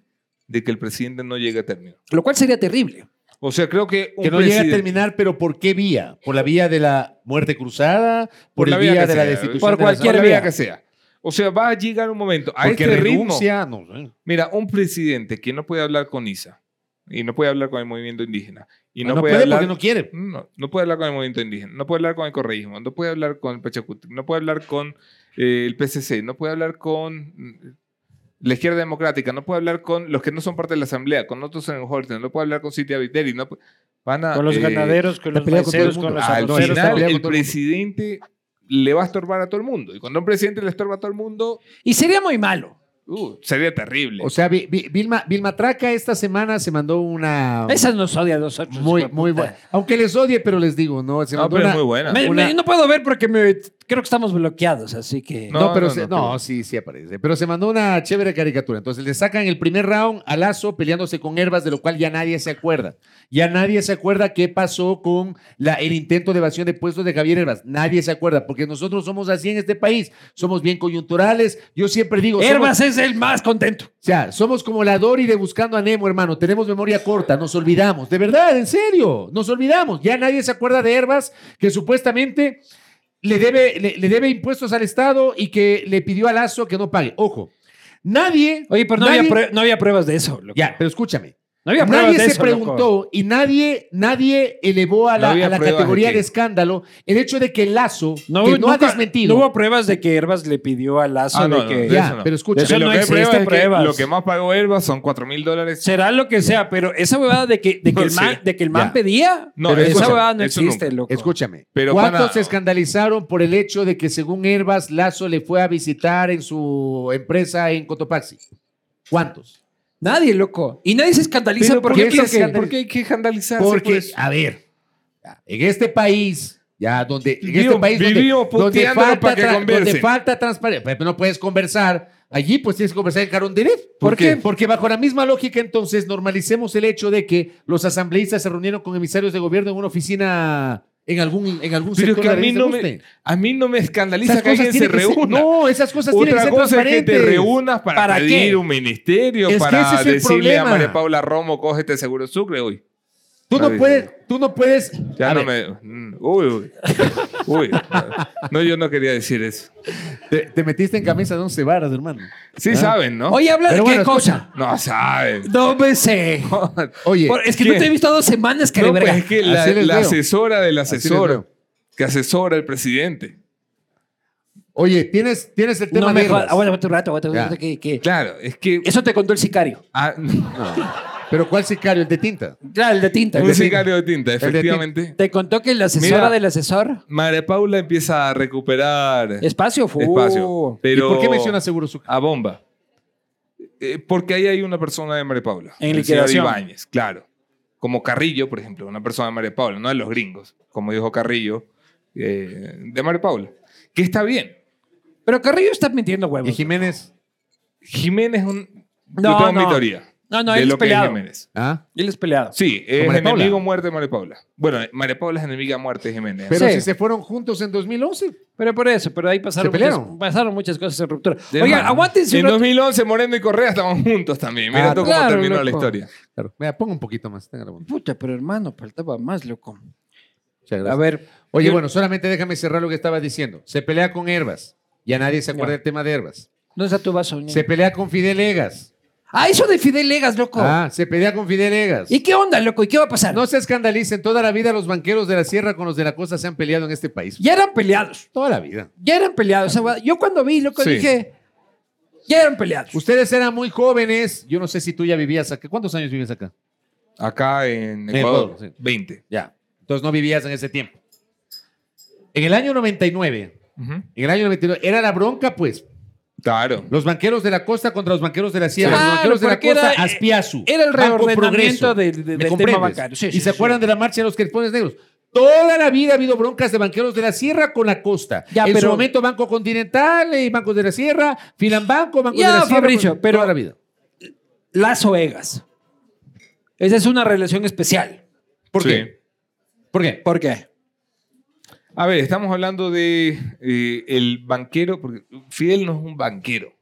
[SPEAKER 4] de que el presidente no llegue a término.
[SPEAKER 2] Lo cual sería terrible.
[SPEAKER 4] O sea, creo que un
[SPEAKER 5] Que no llega a
[SPEAKER 4] presidente-
[SPEAKER 5] terminar, pero ¿por qué vía? ¿Por la vía de la muerte cruzada? ¿Por, la vía,
[SPEAKER 4] que
[SPEAKER 5] de la
[SPEAKER 4] sea,
[SPEAKER 5] destitución?
[SPEAKER 4] Por
[SPEAKER 5] de la-
[SPEAKER 2] por
[SPEAKER 4] cualquier
[SPEAKER 2] la
[SPEAKER 4] vía
[SPEAKER 2] vía.
[SPEAKER 4] que sea. O sea, va a llegar un momento a
[SPEAKER 5] Porque
[SPEAKER 4] este ritmo.
[SPEAKER 5] renuncia, no sé.
[SPEAKER 4] Mira, un presidente que no puede hablar con ISA y no puede hablar con el movimiento indígena y
[SPEAKER 5] Ah,
[SPEAKER 4] no, puede, hablar
[SPEAKER 5] porque no quiere.
[SPEAKER 4] no, no puede hablar con el movimiento indígena, no puede hablar con el correísmo, no puede hablar con el Pachacuti, no puede hablar con eh, el PCC, no puede hablar con mm, la izquierda democrática, no puede hablar con los que no son parte de la asamblea, con otros en Holten, no puede hablar con Cintia Viteri, no pu- van a
[SPEAKER 6] Con los
[SPEAKER 4] eh,
[SPEAKER 6] ganaderos, con
[SPEAKER 5] la
[SPEAKER 6] los
[SPEAKER 5] pelea con todo el
[SPEAKER 6] meseros,
[SPEAKER 5] mundo.
[SPEAKER 6] con los
[SPEAKER 5] Ah,
[SPEAKER 4] al
[SPEAKER 5] no,
[SPEAKER 6] arroceros.
[SPEAKER 5] está
[SPEAKER 4] final
[SPEAKER 5] peleado con
[SPEAKER 4] el
[SPEAKER 5] todo el mundo.
[SPEAKER 4] presidente le va a estorbar a todo el mundo y cuando un presidente le estorba a todo el mundo
[SPEAKER 2] Y sería muy malo.
[SPEAKER 4] uh, sería terrible.
[SPEAKER 5] O sea, Vi- Vi- Vilma, Vilma Traca esta semana se mandó una
[SPEAKER 2] Esas nos odia a nosotros.
[SPEAKER 5] Ah. muy,
[SPEAKER 2] hijueputa.
[SPEAKER 5] muy buena. Aunque les odie, pero les digo, no, se
[SPEAKER 4] no,
[SPEAKER 5] mandó
[SPEAKER 4] pero es
[SPEAKER 5] una-
[SPEAKER 4] muy buena.
[SPEAKER 2] Me- me-
[SPEAKER 5] Una-
[SPEAKER 2] yo no puedo ver porque me- creo que estamos bloqueados, así que...
[SPEAKER 5] No,
[SPEAKER 4] No,
[SPEAKER 5] pero
[SPEAKER 4] no,
[SPEAKER 5] se-
[SPEAKER 4] no,
[SPEAKER 5] no,
[SPEAKER 4] pero-
[SPEAKER 5] sí, sí aparece. Pero se mandó una chévere caricatura. Entonces le sacan el primer round a Lazo peleándose con Herbas, de lo cual ya nadie se acuerda. Ya nadie se acuerda qué pasó con la, el intento de evasión de puestos de Javier Herbas. Nadie se acuerda, porque nosotros somos así en este país. Somos bien coyunturales. Yo siempre digo. somos-
[SPEAKER 2] Herbas es el más contento.
[SPEAKER 5] o sea, somos como la Dory de Buscando a Nemo, hermano. Tenemos memoria corta, nos olvidamos. De verdad, en serio, nos olvidamos. Ya nadie se acuerda de Herbas, que supuestamente le debe, le, le debe impuestos al Estado y que le pidió a Lazo que no pague. Ojo, nadie.
[SPEAKER 2] Oye, pero no,
[SPEAKER 5] nadie-
[SPEAKER 2] había, prue- no había pruebas de eso. loco.
[SPEAKER 5] Ya, pero escúchame.
[SPEAKER 2] No había pruebas
[SPEAKER 5] Nadie
[SPEAKER 2] de
[SPEAKER 5] se
[SPEAKER 2] eso, loco.
[SPEAKER 5] preguntó y nadie, nadie elevó a
[SPEAKER 4] No
[SPEAKER 5] la,
[SPEAKER 4] había
[SPEAKER 5] a la
[SPEAKER 4] pruebas de
[SPEAKER 5] categoría de,
[SPEAKER 4] qué.
[SPEAKER 5] escándalo el hecho de que Lazo,
[SPEAKER 2] No,
[SPEAKER 5] que no ha
[SPEAKER 2] nunca-
[SPEAKER 5] desmentido.
[SPEAKER 2] No hubo pruebas de que Herbas le pidió a Lazo
[SPEAKER 4] Ah, no,
[SPEAKER 2] de que...
[SPEAKER 4] no, de
[SPEAKER 5] ya,
[SPEAKER 4] eso no.
[SPEAKER 5] pero
[SPEAKER 2] De
[SPEAKER 5] escúchame.
[SPEAKER 2] eso
[SPEAKER 4] De lo
[SPEAKER 2] no
[SPEAKER 4] que hay
[SPEAKER 2] existen
[SPEAKER 4] prueba es que
[SPEAKER 2] pruebas.
[SPEAKER 4] lo que más pagó Elba son 4 mil dólares.
[SPEAKER 2] Será lo que sea, pero esa huevada de que, de que,
[SPEAKER 4] No
[SPEAKER 2] el,
[SPEAKER 4] sé.
[SPEAKER 2] man, de que el man
[SPEAKER 5] Ya.
[SPEAKER 2] pedía,
[SPEAKER 4] No,
[SPEAKER 2] pero esa
[SPEAKER 4] escúchame,
[SPEAKER 2] huevada no
[SPEAKER 4] eso
[SPEAKER 2] existe,
[SPEAKER 4] nunca.
[SPEAKER 2] loco.
[SPEAKER 5] Escúchame.
[SPEAKER 4] Pero,
[SPEAKER 5] ¿Cuántos
[SPEAKER 4] pana-
[SPEAKER 5] se escandalizaron por el hecho de que según Herbas, Lazo le fue a visitar en su empresa en Cotopaxi? ¿Cuántos?
[SPEAKER 2] Nadie, loco. Y nadie se escandaliza
[SPEAKER 4] Pero
[SPEAKER 2] porque
[SPEAKER 5] ¿por qué
[SPEAKER 2] piensa
[SPEAKER 5] se
[SPEAKER 2] que-
[SPEAKER 5] escandaliza?
[SPEAKER 4] ¿Por qué hay que escandalizarse? por
[SPEAKER 5] Porque,
[SPEAKER 4] eso?
[SPEAKER 5] a ver, en este país, ya donde, en este
[SPEAKER 4] Vivo-
[SPEAKER 5] país donde,
[SPEAKER 4] vivimos
[SPEAKER 5] donde
[SPEAKER 4] puteándolo
[SPEAKER 5] falta,
[SPEAKER 4] para que
[SPEAKER 5] tra-
[SPEAKER 4] conversen.
[SPEAKER 5] donde falta transparencia, pero no puedes conversar. Allí pues tienes que conversar en Carondelet.
[SPEAKER 4] ¿Por qué?
[SPEAKER 5] Porque bajo la misma lógica entonces normalicemos el hecho de que los asambleístas se reunieron con emisarios de gobierno en una oficina en algún, en algún
[SPEAKER 4] Pero
[SPEAKER 5] sector
[SPEAKER 4] que a
[SPEAKER 5] de la
[SPEAKER 4] mí,
[SPEAKER 5] lista
[SPEAKER 4] no
[SPEAKER 5] guste.
[SPEAKER 4] me, a mí no me escandaliza
[SPEAKER 5] Esas
[SPEAKER 4] que alguien
[SPEAKER 5] cosas
[SPEAKER 4] se
[SPEAKER 5] tienen que ser-
[SPEAKER 4] reúna.
[SPEAKER 5] no, esas cosas tienen que
[SPEAKER 4] Otra
[SPEAKER 5] ser
[SPEAKER 4] cosa es que te
[SPEAKER 5] transparentes.
[SPEAKER 4] reúnas para,
[SPEAKER 2] ¿Para qué?
[SPEAKER 4] pedir un ministerio,
[SPEAKER 5] Es que
[SPEAKER 4] para
[SPEAKER 5] ese es el
[SPEAKER 4] decirle
[SPEAKER 5] problema.
[SPEAKER 4] a María Paula Romo, cógete seguro sucre hoy.
[SPEAKER 5] Tú no
[SPEAKER 4] Ay,
[SPEAKER 5] puedes, tú no puedes.
[SPEAKER 4] Ya
[SPEAKER 5] a
[SPEAKER 4] no
[SPEAKER 5] ver,
[SPEAKER 4] me... mm, Uy, uy. uy. No, yo no quería decir eso.
[SPEAKER 5] te, te metiste en camisa de once varas, hermano.
[SPEAKER 4] Sí
[SPEAKER 5] Ah.
[SPEAKER 4] saben, ¿no?
[SPEAKER 2] Oye, habla de
[SPEAKER 5] Pero
[SPEAKER 2] qué
[SPEAKER 5] bueno,
[SPEAKER 2] cosa.
[SPEAKER 4] No saben.
[SPEAKER 2] No me sé.
[SPEAKER 5] Oye,
[SPEAKER 2] Por- es que
[SPEAKER 4] ¿Quién?
[SPEAKER 2] no te he visto dos semanas, que
[SPEAKER 4] No, pues es que la,
[SPEAKER 5] Así les
[SPEAKER 4] la
[SPEAKER 5] veo.
[SPEAKER 4] asesora del
[SPEAKER 5] Así les
[SPEAKER 4] asesor
[SPEAKER 5] veo.
[SPEAKER 4] que asesora al presidente.
[SPEAKER 5] oye, tienes, tienes el tema
[SPEAKER 2] No
[SPEAKER 5] de.
[SPEAKER 2] me jodas.
[SPEAKER 5] Herbas.
[SPEAKER 2] Aguanta aguanta un rato, aguanta un
[SPEAKER 5] Ya.
[SPEAKER 2] rato, que- que-
[SPEAKER 4] Claro, es que...
[SPEAKER 2] Eso te contó el sicario.
[SPEAKER 4] Ah,
[SPEAKER 5] Pero ¿cuál sicario? El de tinta.
[SPEAKER 2] Claro, el de tinta.
[SPEAKER 4] un sicario de tinta,
[SPEAKER 5] tinta.
[SPEAKER 4] efectivamente.
[SPEAKER 2] Te contó que la asesora
[SPEAKER 4] Mira.
[SPEAKER 2] del asesor.
[SPEAKER 4] María Paula empieza a recuperar
[SPEAKER 2] Espacio fu.
[SPEAKER 4] espacio.
[SPEAKER 5] ¿Y
[SPEAKER 4] Pero
[SPEAKER 5] por qué mencionas seguro su
[SPEAKER 4] a bomba? Eh, porque ahí hay una persona de María Paula.
[SPEAKER 2] En
[SPEAKER 4] el señor
[SPEAKER 2] liquidación.
[SPEAKER 4] Ibáñez, claro. Como Carrillo, por ejemplo, una persona de María Paula, no de los gringos, como dijo Carrillo, eh, de María Paula. Que está bien.
[SPEAKER 2] Pero Carrillo está mintiendo, huevos.
[SPEAKER 5] Y Jiménez.
[SPEAKER 4] Jiménez es un...
[SPEAKER 2] No,
[SPEAKER 4] yo tengo
[SPEAKER 2] no.
[SPEAKER 4] mi teoría.
[SPEAKER 2] No, no,
[SPEAKER 4] de
[SPEAKER 2] él es
[SPEAKER 4] lo que es
[SPEAKER 2] peleado.
[SPEAKER 4] Jiménez.
[SPEAKER 5] ¿Ah?
[SPEAKER 2] Él es peleado.
[SPEAKER 4] Sí, es
[SPEAKER 5] María Paula?
[SPEAKER 4] enemigo muerte de María Paula. Bueno, María Paula es enemiga muerte de Jiménez.
[SPEAKER 5] Pero
[SPEAKER 2] Sí.
[SPEAKER 5] si se fueron juntos en 2011.
[SPEAKER 2] Pero por eso, pero ahí pasaron,
[SPEAKER 5] ¿Se
[SPEAKER 2] muchas,
[SPEAKER 5] pelearon?
[SPEAKER 2] pasaron muchas cosas en ruptura.
[SPEAKER 4] De
[SPEAKER 2] Oigan,
[SPEAKER 4] más.
[SPEAKER 2] aguántense
[SPEAKER 4] En
[SPEAKER 2] un rato.
[SPEAKER 4] 2011 Moreno y Correa estaban juntos también. Mira
[SPEAKER 5] Ah,
[SPEAKER 4] tú cómo
[SPEAKER 2] claro,
[SPEAKER 4] terminó la
[SPEAKER 2] loco.
[SPEAKER 4] historia.
[SPEAKER 5] Claro. Mira, ponga un poquito más. Tenga la bondad.
[SPEAKER 2] Puta, pero hermano, faltaba más, loco.
[SPEAKER 5] Muchas gracias.
[SPEAKER 2] A ver,
[SPEAKER 5] Oye,
[SPEAKER 2] Yo-
[SPEAKER 5] bueno, solamente déjame cerrar lo que estaba diciendo. Se pelea con Herbas. Ya nadie se acuerda
[SPEAKER 2] Ya.
[SPEAKER 5] del tema de Herbas.
[SPEAKER 2] ¿dónde está tu vaso? niño?
[SPEAKER 5] Se pelea con Fidel Egas.
[SPEAKER 2] Ah, eso de Fidel Legas, loco.
[SPEAKER 5] Ah, se pelea con Fidel Egas.
[SPEAKER 2] ¿Y qué onda, loco? ¿Y qué va a pasar?
[SPEAKER 5] No se escandalicen. Toda la vida los banqueros de la sierra con los de la costa se han peleado en este país.
[SPEAKER 2] Ya eran peleados.
[SPEAKER 5] Toda la vida.
[SPEAKER 2] Ya eran peleados. esa guada. Yo cuando vi, loco,
[SPEAKER 4] Sí.
[SPEAKER 2] dije, ya eran peleados.
[SPEAKER 5] Ustedes eran muy jóvenes. Yo no sé si tú ya vivías acá. ¿Cuántos años vivías acá?
[SPEAKER 4] Acá en
[SPEAKER 5] En
[SPEAKER 4] Ecuador,
[SPEAKER 5] Ecuador, sí.
[SPEAKER 4] 20.
[SPEAKER 5] Ya. Entonces no vivías en ese tiempo. En el año 99.
[SPEAKER 4] Ujú.
[SPEAKER 5] En el año 99. Era la bronca, pues.
[SPEAKER 4] Claro.
[SPEAKER 5] Los banqueros de la costa contra los banqueros de la sierra.
[SPEAKER 2] Claro,
[SPEAKER 5] los banqueros de la
[SPEAKER 2] porque era-
[SPEAKER 5] costa, Aspiazu.
[SPEAKER 2] Ah, era el
[SPEAKER 5] Banco
[SPEAKER 2] reordenamiento
[SPEAKER 5] Progreso.
[SPEAKER 2] del- del-
[SPEAKER 5] ¿Me
[SPEAKER 2] del tema
[SPEAKER 5] comprendes?
[SPEAKER 2] bancario. Sí,
[SPEAKER 5] ¿Y
[SPEAKER 2] sí,
[SPEAKER 5] se
[SPEAKER 2] sí.
[SPEAKER 5] acuerdan de la marcha de los cripones negros? Toda la vida ha habido broncas de banqueros de la sierra con la costa.
[SPEAKER 2] Ya,
[SPEAKER 5] en su
[SPEAKER 2] pero-
[SPEAKER 5] momento Banco Continental y Bancos de la Sierra, Filambanco, Banco
[SPEAKER 2] Ya,
[SPEAKER 5] de la Sierra.
[SPEAKER 2] Fabricio,
[SPEAKER 5] pues,
[SPEAKER 2] pero-
[SPEAKER 5] Toda la vida.
[SPEAKER 2] Lazo Egas. Esa es una relación especial.
[SPEAKER 5] ¿Por
[SPEAKER 4] Sí.
[SPEAKER 5] qué? ¿Por qué?
[SPEAKER 2] ¿Por qué?
[SPEAKER 4] A ver, estamos hablando de eh, el banquero, porque Fidel no es un banquero.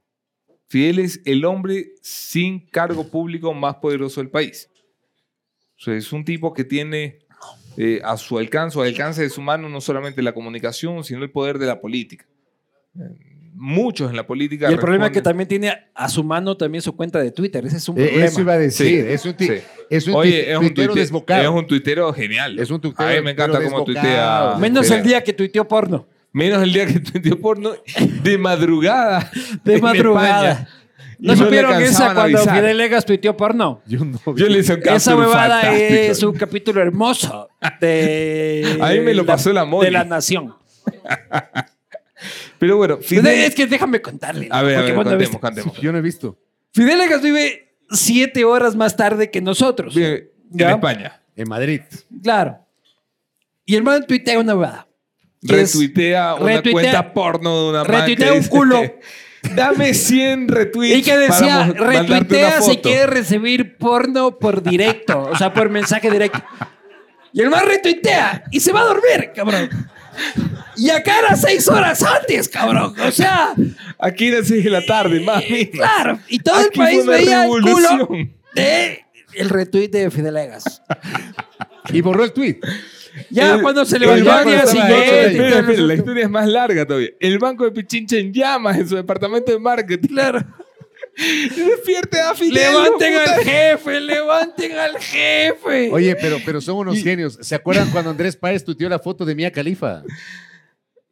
[SPEAKER 4] Fidel es el hombre sin cargo público más poderoso del país. O sea, es un tipo que tiene eh, a su alcance, o al alcance de su mano, no solamente la comunicación, sino el poder de la política. Eh, Muchos en la política.
[SPEAKER 2] Y el problema es que
[SPEAKER 4] responden-
[SPEAKER 2] también tiene a su mano también su cuenta de Twitter. Ese es un
[SPEAKER 5] Eh,
[SPEAKER 2] problema.
[SPEAKER 5] eso iba a decir.
[SPEAKER 4] Sí,
[SPEAKER 5] es un, ti-
[SPEAKER 4] sí.
[SPEAKER 5] es un ti-
[SPEAKER 4] Oye, es un,
[SPEAKER 5] tuitero
[SPEAKER 4] tuite-
[SPEAKER 5] desbocado.
[SPEAKER 4] es un tuitero genial.
[SPEAKER 5] Es un tuitero-
[SPEAKER 4] A mí me encanta
[SPEAKER 5] pero desbocado.
[SPEAKER 4] cómo tuitea.
[SPEAKER 2] Menos
[SPEAKER 4] Fidel.
[SPEAKER 2] el día que tuiteó porno.
[SPEAKER 4] Menos el día que tuiteó porno de madrugada.
[SPEAKER 2] De
[SPEAKER 4] en
[SPEAKER 2] madrugada.
[SPEAKER 4] España. Y
[SPEAKER 2] ¿No
[SPEAKER 4] le
[SPEAKER 2] supieron esa
[SPEAKER 4] alcanzaban a
[SPEAKER 2] cuando
[SPEAKER 4] avisar.
[SPEAKER 2] Fidel Legas tuiteó porno?
[SPEAKER 5] Yo no vi.
[SPEAKER 4] Yo le hice un
[SPEAKER 2] Esa
[SPEAKER 4] capture
[SPEAKER 2] huevada
[SPEAKER 4] fantástico.
[SPEAKER 2] es un capítulo hermoso de...
[SPEAKER 4] Ahí me lo
[SPEAKER 2] la-
[SPEAKER 4] pasó la Moni.
[SPEAKER 2] De la nación.
[SPEAKER 4] Pero bueno, Fidel...
[SPEAKER 2] Es que déjame contarle.
[SPEAKER 4] A ver, a
[SPEAKER 2] porque
[SPEAKER 4] ver,
[SPEAKER 2] cuando
[SPEAKER 4] cantemos,
[SPEAKER 2] viste-
[SPEAKER 4] cantemos.
[SPEAKER 5] Yo no he visto.
[SPEAKER 2] Fidel Legas vive siete horas más tarde que nosotros.
[SPEAKER 4] Bien, en
[SPEAKER 2] ¿Ya?
[SPEAKER 4] España.
[SPEAKER 5] En Madrid.
[SPEAKER 2] Claro. Y el man tuitea una huevada. que es-
[SPEAKER 4] Retuitea una
[SPEAKER 2] retuitea-
[SPEAKER 4] cuenta porno de una man
[SPEAKER 2] retuitea
[SPEAKER 4] que
[SPEAKER 2] un
[SPEAKER 4] dice,
[SPEAKER 2] culo.
[SPEAKER 4] Dame 100 retweets
[SPEAKER 2] Y que decía,
[SPEAKER 4] para mo- mandarte una
[SPEAKER 2] retuitea si
[SPEAKER 4] foto".
[SPEAKER 2] quieres recibir porno por directo, o sea, por mensaje directo. Y el man retuitea y se va a dormir, cabrón. Y acá era seis horas antes, cabrón. O sea,
[SPEAKER 4] Aquí era 6 de la tarde, mami.
[SPEAKER 2] claro. Y todo el
[SPEAKER 4] Aquí fue
[SPEAKER 2] país
[SPEAKER 4] una
[SPEAKER 2] veía el culo
[SPEAKER 4] revolución.
[SPEAKER 2] de el retweet de Fidel Egas.
[SPEAKER 5] Y borró el tweet.
[SPEAKER 2] Ya
[SPEAKER 4] El-
[SPEAKER 2] cuando se
[SPEAKER 4] el
[SPEAKER 2] le va el
[SPEAKER 4] banco
[SPEAKER 2] día
[SPEAKER 4] estaba-
[SPEAKER 2] siguiente. y todo
[SPEAKER 4] Espera,
[SPEAKER 2] el
[SPEAKER 4] espera, la
[SPEAKER 2] asunto.
[SPEAKER 4] historia es más larga todavía. El banco de Pichincha en llamas en su departamento de marketing.
[SPEAKER 2] Claro.
[SPEAKER 4] Despierte a Fidel.
[SPEAKER 2] Levanten
[SPEAKER 4] puta.
[SPEAKER 2] al jefe, levanten al jefe.
[SPEAKER 5] Oye, pero, pero son unos genios. ¿Se acuerdan cuando Andrés Páez tuiteó la foto de Mía Califa?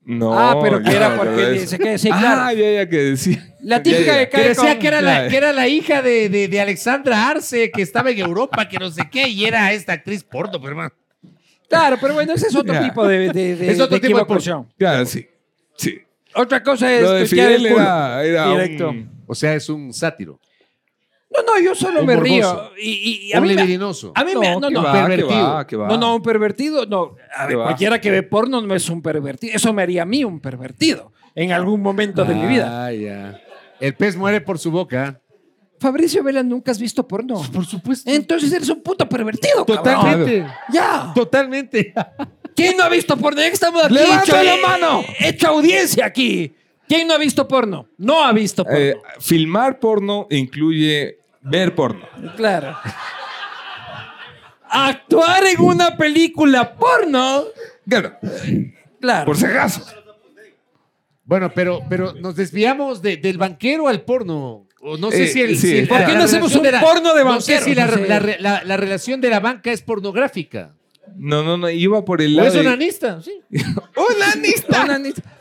[SPEAKER 4] No.
[SPEAKER 2] ah, pero que
[SPEAKER 4] yo
[SPEAKER 2] era
[SPEAKER 4] no me acuerdo
[SPEAKER 2] porque
[SPEAKER 4] de eso.
[SPEAKER 2] dice que sí,
[SPEAKER 4] Ah,
[SPEAKER 2] claro.
[SPEAKER 4] ya, ya, que decía.
[SPEAKER 2] La típica
[SPEAKER 4] Ya,
[SPEAKER 2] de
[SPEAKER 4] ya.
[SPEAKER 5] Que
[SPEAKER 2] cae
[SPEAKER 5] decía
[SPEAKER 2] con-
[SPEAKER 5] que era la, que era la hija de, de- de Alexandra Arce, que estaba en Europa, que no sé qué, y era esta actriz porno, pero hermano.
[SPEAKER 2] Claro, pero bueno, ese es otro
[SPEAKER 4] Ya.
[SPEAKER 2] tipo de, de, de-
[SPEAKER 5] Es otro
[SPEAKER 2] de
[SPEAKER 5] tipo de
[SPEAKER 2] equivocación.
[SPEAKER 4] Claro, sí. Sí.
[SPEAKER 2] Otra cosa es
[SPEAKER 4] Lo de
[SPEAKER 2] tuitear
[SPEAKER 4] Fidel
[SPEAKER 2] el culo.
[SPEAKER 4] era, era un-
[SPEAKER 2] Directo.
[SPEAKER 5] O sea, es un sátiro.
[SPEAKER 2] No, no, yo solo
[SPEAKER 5] Un
[SPEAKER 2] me
[SPEAKER 5] morboso.
[SPEAKER 2] río. Y, y- y a
[SPEAKER 5] Un
[SPEAKER 2] mí me-
[SPEAKER 5] libidinoso.
[SPEAKER 2] a mí me- no,
[SPEAKER 4] qué
[SPEAKER 2] no,
[SPEAKER 4] va,
[SPEAKER 5] pervertido.
[SPEAKER 4] qué va, qué va.
[SPEAKER 2] no, no, un pervertido, no. A ver,
[SPEAKER 4] va.
[SPEAKER 2] cualquiera que ve porno no es un pervertido. Eso me haría a mí un pervertido en algún momento de mi vida.
[SPEAKER 5] Ah, ya. El pez muere por su boca.
[SPEAKER 2] Fabricio Vela, ¿nunca has visto porno?
[SPEAKER 5] Pues, Por supuesto.
[SPEAKER 2] Entonces eres un puto pervertido, cabrón.
[SPEAKER 5] Totalmente.
[SPEAKER 2] Ya.
[SPEAKER 5] Totalmente.
[SPEAKER 2] ¿Quién no ha visto porno? Ya que estamos aquí.
[SPEAKER 4] ¡Levanta
[SPEAKER 2] hecho-
[SPEAKER 4] la mano!
[SPEAKER 2] Hecho audiencia aquí. ¿Quién no ha visto porno? No ha visto porno.
[SPEAKER 4] Eh, filmar porno incluye ver porno.
[SPEAKER 2] Claro. Actuar en una película porno.
[SPEAKER 4] Claro,
[SPEAKER 2] Claro.
[SPEAKER 4] por si acaso.
[SPEAKER 5] Bueno, pero, pero nos desviamos de- del banquero al porno. O no sé
[SPEAKER 4] Eh,
[SPEAKER 5] si el.
[SPEAKER 4] sí,
[SPEAKER 5] si el-
[SPEAKER 4] ¿Por
[SPEAKER 5] la
[SPEAKER 2] qué no hacemos
[SPEAKER 5] relación
[SPEAKER 2] un porno de
[SPEAKER 5] No sé
[SPEAKER 2] banqueros?
[SPEAKER 5] si la,
[SPEAKER 2] No sé.
[SPEAKER 5] la- la- la relación de la banca es pornográfica.
[SPEAKER 4] No, no, no, iba por el
[SPEAKER 5] O
[SPEAKER 4] lado.
[SPEAKER 5] es
[SPEAKER 4] de-
[SPEAKER 5] onanista, sí.
[SPEAKER 2] Onanista. Onanista.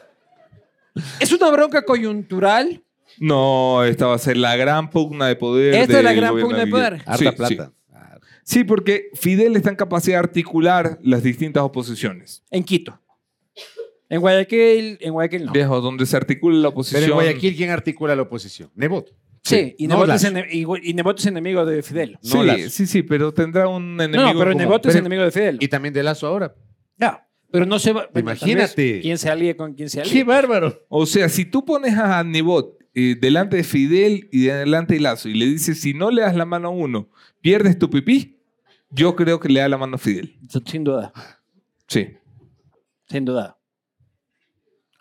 [SPEAKER 2] Es una bronca coyuntural.
[SPEAKER 4] No, esta va a ser la gran pugna de poder.
[SPEAKER 2] Esta es la
[SPEAKER 4] del
[SPEAKER 2] gran
[SPEAKER 4] gobierno
[SPEAKER 2] pugna de
[SPEAKER 4] Guillermo.
[SPEAKER 2] poder.
[SPEAKER 4] Sí, Sí. Sí, porque Fidel está en capacidad de articular las distintas oposiciones.
[SPEAKER 2] En Quito. En Guayaquil, en Guayaquil no.
[SPEAKER 4] Viejo, donde se articula la
[SPEAKER 5] Pero
[SPEAKER 4] oposición.
[SPEAKER 5] en Guayaquil, ¿quién articula la oposición? Nebot.
[SPEAKER 2] Sí, y
[SPEAKER 5] No,
[SPEAKER 2] Nebot,
[SPEAKER 5] la-
[SPEAKER 2] es ene- y Gu- y Nebot es enemigo de Fidel.
[SPEAKER 5] No
[SPEAKER 4] sí,
[SPEAKER 5] las-
[SPEAKER 4] sí, sí, pero tendrá un enemigo.
[SPEAKER 2] No, pero
[SPEAKER 4] común.
[SPEAKER 2] Nebot es
[SPEAKER 5] Pero-
[SPEAKER 2] enemigo de Fidel.
[SPEAKER 5] Y también de Lazo ahora.
[SPEAKER 2] No, pero no se va. bueno, tal vez
[SPEAKER 5] Imagínate.
[SPEAKER 2] ¿Quién se alía con quién se alía?
[SPEAKER 5] ¡Qué bárbaro!
[SPEAKER 4] O sea, si tú pones a Nebot eh, delante de Fidel y delante de Lazo y le dice, si no le das la mano a uno, pierdes tu pipí, yo creo que le da la mano a Fidel.
[SPEAKER 2] Sin duda,
[SPEAKER 4] Sí.
[SPEAKER 2] sin duda.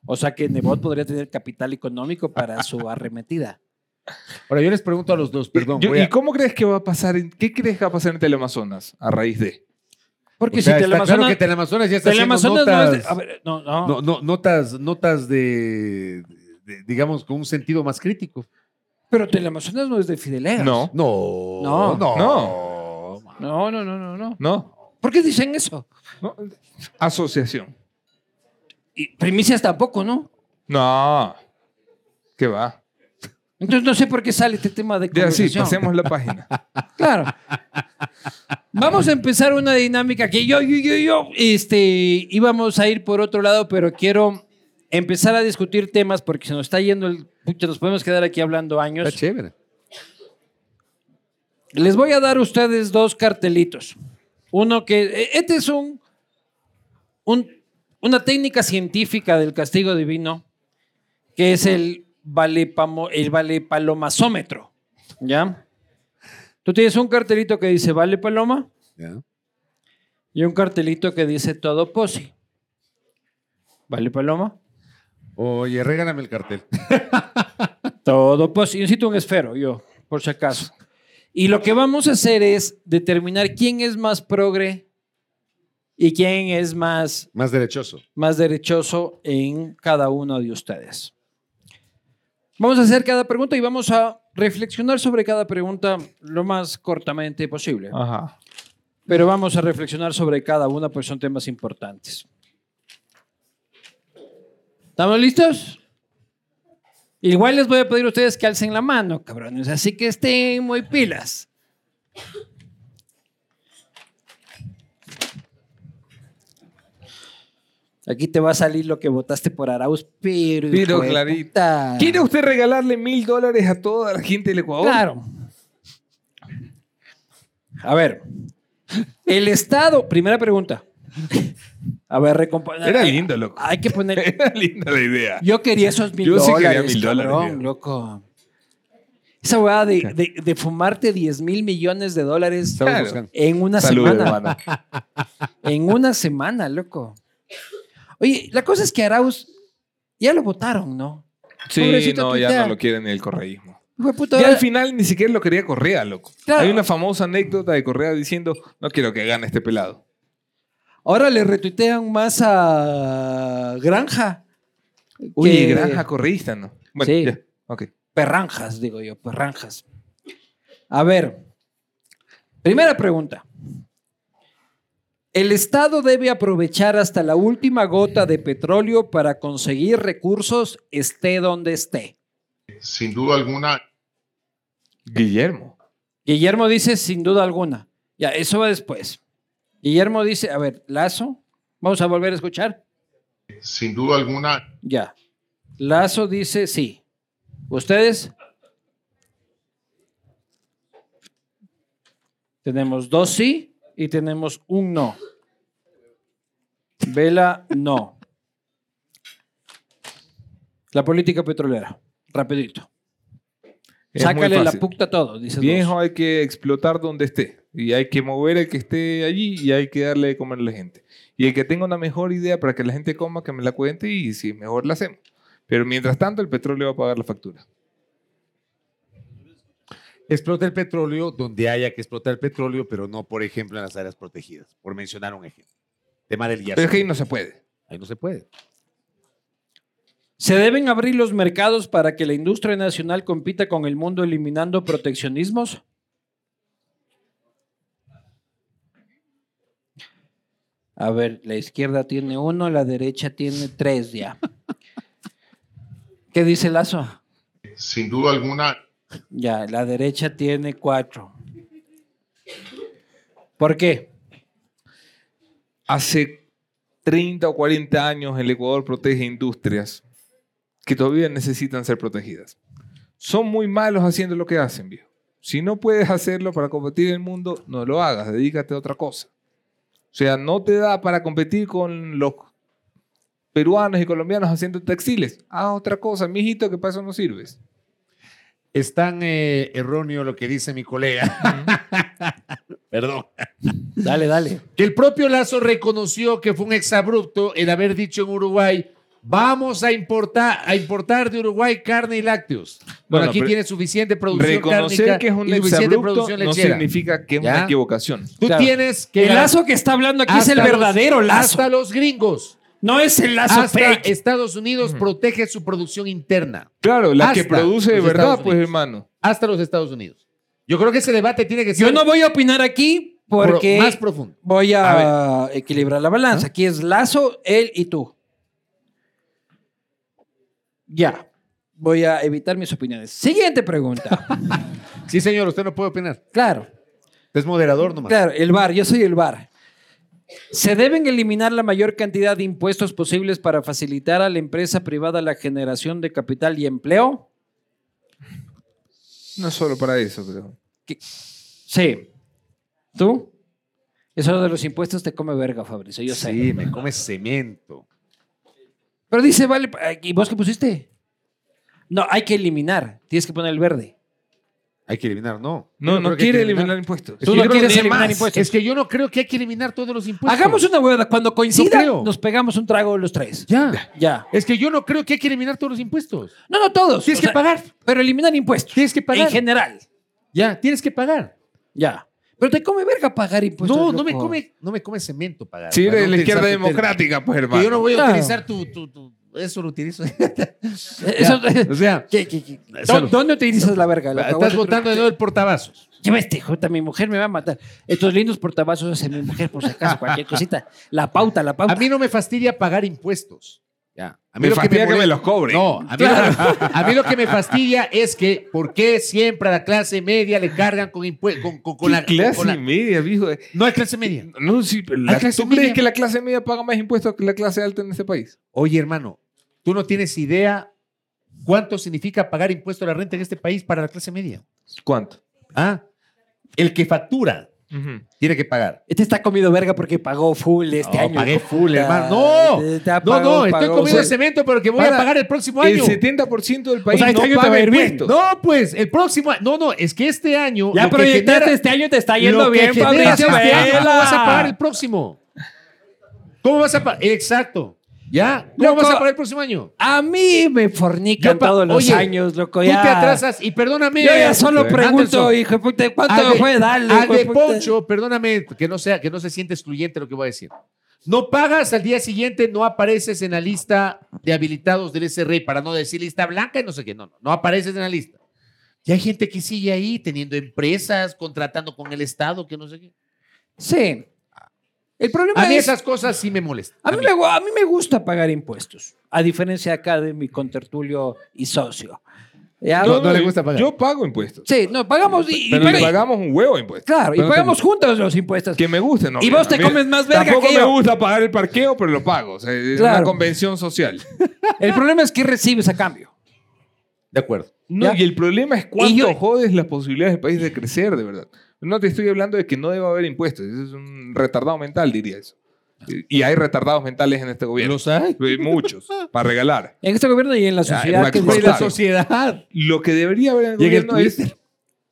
[SPEAKER 2] O sea que Nebot podría tener capital económico para su arremetida.
[SPEAKER 5] Ahora, yo les pregunto a los dos, perdón.
[SPEAKER 4] Yo-
[SPEAKER 5] voy a-
[SPEAKER 4] ¿Y cómo crees que va a pasar? en- ¿Qué crees que va a pasar en Teleamazonas a raíz de?
[SPEAKER 2] Porque
[SPEAKER 5] o sea,
[SPEAKER 2] si
[SPEAKER 5] está claro
[SPEAKER 2] Teleamazonas...
[SPEAKER 5] que Teleamazonas ya está
[SPEAKER 2] Teleamazonas
[SPEAKER 5] haciendo
[SPEAKER 2] no
[SPEAKER 5] notas,
[SPEAKER 2] es de- a ver, no, no.
[SPEAKER 5] no- no- notas, notas de, de- digamos, con un sentido más crítico.
[SPEAKER 2] Pero Teleamazonas no es de Fidelera.
[SPEAKER 4] No,
[SPEAKER 5] No,
[SPEAKER 2] No.
[SPEAKER 5] no.
[SPEAKER 2] No, no, no, no, no.
[SPEAKER 4] no.
[SPEAKER 2] ¿Por qué dicen eso?
[SPEAKER 4] no. Asociación.
[SPEAKER 2] Y primicias tampoco, ¿no?
[SPEAKER 4] No. ¿Qué va?
[SPEAKER 2] Entonces no sé por qué sale este tema de
[SPEAKER 4] Ya sí,
[SPEAKER 2] conversación.
[SPEAKER 4] pasemos la página.
[SPEAKER 2] Claro. Vamos a empezar una dinámica que yo, yo, yo, yo, este, íbamos a ir por otro lado, pero quiero empezar a discutir temas porque se nos está yendo el... pucha, nos podemos quedar aquí hablando años.
[SPEAKER 5] Está chévere.
[SPEAKER 2] Les voy a dar a ustedes dos cartelitos. Uno que. eh, Este es un, un- una técnica científica del castigo divino, que es el, valepamo- el valepalomazómetro. ¿Ya? Tú tienes un cartelito que dice vale paloma
[SPEAKER 5] ¿ya?
[SPEAKER 2] y un cartelito que dice todo posi. ¿Vale paloma?
[SPEAKER 5] Oye, regálame el cartel.
[SPEAKER 2] Todo pues, yo necesito un esfero, yo, por si acaso. Y lo que vamos a hacer es determinar quién es más progre y quién es más,
[SPEAKER 5] Más derechoso.
[SPEAKER 2] más derechoso en cada uno de ustedes. Vamos a hacer cada pregunta y vamos a reflexionar sobre cada pregunta lo más cortamente posible.
[SPEAKER 4] Ajá.
[SPEAKER 2] Pero vamos a reflexionar sobre cada una, pues son temas importantes. ¿Estamos listos? Igual les voy a pedir a ustedes que alcen la mano, cabrones, así que estén muy pilas. Aquí te va a salir lo que votaste por Arauz, pero...
[SPEAKER 4] Pero
[SPEAKER 2] hijo de
[SPEAKER 4] clarito.
[SPEAKER 2] puta.
[SPEAKER 4] ¿Quiere usted regalarle mil dólares a toda la gente del Ecuador?
[SPEAKER 2] Claro. A ver, el Estado, primera pregunta. A ver, recompa-
[SPEAKER 4] Era lindo, loco.
[SPEAKER 2] Hay que poner.
[SPEAKER 4] Era linda la idea.
[SPEAKER 2] Yo quería esos mil
[SPEAKER 4] Yo sí quería
[SPEAKER 2] dólares.
[SPEAKER 4] mil dólares,
[SPEAKER 2] cabrón,
[SPEAKER 4] tío.
[SPEAKER 2] loco. Esa weá de, de- de fumarte 10 mil millones de dólares
[SPEAKER 5] Estamos
[SPEAKER 4] Claro.
[SPEAKER 5] buscando.
[SPEAKER 2] en una
[SPEAKER 4] Salud,
[SPEAKER 2] semana.
[SPEAKER 4] hermano.
[SPEAKER 2] En una semana, loco. Oye, la cosa es que Arauz ya lo votaron, ¿no?
[SPEAKER 4] Sí,
[SPEAKER 2] Pobrecito
[SPEAKER 4] no, ya
[SPEAKER 2] Twitter.
[SPEAKER 4] no lo quiere ni el correísmo.
[SPEAKER 2] Hijo de puta,
[SPEAKER 4] Ya al
[SPEAKER 2] ahora-
[SPEAKER 4] final ni siquiera lo quería Correa, loco.
[SPEAKER 2] Claro.
[SPEAKER 4] Hay una famosa anécdota de Correa diciendo, no quiero que gane este pelado.
[SPEAKER 2] Ahora le retuitean más a Granja. que-
[SPEAKER 4] Oye, granja correísta, ¿no? Bueno,
[SPEAKER 2] Sí.
[SPEAKER 4] ya. Ok.
[SPEAKER 2] Perranjas, digo yo, perranjas. A ver, primera pregunta. ¿El Estado debe aprovechar hasta la última gota de petróleo para conseguir recursos, esté donde esté?
[SPEAKER 6] sin duda alguna,
[SPEAKER 4] Guillermo.
[SPEAKER 2] Guillermo dice, sin duda alguna. Ya, eso va después. Guillermo dice, a ver, Lazo, vamos a volver a escuchar.
[SPEAKER 6] sin duda alguna,
[SPEAKER 2] Ya. Lazo dice sí. ¿Ustedes? Tenemos dos sí y tenemos un no. Vela, no. La política petrolera. Rapidito.
[SPEAKER 4] Es
[SPEAKER 2] Sácale
[SPEAKER 4] muy
[SPEAKER 2] la
[SPEAKER 4] fácil.
[SPEAKER 2] pucta a todo, dice
[SPEAKER 4] Viejo, hay que explotar donde esté. Y hay que mover el que esté allí y hay que darle de comer a la gente. Y el que tenga una mejor idea para que la gente coma, que me la cuente y si es mejor la hacemos. Pero mientras tanto, el petróleo va a pagar la factura.
[SPEAKER 5] Explota el petróleo donde haya que explotar el petróleo, pero no, por ejemplo, en las áreas protegidas, por mencionar un ejemplo. Tema del
[SPEAKER 4] Pero
[SPEAKER 5] yazo.
[SPEAKER 4] es que ahí no se puede.
[SPEAKER 5] Ahí no se puede.
[SPEAKER 2] Se deben abrir los mercados para que la industria nacional compita con el mundo eliminando proteccionismos. A ver, la izquierda tiene uno, la derecha tiene tres ya. ¿Qué dice Lazo?
[SPEAKER 6] sin duda alguna,
[SPEAKER 2] Ya, la derecha tiene cuatro. ¿Por qué?
[SPEAKER 4] Hace 30 o 40 años el Ecuador protege industrias que todavía necesitan ser protegidas. Son muy malos haciendo lo que hacen, viejo. Si no puedes hacerlo para competir en el mundo, no lo hagas, dedícate a otra cosa. O sea, no te da para competir con los Ah, peruanos y colombianos haciendo textiles. Haz otra cosa, mijito, que para eso no sirves.
[SPEAKER 5] Es tan eh, erróneo lo que dice mi colega. Perdón.
[SPEAKER 2] Dale, dale.
[SPEAKER 5] Que el propio Lazo reconoció que fue un exabrupto el haber dicho en Uruguay, vamos a importar, a importar de Uruguay carne y lácteos. Bueno,
[SPEAKER 4] Bueno,
[SPEAKER 5] aquí
[SPEAKER 4] pero
[SPEAKER 5] tiene suficiente producción
[SPEAKER 4] Reconocer
[SPEAKER 5] cárnica
[SPEAKER 4] que es un
[SPEAKER 5] y suficiente
[SPEAKER 4] exabrupto
[SPEAKER 5] producción
[SPEAKER 4] no
[SPEAKER 5] lechera.
[SPEAKER 4] significa que es
[SPEAKER 5] ¿Ya?
[SPEAKER 4] una equivocación.
[SPEAKER 5] Tú
[SPEAKER 2] Claro.
[SPEAKER 5] tienes que...
[SPEAKER 2] El lazo que está hablando aquí es
[SPEAKER 5] hasta
[SPEAKER 2] el
[SPEAKER 5] los-
[SPEAKER 2] verdadero lazo.
[SPEAKER 5] Hasta los gringos.
[SPEAKER 2] No es el lazo
[SPEAKER 5] Hasta
[SPEAKER 2] fake.
[SPEAKER 5] Estados Unidos protege su producción interna.
[SPEAKER 4] Claro, la que
[SPEAKER 5] Hasta
[SPEAKER 4] produce de
[SPEAKER 5] los
[SPEAKER 4] verdad,
[SPEAKER 5] Estados
[SPEAKER 4] pues
[SPEAKER 5] Unidos.
[SPEAKER 4] hermano.
[SPEAKER 5] Hasta los Estados Unidos. Yo creo que ese debate tiene que ser
[SPEAKER 2] Yo no voy a opinar aquí
[SPEAKER 5] pro-
[SPEAKER 2] porque
[SPEAKER 5] más profundo.
[SPEAKER 2] voy a, equilibrar la balanza. Aquí es lazo, él y tú. Ya. Voy a evitar mis opiniones. Siguiente pregunta.
[SPEAKER 5] Sí, señor, usted no puede opinar.
[SPEAKER 2] claro.
[SPEAKER 5] Usted es moderador nomás.
[SPEAKER 2] Claro, el bar, yo soy el bar. ¿Se deben eliminar la mayor cantidad de impuestos posibles para facilitar a la empresa privada la generación de capital y empleo?
[SPEAKER 4] No solo para eso, pero.
[SPEAKER 2] Sí. ¿Tú? Eso de los impuestos te come verga, Fabricio, yo sé.
[SPEAKER 5] Sí, me come cemento.
[SPEAKER 2] Pero dice, vale, eh, ¿y vos qué pusiste? No, hay que eliminar, tienes que poner el verde.
[SPEAKER 5] Hay que eliminar, no.
[SPEAKER 4] No,
[SPEAKER 5] Yo creo
[SPEAKER 4] no
[SPEAKER 5] que hay
[SPEAKER 4] quiere
[SPEAKER 5] que
[SPEAKER 4] eliminar impuestos.
[SPEAKER 2] Tú no
[SPEAKER 5] que yo creo
[SPEAKER 2] quieres
[SPEAKER 5] que
[SPEAKER 2] eliminar
[SPEAKER 5] más.
[SPEAKER 2] impuestos.
[SPEAKER 5] Es que yo no creo que hay que eliminar todos los impuestos.
[SPEAKER 2] Hagamos una huevada, cuando coincida,
[SPEAKER 5] creo.
[SPEAKER 2] nos pegamos un trago los tres.
[SPEAKER 5] Ya.
[SPEAKER 2] Ya.
[SPEAKER 5] Es que yo no creo que hay que eliminar todos los impuestos.
[SPEAKER 2] No, no todos.
[SPEAKER 5] Tienes
[SPEAKER 2] o
[SPEAKER 5] que
[SPEAKER 2] sea,
[SPEAKER 5] pagar.
[SPEAKER 2] Pero eliminar impuestos.
[SPEAKER 5] Tienes que pagar.
[SPEAKER 2] En general.
[SPEAKER 5] Ya, tienes que pagar.
[SPEAKER 2] Ya. Pero te come verga pagar impuestos.
[SPEAKER 5] no, no
[SPEAKER 2] Pues
[SPEAKER 5] me,
[SPEAKER 2] loco.
[SPEAKER 5] come, no me come cemento pagar.
[SPEAKER 4] Sí,
[SPEAKER 5] Para
[SPEAKER 4] de
[SPEAKER 5] no
[SPEAKER 4] la
[SPEAKER 5] utilizar
[SPEAKER 4] izquierda
[SPEAKER 5] tu término.
[SPEAKER 4] democrática, pues hermano.
[SPEAKER 5] Que yo no voy a
[SPEAKER 2] Claro.
[SPEAKER 5] utilizar tu, tu- tu- Eso lo utilizo.
[SPEAKER 2] Eso-
[SPEAKER 5] O sea,
[SPEAKER 2] ¿Qué, qué, qué?
[SPEAKER 5] Eso
[SPEAKER 2] ¿Dó- ¿Dónde utilizas la verga? La
[SPEAKER 5] estás
[SPEAKER 2] caguata-
[SPEAKER 5] votando de nuevo el portavasos.
[SPEAKER 2] Lleva este jota, mi mujer me va a matar. Estos lindos portavasos hacen mi mujer, por si acaso, cualquier cosita. La pauta, la pauta.
[SPEAKER 5] A mí no me fastidia pagar impuestos. Ya. A
[SPEAKER 4] Me
[SPEAKER 5] lo que
[SPEAKER 4] fastidia que
[SPEAKER 5] molesta-
[SPEAKER 4] me los cobre.
[SPEAKER 5] No, a mí, lo, que- a mí lo que me fastidia es que ¿por qué siempre a la clase media le cargan con impuestos? Con, con- con la,
[SPEAKER 4] ¿Qué clase
[SPEAKER 5] con la-
[SPEAKER 4] media, viejo.
[SPEAKER 5] no hay clase media.
[SPEAKER 4] No, sí, pero la-
[SPEAKER 5] ¿Hay clase
[SPEAKER 4] ¿Tú crees
[SPEAKER 5] media?
[SPEAKER 4] que la clase media paga más impuestos que la clase alta en este país?
[SPEAKER 5] Oye, hermano, tú no tienes idea cuánto significa pagar impuesto a la renta en este país para la clase media.
[SPEAKER 4] ¿Cuánto?
[SPEAKER 5] Ah, el que factura tiene que pagar.
[SPEAKER 2] Este está comido verga porque pagó full este
[SPEAKER 5] No,
[SPEAKER 2] año.
[SPEAKER 5] pagué
[SPEAKER 2] hijo
[SPEAKER 5] full,
[SPEAKER 2] puta.
[SPEAKER 5] hermano. No,
[SPEAKER 2] Este ha
[SPEAKER 5] No,
[SPEAKER 2] pagado,
[SPEAKER 5] no, estoy
[SPEAKER 2] pagó.
[SPEAKER 5] comiendo
[SPEAKER 2] O sea,
[SPEAKER 5] cemento, pero que voy
[SPEAKER 4] para
[SPEAKER 5] a pagar el próximo
[SPEAKER 4] El
[SPEAKER 5] año.
[SPEAKER 4] 70% del
[SPEAKER 5] O
[SPEAKER 4] país
[SPEAKER 5] sea, este
[SPEAKER 4] no
[SPEAKER 5] año te va
[SPEAKER 4] paga
[SPEAKER 5] a ir bien.
[SPEAKER 4] impuestos.
[SPEAKER 5] No, pues, el próximo año. No, no, es que este año.
[SPEAKER 2] Ya
[SPEAKER 5] lo que
[SPEAKER 2] proyectaste
[SPEAKER 5] genera-
[SPEAKER 2] este año, te está
[SPEAKER 5] Lo
[SPEAKER 2] yendo
[SPEAKER 5] que
[SPEAKER 2] bien,
[SPEAKER 5] generas
[SPEAKER 2] Fabricio.
[SPEAKER 5] este año, ¿Cómo
[SPEAKER 2] vela.
[SPEAKER 5] vas a pagar el próximo? ¿Cómo vas a pagar? Exacto. ¿Ya? ¿Cómo
[SPEAKER 2] Loco,
[SPEAKER 5] vas a pagar el próximo año?
[SPEAKER 2] A mí me fornican
[SPEAKER 5] Yo pa-
[SPEAKER 2] todos los
[SPEAKER 5] Oye,
[SPEAKER 2] años, loco.
[SPEAKER 5] Tú te
[SPEAKER 2] ya.
[SPEAKER 5] atrasas y perdóname.
[SPEAKER 2] Yo ya solo
[SPEAKER 5] Anderson,
[SPEAKER 2] pregunto, hijo de puta, ¿cuánto
[SPEAKER 5] al de-
[SPEAKER 2] fue? Dale.
[SPEAKER 5] al
[SPEAKER 2] hijo
[SPEAKER 5] de
[SPEAKER 2] puta.
[SPEAKER 5] Poncho, perdóname, que no, sea, que no se siente excluyente lo que voy a decir. No pagas al día siguiente, no apareces en la lista de habilitados del SRI, para no decir lista blanca y no sé qué. No, no, no apareces en la lista. Y hay gente que sigue ahí teniendo empresas, contratando con el Estado, que no sé qué.
[SPEAKER 2] Sí. El problema
[SPEAKER 5] A mí
[SPEAKER 2] es.
[SPEAKER 5] esas cosas sí me molestan.
[SPEAKER 2] A mí, me, gu- a mí me gusta pagar impuestos, a diferencia acá de mi contertulio y socio. ¿Ya?
[SPEAKER 5] No, no le gusta pagar.
[SPEAKER 4] Yo pago impuestos.
[SPEAKER 2] Sí, no, pagamos y, y
[SPEAKER 4] Pero le
[SPEAKER 2] pag-
[SPEAKER 4] pagamos un huevo de impuestos.
[SPEAKER 2] claro, y
[SPEAKER 4] Pero no
[SPEAKER 2] pagamos
[SPEAKER 4] tengo-
[SPEAKER 2] juntos los impuestos.
[SPEAKER 4] Que me guste, ¿no?
[SPEAKER 2] Y vos
[SPEAKER 4] mira,
[SPEAKER 2] te
[SPEAKER 4] mira,
[SPEAKER 2] comes más verga
[SPEAKER 4] Tampoco
[SPEAKER 2] que
[SPEAKER 4] me
[SPEAKER 2] yo.
[SPEAKER 4] gusta pagar el parqueo, pero lo pago. O sea, es
[SPEAKER 2] Claro.
[SPEAKER 4] una convención social.
[SPEAKER 2] El problema es que recibes a cambio.
[SPEAKER 5] De acuerdo.
[SPEAKER 4] No,
[SPEAKER 2] ¿Ya?
[SPEAKER 4] y el problema es cuánto
[SPEAKER 2] yo-
[SPEAKER 4] jodes las posibilidades del país de crecer, de verdad. No te estoy hablando de que no deba haber impuestos. Eso es un retardado mental, diría eso. Y y hay retardados mentales en este gobierno.
[SPEAKER 5] ¿Los hay?
[SPEAKER 4] Eh, Muchos. para regalar.
[SPEAKER 2] En este gobierno y en la sociedad.
[SPEAKER 4] Max
[SPEAKER 2] que es-
[SPEAKER 4] Cortázar.
[SPEAKER 5] la sociedad.
[SPEAKER 4] Lo que debería haber en el
[SPEAKER 5] Llega el
[SPEAKER 4] gobierno es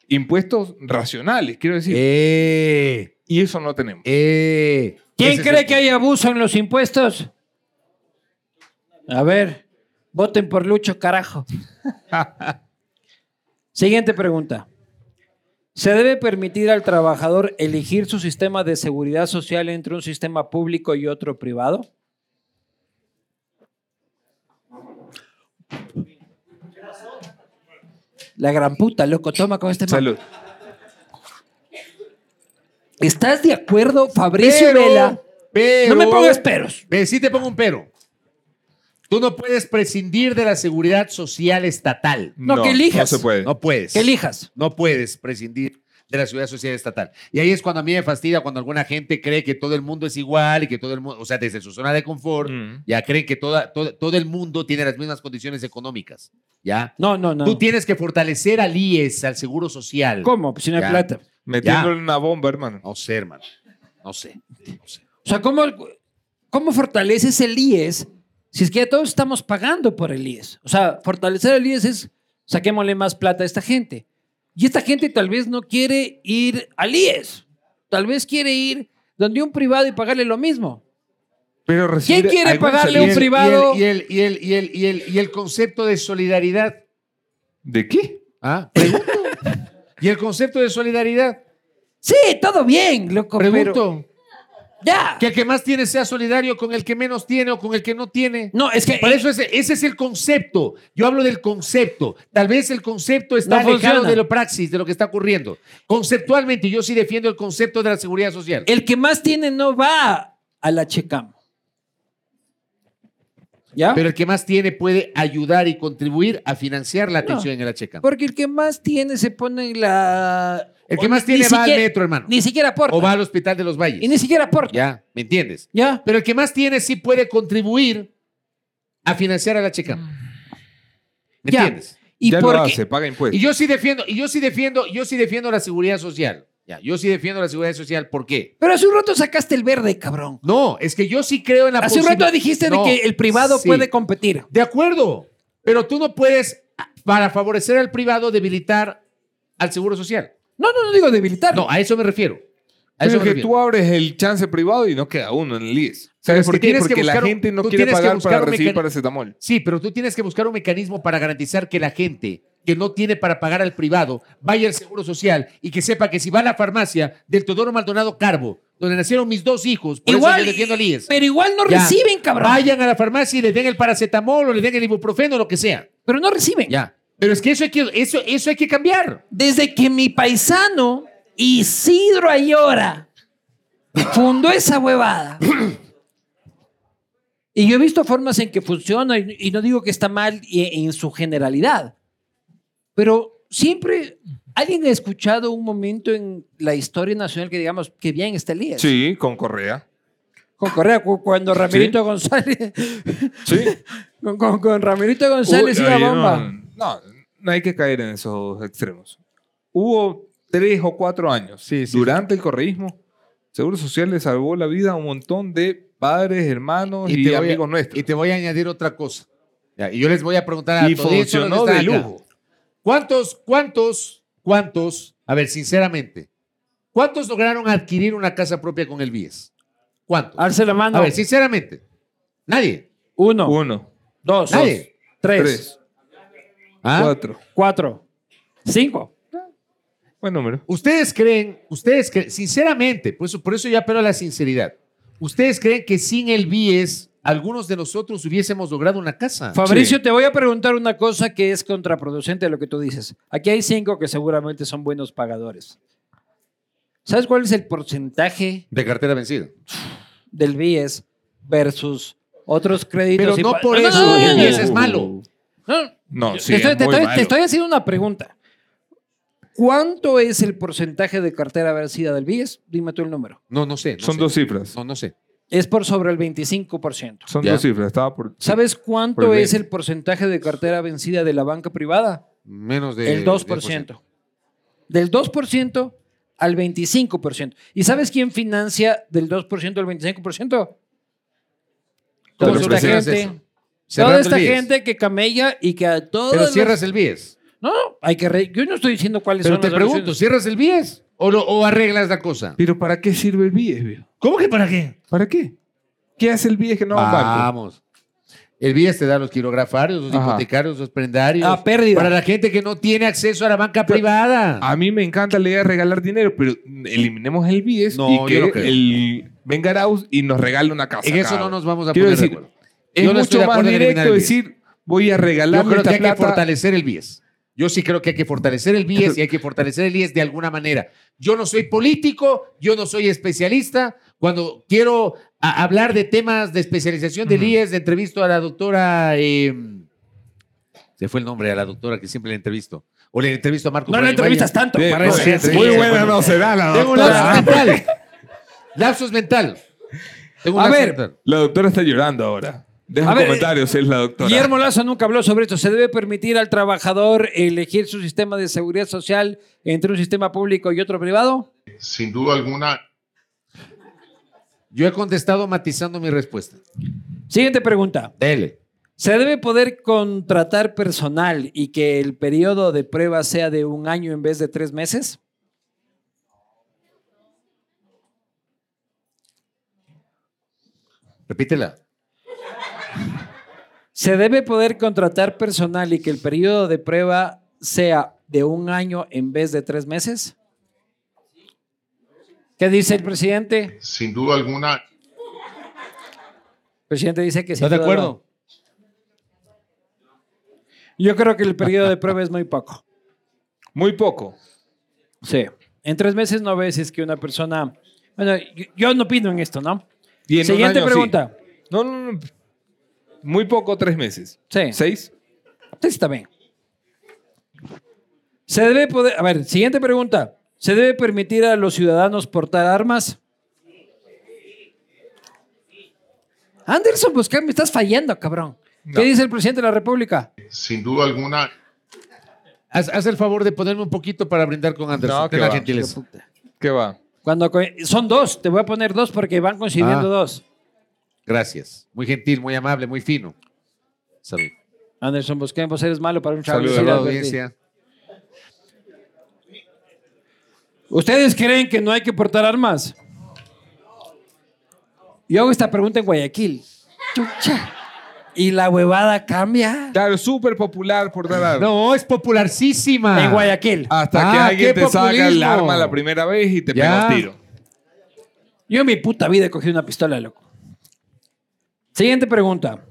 [SPEAKER 4] impuestos racionales, quiero decir.
[SPEAKER 5] Eh,
[SPEAKER 4] y eso no tenemos.
[SPEAKER 5] eh.
[SPEAKER 2] ¿Quién
[SPEAKER 5] Ese es
[SPEAKER 2] cree
[SPEAKER 5] el
[SPEAKER 2] que hay abuso en los impuestos? A ver, voten por Lucho, carajo. Siguiente pregunta. ¿Se debe permitir al trabajador elegir su sistema de seguridad social entre un sistema público y otro privado? La gran puta, loco, toma con este... ma-
[SPEAKER 4] Salud.
[SPEAKER 2] ¿Estás de acuerdo, Fabricio Vela?
[SPEAKER 5] Pero, pero-
[SPEAKER 2] No me pongas peros.
[SPEAKER 5] Ve, sí te pongo un pero. Tú no puedes prescindir de la seguridad social estatal.
[SPEAKER 2] No, que elijas.
[SPEAKER 4] No se puede.
[SPEAKER 5] No puedes.
[SPEAKER 2] Que elijas.
[SPEAKER 5] No puedes prescindir de la seguridad social estatal. Y ahí es cuando a mí me fastidia cuando alguna gente cree que todo el mundo es igual y que todo el mundo, o sea, desde su zona de confort,
[SPEAKER 4] Mm.
[SPEAKER 5] ya creen que toda, todo, todo el mundo tiene las mismas condiciones económicas. ¿Ya?
[SPEAKER 2] No, no, no.
[SPEAKER 5] Tú tienes que fortalecer al IES, al Seguro Social.
[SPEAKER 2] ¿Cómo? Pues si no hay
[SPEAKER 5] Ya.
[SPEAKER 2] plata.
[SPEAKER 4] Metiéndole una bomba, hermano.
[SPEAKER 5] No sé, hermano. No sé.
[SPEAKER 2] O sea, ¿cómo, ¿cómo E fortaleces el IES si es que ya todos estamos pagando por el IES? O sea, fortalecer el IES es saquémosle más plata a esta gente. Y esta gente tal vez no quiere ir al IES, tal vez quiere ir donde un privado y pagarle lo mismo.
[SPEAKER 3] Pero
[SPEAKER 2] ¿Quién
[SPEAKER 3] recibir
[SPEAKER 2] quiere
[SPEAKER 3] algún
[SPEAKER 2] pagarle
[SPEAKER 3] servicio-
[SPEAKER 2] un privado?
[SPEAKER 5] Y el, y el, y el, y el, y el concepto de solidaridad.
[SPEAKER 3] ¿De qué?
[SPEAKER 5] ¿Ah? Pregunto. y el concepto de solidaridad.
[SPEAKER 2] Sí, todo bien, loco, pero
[SPEAKER 5] Pregunto.
[SPEAKER 2] ya.
[SPEAKER 5] Que el que más tiene sea solidario con el que menos tiene o con el que no tiene.
[SPEAKER 2] No, es que
[SPEAKER 5] Por eso ese, ese es el concepto. Yo hablo del concepto. Tal vez el concepto está
[SPEAKER 2] No
[SPEAKER 5] alejado
[SPEAKER 2] funciona.
[SPEAKER 5] de la praxis, de lo que está ocurriendo. Conceptualmente, yo sí defiendo el concepto de la seguridad social.
[SPEAKER 2] el que más tiene no va a la Checam. ¿Ya?
[SPEAKER 5] Pero el que más tiene puede ayudar y contribuir a financiar la atención en la checa.
[SPEAKER 2] Porque el que más tiene se pone en la...
[SPEAKER 5] El que
[SPEAKER 2] o
[SPEAKER 5] más
[SPEAKER 2] ni-
[SPEAKER 5] tiene
[SPEAKER 2] ni
[SPEAKER 5] va al
[SPEAKER 2] siquiera-
[SPEAKER 5] metro, hermano.
[SPEAKER 2] Ni siquiera aporta.
[SPEAKER 5] O va al hospital de los
[SPEAKER 2] Y
[SPEAKER 5] valles.
[SPEAKER 2] ni siquiera aporta.
[SPEAKER 5] Ya, ¿me entiendes?
[SPEAKER 2] ¿Ya?
[SPEAKER 5] Pero el que más tiene sí puede contribuir a financiar a la checa. ¿Me
[SPEAKER 2] Ya.
[SPEAKER 5] entiendes?
[SPEAKER 2] Y
[SPEAKER 3] ya
[SPEAKER 2] porque
[SPEAKER 3] lo hace, paga
[SPEAKER 5] Y
[SPEAKER 3] impuestos.
[SPEAKER 5] yo sí defiendo, y yo sí defiendo, yo sí defiendo la seguridad social. Ya, yo sí defiendo la seguridad social. ¿Por qué?
[SPEAKER 2] Pero hace un rato sacaste el verde, cabrón.
[SPEAKER 5] No, es que yo sí creo en la
[SPEAKER 2] Hace un
[SPEAKER 5] posibil-
[SPEAKER 2] rato dijiste
[SPEAKER 5] No,
[SPEAKER 2] de que el privado
[SPEAKER 5] sí.
[SPEAKER 2] puede competir.
[SPEAKER 5] De acuerdo, pero tú no puedes, para favorecer al privado, debilitar al seguro social.
[SPEAKER 2] No, no, no digo debilitar.
[SPEAKER 5] No, a eso me refiero. A eso
[SPEAKER 3] Pero
[SPEAKER 5] me
[SPEAKER 3] que
[SPEAKER 5] refiero.
[SPEAKER 3] tú abres el chance privado y no queda uno en el IES.
[SPEAKER 5] Pero
[SPEAKER 3] ¿Sabes
[SPEAKER 5] es que
[SPEAKER 3] por qué?
[SPEAKER 5] tienes que
[SPEAKER 3] Porque la
[SPEAKER 5] buscar un-
[SPEAKER 3] gente no
[SPEAKER 5] tú
[SPEAKER 3] quiere
[SPEAKER 5] tienes que
[SPEAKER 3] pagar
[SPEAKER 5] buscar
[SPEAKER 3] para
[SPEAKER 5] un
[SPEAKER 3] recibir
[SPEAKER 5] mecan-
[SPEAKER 3] paracetamol.
[SPEAKER 5] Sí, pero tú tienes que buscar un mecanismo para garantizar que la gente que no tiene para pagar al privado vaya al seguro social y que sepa que si va a la farmacia del Teodoro Maldonado Carbo, donde nacieron mis dos hijos, por
[SPEAKER 2] igual,
[SPEAKER 5] eso yo defiendo al E IES.
[SPEAKER 2] pero igual no
[SPEAKER 5] Ya.
[SPEAKER 2] reciben, cabrón.
[SPEAKER 5] Vayan a la farmacia y le den el paracetamol o le den el ibuprofeno o lo que sea.
[SPEAKER 2] Pero no reciben.
[SPEAKER 5] Ya. Pero es que eso hay que, eso, eso hay que cambiar.
[SPEAKER 2] Desde que mi paisano Isidro Ayora fundó esa huevada. Y yo he visto formas en que funciona y, y no digo que está mal y- e, en su generalidad. Pero siempre alguien ha escuchado un momento en la historia nacional que digamos que bien está el IES.
[SPEAKER 3] Sí, con Correa.
[SPEAKER 2] Con Correa, cu- cuando Ramirito González,
[SPEAKER 3] Sí.
[SPEAKER 2] con, con- con Ramirito González
[SPEAKER 3] Uy,
[SPEAKER 2] iba
[SPEAKER 3] oye,
[SPEAKER 2] bomba.
[SPEAKER 3] No, no, no hay que caer en esos extremos. Hubo tres o cuatro años durante el correísmo. Seguro Social le salvó la vida a un montón de padres, hermanos y,
[SPEAKER 5] voy a-
[SPEAKER 3] amigos nuestros.
[SPEAKER 5] y te voy a añadir otra cosa. Ya, y yo les voy a preguntar a
[SPEAKER 3] Y
[SPEAKER 5] todos los que
[SPEAKER 3] funcionó
[SPEAKER 5] están
[SPEAKER 3] de
[SPEAKER 5] acá.
[SPEAKER 3] lujo.
[SPEAKER 5] ¿Cuántos, cuántos, cuántos, a ver, sinceramente, cuántos lograron adquirir una casa propia con el BIES? ¿Cuántos?
[SPEAKER 2] Alce la mano.
[SPEAKER 5] A ver, sinceramente, nadie,
[SPEAKER 2] Uno,
[SPEAKER 3] Uno,
[SPEAKER 2] dos,
[SPEAKER 5] nadie.
[SPEAKER 2] tres,
[SPEAKER 3] tres,
[SPEAKER 5] ¿Ah?
[SPEAKER 3] cuatro.
[SPEAKER 2] cuatro, cinco.
[SPEAKER 3] Buen número.
[SPEAKER 5] Ustedes creen, ustedes creen, sinceramente, por eso, por eso yo apelo a la sinceridad. ¿Ustedes creen que sin el BIES algunos de nosotros hubiésemos logrado una casa?
[SPEAKER 2] Fabricio,
[SPEAKER 3] Sí.
[SPEAKER 2] te voy a preguntar una cosa que es contraproducente a lo que tú dices. Aquí hay cinco que seguramente son buenos pagadores. ¿Sabes cuál es el porcentaje
[SPEAKER 5] De cartera vencida.
[SPEAKER 2] del BIES versus otros créditos?
[SPEAKER 5] Pero
[SPEAKER 2] y
[SPEAKER 5] no
[SPEAKER 2] pa-
[SPEAKER 5] por
[SPEAKER 2] No, no,
[SPEAKER 5] eso
[SPEAKER 2] no, no, no,
[SPEAKER 5] el
[SPEAKER 2] no,
[SPEAKER 5] BIES
[SPEAKER 2] no.
[SPEAKER 5] es malo.
[SPEAKER 2] No,
[SPEAKER 3] No, sí,
[SPEAKER 2] te, estoy,
[SPEAKER 3] es
[SPEAKER 2] te
[SPEAKER 3] muy
[SPEAKER 2] estoy- te
[SPEAKER 3] malo.
[SPEAKER 2] estoy haciendo una pregunta. ¿Cuánto es el porcentaje de cartera vencida del BIES? Dime tú el número.
[SPEAKER 5] No, no sé. no
[SPEAKER 3] Son
[SPEAKER 5] sé.
[SPEAKER 3] dos cifras.
[SPEAKER 5] No, no sé.
[SPEAKER 2] Es por sobre el 25%.
[SPEAKER 3] Son
[SPEAKER 5] Ya.
[SPEAKER 3] dos cifras. Estaba por...
[SPEAKER 2] ¿Sabes cuánto
[SPEAKER 3] Por el
[SPEAKER 2] es el porcentaje de cartera vencida de la banca privada?
[SPEAKER 5] Menos de.
[SPEAKER 2] El 2%. Del 2% al 25%. ¿Y sabes quién financia del 2% al 25%?
[SPEAKER 5] ¿Cómo
[SPEAKER 2] Toda esta
[SPEAKER 5] solucionas
[SPEAKER 2] gente,
[SPEAKER 5] eso?
[SPEAKER 2] toda
[SPEAKER 5] Cerrando el
[SPEAKER 2] esta
[SPEAKER 5] BIES.
[SPEAKER 2] gente que camella y que a todos
[SPEAKER 5] Pero
[SPEAKER 2] los-
[SPEAKER 5] cierras el BIES.
[SPEAKER 2] No, no, hay que... re- Yo no estoy diciendo cuáles
[SPEAKER 5] Pero
[SPEAKER 2] son
[SPEAKER 5] te
[SPEAKER 2] las
[SPEAKER 5] pregunto,
[SPEAKER 2] soluciones.
[SPEAKER 5] ¿cierras el BIES o, lo- o arreglas la cosa?
[SPEAKER 3] Pero ¿para qué sirve el BIES, viejo?
[SPEAKER 5] ¿Cómo que para qué?
[SPEAKER 3] ¿Para qué? ¿Qué hace el BIES que no
[SPEAKER 5] Ah,
[SPEAKER 3] va a banco?
[SPEAKER 5] Vamos. El BIES te da los quirografarios, los
[SPEAKER 3] Ajá.
[SPEAKER 5] hipotecarios, los prendarios.
[SPEAKER 2] Ah, pérdida.
[SPEAKER 5] Para la gente que no tiene acceso a la banca privada.
[SPEAKER 3] A mí me encanta la idea de regalar dinero, pero eliminemos el BIES
[SPEAKER 5] No, yo
[SPEAKER 3] y que
[SPEAKER 5] no creo.
[SPEAKER 3] el venga Arauz y nos regale una casa.
[SPEAKER 5] en eso
[SPEAKER 3] cada
[SPEAKER 5] no
[SPEAKER 3] uno.
[SPEAKER 5] nos vamos a
[SPEAKER 3] Quiero
[SPEAKER 5] poner de
[SPEAKER 3] decir,
[SPEAKER 5] acuerdo.
[SPEAKER 3] Es
[SPEAKER 5] Yo no estoy de
[SPEAKER 3] mucho más
[SPEAKER 5] acuerdo en eliminar
[SPEAKER 3] directo
[SPEAKER 5] el BIES.
[SPEAKER 3] decir, voy a regalar
[SPEAKER 5] Yo creo que
[SPEAKER 3] esta
[SPEAKER 5] hay que
[SPEAKER 3] plata.
[SPEAKER 5] fortalecer el BIES. Yo sí creo que hay que fortalecer el BIES y hay que fortalecer el BIES de alguna manera. Yo no soy político, yo no soy especialista. Cuando quiero a- hablar de temas de especialización del
[SPEAKER 3] Ujú.
[SPEAKER 5] IES, entrevisto a la doctora. eh, se fue el nombre a la doctora que siempre le entrevisto. O le entrevisto a Marco.
[SPEAKER 2] No la
[SPEAKER 5] Polo
[SPEAKER 2] entrevistas
[SPEAKER 5] Ibáñez.
[SPEAKER 2] tanto.
[SPEAKER 3] Bien,
[SPEAKER 2] para
[SPEAKER 3] no,
[SPEAKER 2] eso.
[SPEAKER 5] sí, sí,
[SPEAKER 3] Muy
[SPEAKER 5] sí,
[SPEAKER 3] buena
[SPEAKER 5] bueno.
[SPEAKER 3] no será la
[SPEAKER 5] Tengo un
[SPEAKER 3] doctora.
[SPEAKER 5] lapsus mental. Lapsus mental. Tengo un
[SPEAKER 2] A
[SPEAKER 5] lapsus
[SPEAKER 2] ver,
[SPEAKER 5] mental.
[SPEAKER 3] La doctora está llorando ahora. Deja
[SPEAKER 2] A
[SPEAKER 3] un
[SPEAKER 2] ver,
[SPEAKER 3] comentario si es la doctora.
[SPEAKER 2] Guillermo Lazo nunca habló sobre esto. Se debe permitir al trabajador elegir su sistema de seguridad social entre un sistema público y otro privado.
[SPEAKER 7] Sin duda alguna,
[SPEAKER 5] Yo he contestado matizando mi respuesta.
[SPEAKER 2] Siguiente pregunta.
[SPEAKER 5] Dele.
[SPEAKER 2] Se debe poder contratar personal y que el periodo de prueba sea de un año en vez de tres meses.
[SPEAKER 5] Repítela.
[SPEAKER 2] Se debe poder contratar personal y que el periodo de prueba sea de un año en vez de tres meses. ¿Qué dice el presidente?
[SPEAKER 8] sin duda alguna,
[SPEAKER 2] El presidente dice que sí.
[SPEAKER 9] ¿Estás de
[SPEAKER 2] todo
[SPEAKER 9] acuerdo?
[SPEAKER 2] lo- Yo creo que el periodo de prueba es muy poco.
[SPEAKER 3] Muy poco.
[SPEAKER 2] Sí. En tres meses no ves si es que una persona. Bueno, yo, yo no opino en esto, ¿no?
[SPEAKER 3] Y en un
[SPEAKER 2] Siguiente
[SPEAKER 3] año, sí.
[SPEAKER 2] pregunta.
[SPEAKER 3] No, no, no. Muy poco, tres meses.
[SPEAKER 2] Sí.
[SPEAKER 3] ¿Seis?
[SPEAKER 2] Sí, está bien. Se debe poder. A ver, siguiente pregunta. ¿Se debe permitir a los ciudadanos portar armas? Anderson, pues ¿qué? me estás fallando, cabrón.
[SPEAKER 3] No.
[SPEAKER 2] ¿Qué dice el presidente de la República?
[SPEAKER 8] sin duda alguna,
[SPEAKER 5] Haz, haz el favor de ponerme un poquito para brindar con Anderson.
[SPEAKER 3] No,
[SPEAKER 5] Ten
[SPEAKER 3] que
[SPEAKER 5] la
[SPEAKER 3] va.
[SPEAKER 5] gentileza.
[SPEAKER 3] ¿Qué va?
[SPEAKER 2] Cuando co- son dos, te voy a poner dos porque van coincidiendo
[SPEAKER 5] Ah.
[SPEAKER 2] dos.
[SPEAKER 5] Gracias. Muy gentil, muy amable, muy fino. Salud.
[SPEAKER 2] Anderson Busquén, vos eres malo para un chaval.
[SPEAKER 3] Saludos
[SPEAKER 2] sí,
[SPEAKER 3] a
[SPEAKER 5] Salud,
[SPEAKER 3] la
[SPEAKER 2] advertí.
[SPEAKER 5] audiencia.
[SPEAKER 2] ¿Ustedes creen que no hay que portar armas? Yo hago esta pregunta en Guayaquil. Chucha. Y la huevada cambia.
[SPEAKER 3] Claro, súper popular por dar armas.
[SPEAKER 5] No, es popularísima.
[SPEAKER 2] En Guayaquil.
[SPEAKER 3] Hasta que
[SPEAKER 5] Ah, qué
[SPEAKER 3] alguien te saca el
[SPEAKER 5] populismo.
[SPEAKER 3] arma la primera vez y te
[SPEAKER 5] Ya.
[SPEAKER 3] pega un tiro.
[SPEAKER 2] Yo en mi puta vida he cogido una pistola, loco. Siguiente pregunta.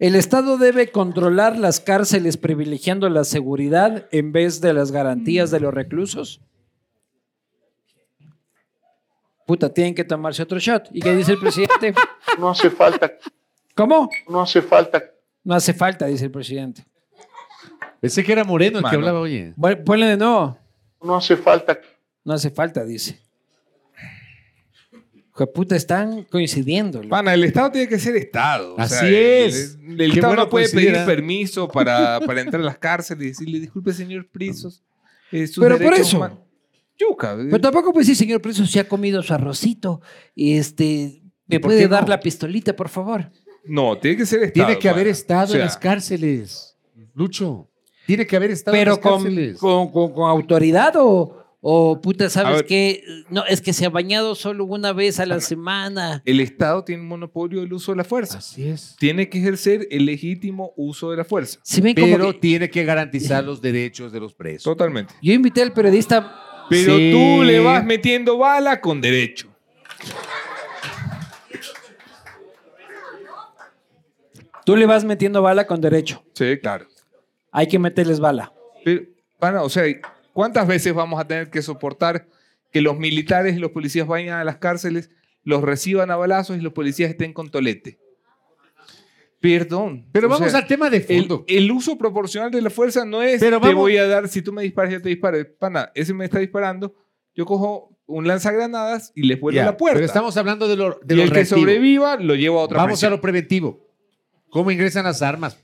[SPEAKER 2] El Estado debe controlar las cárceles privilegiando la seguridad en vez de las garantías de los reclusos. Puta, tienen que tomarse otro shot. ¿Y qué dice el presidente?
[SPEAKER 10] No hace falta,
[SPEAKER 2] ¿Cómo?
[SPEAKER 10] no hace falta
[SPEAKER 2] No hace falta, dice el presidente.
[SPEAKER 5] Pensé que era Moreno el que
[SPEAKER 3] Mano.
[SPEAKER 5] hablaba, oye.
[SPEAKER 2] Bueno, Ponle de nuevo.
[SPEAKER 10] No hace falta,
[SPEAKER 2] No hace falta, dice. Hijo de puta, están coincidiendo. loco.
[SPEAKER 3] Pana, el Estado tiene que ser Estado. o sea,
[SPEAKER 5] Así
[SPEAKER 3] el-
[SPEAKER 5] es.
[SPEAKER 3] El, el
[SPEAKER 5] Qué
[SPEAKER 3] Estado
[SPEAKER 5] bueno
[SPEAKER 3] no puede
[SPEAKER 5] coincidir,
[SPEAKER 3] pedir
[SPEAKER 5] ¿eh?
[SPEAKER 3] permiso para, para entrar a las cárceles y decirle, disculpe, señor Prisos. eh, sus
[SPEAKER 2] Pero por
[SPEAKER 3] derechos
[SPEAKER 2] eso.
[SPEAKER 3] humanos". Yuca. eh.
[SPEAKER 2] Pero tampoco puede decir, señor preso, si ha comido su arrocito, este, ¿me
[SPEAKER 5] por
[SPEAKER 2] puede
[SPEAKER 5] qué
[SPEAKER 2] dar
[SPEAKER 5] no?
[SPEAKER 2] la pistolita, por favor?
[SPEAKER 3] No, tiene que ser Estado.
[SPEAKER 5] Tiene que haber
[SPEAKER 3] pana.
[SPEAKER 5] estado
[SPEAKER 3] O sea,
[SPEAKER 5] en las cárceles, Lucho. Tiene que haber estado en
[SPEAKER 2] Pero
[SPEAKER 5] las
[SPEAKER 2] con,
[SPEAKER 5] cárceles.
[SPEAKER 2] con, con- con autoridad o, o puta, ¿sabes
[SPEAKER 3] ver.
[SPEAKER 2] qué? No, es que se ha bañado solo una vez a la semana.
[SPEAKER 3] El Estado tiene un monopolio del uso de la fuerza.
[SPEAKER 5] Así es.
[SPEAKER 3] Tiene que ejercer el legítimo uso de la fuerza.
[SPEAKER 2] Si ven como
[SPEAKER 5] Pero
[SPEAKER 2] que-
[SPEAKER 5] tiene que garantizar los derechos de los presos.
[SPEAKER 3] Totalmente.
[SPEAKER 2] yo invité al periodista,
[SPEAKER 3] Pero
[SPEAKER 5] Sí.
[SPEAKER 3] tú le vas metiendo bala con derecho.
[SPEAKER 2] tú le vas metiendo bala con derecho.
[SPEAKER 3] Sí, claro.
[SPEAKER 2] Hay que meterles bala.
[SPEAKER 3] Pero, pana, o sea, ¿cuántas veces vamos a tener que soportar que los militares y los policías vayan a las cárceles, los reciban a balazos y los policías estén con tolete? Perdón.
[SPEAKER 5] Pero
[SPEAKER 3] o
[SPEAKER 5] vamos
[SPEAKER 3] sea,
[SPEAKER 5] al tema de
[SPEAKER 3] el,
[SPEAKER 5] fondo.
[SPEAKER 3] el uso proporcional de la fuerza no es
[SPEAKER 5] Pero
[SPEAKER 3] te
[SPEAKER 5] vamos-
[SPEAKER 3] voy a dar, si tú me disparas, yo te disparo. Pana, ese me está disparando, yo cojo un lanzagranadas y le vuelvo
[SPEAKER 5] Ya,
[SPEAKER 3] la puerta.
[SPEAKER 5] Pero estamos hablando de lo, de
[SPEAKER 3] y
[SPEAKER 5] lo
[SPEAKER 3] el que
[SPEAKER 5] reactivo.
[SPEAKER 3] sobreviva lo lleva a otra
[SPEAKER 5] Vamos
[SPEAKER 3] prisión.
[SPEAKER 5] a lo preventivo. ¿Cómo ingresan las armas?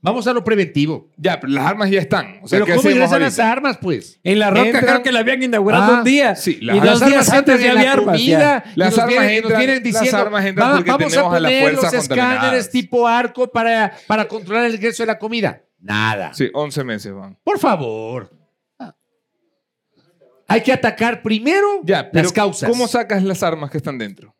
[SPEAKER 5] Vamos a lo preventivo.
[SPEAKER 3] Ya, pero las armas ya están. O sea,
[SPEAKER 5] Pero
[SPEAKER 3] ¿qué
[SPEAKER 5] ¿cómo
[SPEAKER 3] hacemos
[SPEAKER 5] ingresan
[SPEAKER 3] ahorita?
[SPEAKER 5] las armas, pues?
[SPEAKER 2] En la roca
[SPEAKER 3] Entran-
[SPEAKER 2] creo que la habían inaugurado
[SPEAKER 5] Ah,
[SPEAKER 2] un día.
[SPEAKER 3] sí, la-
[SPEAKER 2] y
[SPEAKER 3] las
[SPEAKER 2] dos días antes ya
[SPEAKER 5] en
[SPEAKER 2] había armas. ya.
[SPEAKER 5] comida, y
[SPEAKER 3] Las
[SPEAKER 5] nos
[SPEAKER 3] armas
[SPEAKER 5] vienen, y nos
[SPEAKER 3] entran-
[SPEAKER 5] vienen
[SPEAKER 3] las
[SPEAKER 5] diciendo,
[SPEAKER 3] armas entran
[SPEAKER 5] "Va-
[SPEAKER 3] porque
[SPEAKER 5] vamos
[SPEAKER 3] tenemos
[SPEAKER 5] a
[SPEAKER 3] a la
[SPEAKER 5] poner
[SPEAKER 3] fuerza
[SPEAKER 5] los escáneres
[SPEAKER 3] contaminadas".
[SPEAKER 5] tipo arco para, para controlar el ingreso de la comida. Nada.
[SPEAKER 3] Sí, 11 meses van.
[SPEAKER 5] Por favor. Ah. Hay que atacar primero
[SPEAKER 3] Ya, pero
[SPEAKER 5] las causas.
[SPEAKER 3] ¿Cómo sacas las armas que están dentro?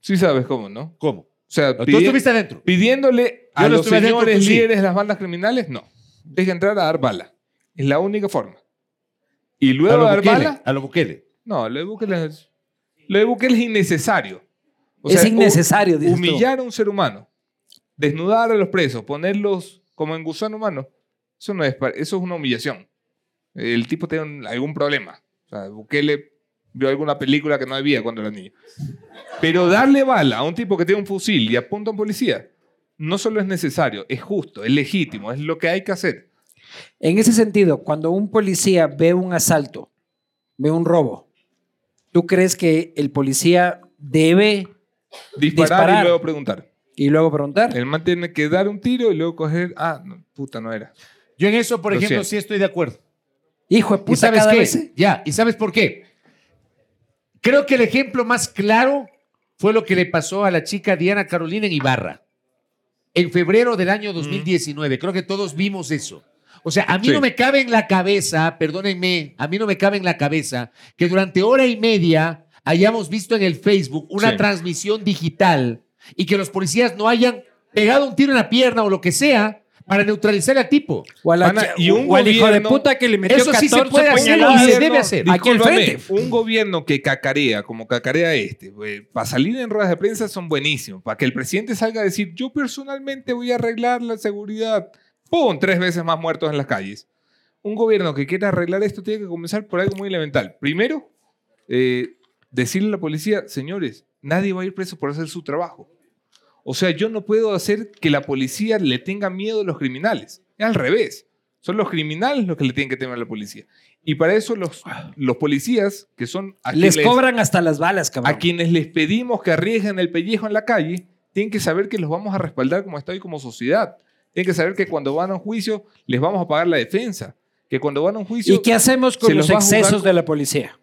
[SPEAKER 3] Sí sabes cómo, ¿no? O
[SPEAKER 5] ¿Cómo?
[SPEAKER 3] sea,
[SPEAKER 5] Tú
[SPEAKER 3] pidi-
[SPEAKER 5] estuviste adentro.
[SPEAKER 3] pidiéndole
[SPEAKER 5] Yo
[SPEAKER 3] a
[SPEAKER 5] no
[SPEAKER 3] los
[SPEAKER 5] estuve
[SPEAKER 3] señores
[SPEAKER 5] adentro, tú sí.
[SPEAKER 3] líderes de las bandas criminales, no. Deja entrar a dar bala. Es la única forma. Y
[SPEAKER 5] A
[SPEAKER 3] luego
[SPEAKER 5] lo
[SPEAKER 3] dar
[SPEAKER 5] Bukele.
[SPEAKER 3] bala,
[SPEAKER 5] A lo Bukele.
[SPEAKER 3] no, lo de Bukele es, lo de Bukele es innecesario. O
[SPEAKER 2] es
[SPEAKER 3] sea, hu-
[SPEAKER 2] innecesario, dices tú.
[SPEAKER 3] Humillar a un ser humano, desnudar a los presos, ponerlos como en gusano humano, eso no es, pa- eso es una humillación. El tipo tiene un- algún problema. O sea, Bukele vio alguna película que no debía cuando era niño. Pero darle bala a un tipo que tiene un fusil y apunta a un policía, no solo es necesario, es justo, es legítimo, es lo que hay que hacer.
[SPEAKER 2] En ese sentido, cuando un policía ve un asalto, ve un robo, ¿tú crees que el policía debe
[SPEAKER 3] Disparar,
[SPEAKER 2] Disparar.
[SPEAKER 3] y luego preguntar.
[SPEAKER 2] y luego preguntar?
[SPEAKER 3] El man tiene que dar un tiro y luego coger. Ah, no, puta, no era.
[SPEAKER 5] Yo en eso, por
[SPEAKER 3] Lo
[SPEAKER 5] ejemplo,
[SPEAKER 3] siento.
[SPEAKER 5] sí estoy de acuerdo.
[SPEAKER 2] Hijo de
[SPEAKER 5] ¿Y
[SPEAKER 2] puta,
[SPEAKER 5] sabes
[SPEAKER 2] cada
[SPEAKER 5] qué?
[SPEAKER 2] vez.
[SPEAKER 5] Ya, ¿y sabes por qué? Creo que el ejemplo más claro fue lo que le pasó a la chica Diana Carolina en Ibarra. en febrero del
[SPEAKER 2] Mm.
[SPEAKER 5] año 2019. Creo que todos vimos eso. O sea, a mí
[SPEAKER 3] Sí.
[SPEAKER 5] no me cabe en la cabeza, perdónenme, a mí no me cabe en la cabeza que durante hora y media hayamos visto en el Facebook una
[SPEAKER 3] Sí.
[SPEAKER 5] transmisión digital y que los policías no hayan pegado un tiro en la pierna o lo que sea para neutralizar al tipo.
[SPEAKER 2] O, a la
[SPEAKER 3] Pana,
[SPEAKER 2] ch-
[SPEAKER 3] y un
[SPEAKER 2] o al hijo de
[SPEAKER 3] gobierno-
[SPEAKER 2] puta que le metió
[SPEAKER 5] Eso sí se
[SPEAKER 2] 14
[SPEAKER 5] puede hacer y
[SPEAKER 2] puñaladas.
[SPEAKER 5] se debe hacer.
[SPEAKER 2] Aquí al
[SPEAKER 3] Discúlpame,
[SPEAKER 2] frente.
[SPEAKER 3] Un gobierno que cacarea, como cacarea este, para salir en ruedas de prensa son buenísimos. Para que el presidente salga a decir, yo personalmente voy a arreglar la seguridad. ¡Pum! Tres veces más muertos en las calles. Un gobierno que quiera arreglar esto tiene que comenzar por algo muy elemental. Primero, eh, decirle a la policía, señores, nadie va a ir preso por hacer su trabajo. O sea, yo no puedo hacer que la policía le tenga miedo a los criminales. Es al revés. Son los criminales los que le tienen que temer a la policía. Y para eso los, los policías, que son a
[SPEAKER 2] Les
[SPEAKER 3] quienes-
[SPEAKER 2] cobran hasta las balas, cabrón.
[SPEAKER 3] a quienes les pedimos que arriesguen el pellejo en la calle, tienen que saber que los vamos a respaldar como Estado y como sociedad. Tienen que saber que cuando van a un juicio les vamos a pagar la defensa. Que cuando van a un juicio...
[SPEAKER 2] ¿Y qué hacemos con
[SPEAKER 3] se
[SPEAKER 2] los
[SPEAKER 3] los va a jugar
[SPEAKER 2] excesos
[SPEAKER 3] con-
[SPEAKER 2] de la policía?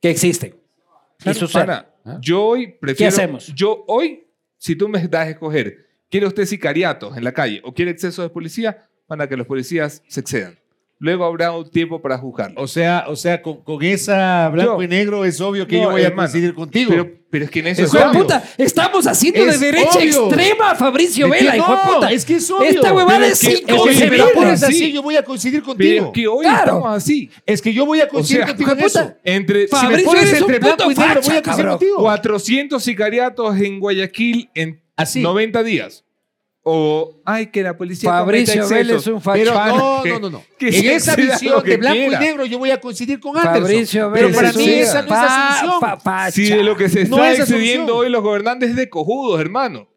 [SPEAKER 2] Que existen. Y
[SPEAKER 3] Claro,
[SPEAKER 2] suceden.
[SPEAKER 3] pana, Yo hoy prefiero...
[SPEAKER 2] Ah. hacemos?
[SPEAKER 3] Yo hoy, si tú me das a escoger, ¿quiere usted sicariatos en la calle o quiere exceso de policía? Para que los policías se excedan. Luego habrá un tiempo para juzgarlo.
[SPEAKER 5] O sea, o sea, con, con esa blanco
[SPEAKER 3] Yo-
[SPEAKER 5] y negro es obvio que
[SPEAKER 3] No,
[SPEAKER 5] yo voy
[SPEAKER 3] hermano,
[SPEAKER 5] a coincidir contigo.
[SPEAKER 3] Pero, pero es que en eso
[SPEAKER 5] Es
[SPEAKER 2] Hijo de
[SPEAKER 3] estamos.
[SPEAKER 2] puta, estamos haciendo de
[SPEAKER 5] Es
[SPEAKER 2] derecha
[SPEAKER 5] obvio.
[SPEAKER 2] extrema a Fabricio
[SPEAKER 5] ¿Me entiendes?
[SPEAKER 2] Vela, hijo de
[SPEAKER 5] No,
[SPEAKER 2] puta.
[SPEAKER 5] es que es obvio.
[SPEAKER 2] Esta huevada
[SPEAKER 5] Pero
[SPEAKER 2] es
[SPEAKER 5] que- que si me
[SPEAKER 2] inconcebible.
[SPEAKER 5] la pones así,
[SPEAKER 3] Sí.
[SPEAKER 5] yo voy a coincidir
[SPEAKER 3] Pero
[SPEAKER 5] contigo.
[SPEAKER 3] es que hoy
[SPEAKER 2] Claro.
[SPEAKER 3] estamos así.
[SPEAKER 5] Es que yo voy a coincidir
[SPEAKER 3] sea,
[SPEAKER 5] contigo en
[SPEAKER 2] hijo de puta,
[SPEAKER 5] eso.
[SPEAKER 3] Entre, si me
[SPEAKER 2] Fabricio,
[SPEAKER 3] pones
[SPEAKER 2] eres
[SPEAKER 3] entre
[SPEAKER 2] un puto
[SPEAKER 3] blanco y negro,
[SPEAKER 2] facha,
[SPEAKER 3] voy a coincidir
[SPEAKER 2] cabrón.
[SPEAKER 3] contigo. 400 sicariatos en Guayaquil en
[SPEAKER 5] Así.
[SPEAKER 3] 90 días. O, ay, que la policía cometa
[SPEAKER 2] Fabricio
[SPEAKER 3] excesos.
[SPEAKER 2] Vela es un
[SPEAKER 5] Pero
[SPEAKER 2] facha.
[SPEAKER 5] no,
[SPEAKER 3] que-
[SPEAKER 5] no, no, no.
[SPEAKER 3] que
[SPEAKER 5] en
[SPEAKER 3] se
[SPEAKER 5] esa
[SPEAKER 3] sea lo
[SPEAKER 5] visión
[SPEAKER 3] que
[SPEAKER 5] de blanco
[SPEAKER 3] quiera.
[SPEAKER 5] y negro yo voy a coincidir con Anderson.
[SPEAKER 2] Fabricio Vela
[SPEAKER 5] pero para
[SPEAKER 2] es
[SPEAKER 5] mí
[SPEAKER 2] un
[SPEAKER 5] esa no es
[SPEAKER 2] fa-
[SPEAKER 5] asunción.
[SPEAKER 2] fa- facha.
[SPEAKER 3] Si de lo que se
[SPEAKER 5] No
[SPEAKER 3] está
[SPEAKER 5] es asunción.
[SPEAKER 3] excediendo hoy los gobernantes es de cojudos, hermano.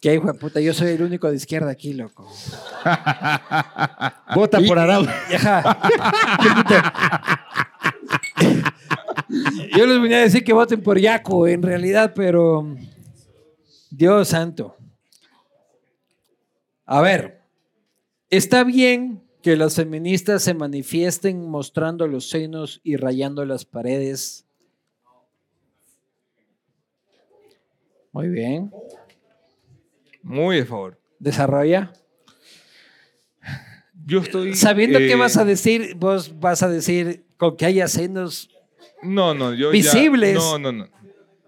[SPEAKER 2] Qué hijo de puta, yo soy el único de izquierda aquí, loco.
[SPEAKER 5] Vota por Araujo.
[SPEAKER 2] Yo les venía a decir que voten por Yaco, en realidad, pero. Dios santo. A ver, está bien que las feministas se manifiesten mostrando los senos y rayando las paredes. Muy bien.
[SPEAKER 3] Muy de favor.
[SPEAKER 2] Desarrolla.
[SPEAKER 3] Yo estoy.
[SPEAKER 2] Sabiendo
[SPEAKER 3] eh,
[SPEAKER 2] qué vas a decir, vos vas a decir con que haya senos.
[SPEAKER 3] No, no, yo. ya-
[SPEAKER 2] Visibles.
[SPEAKER 3] no, no, no.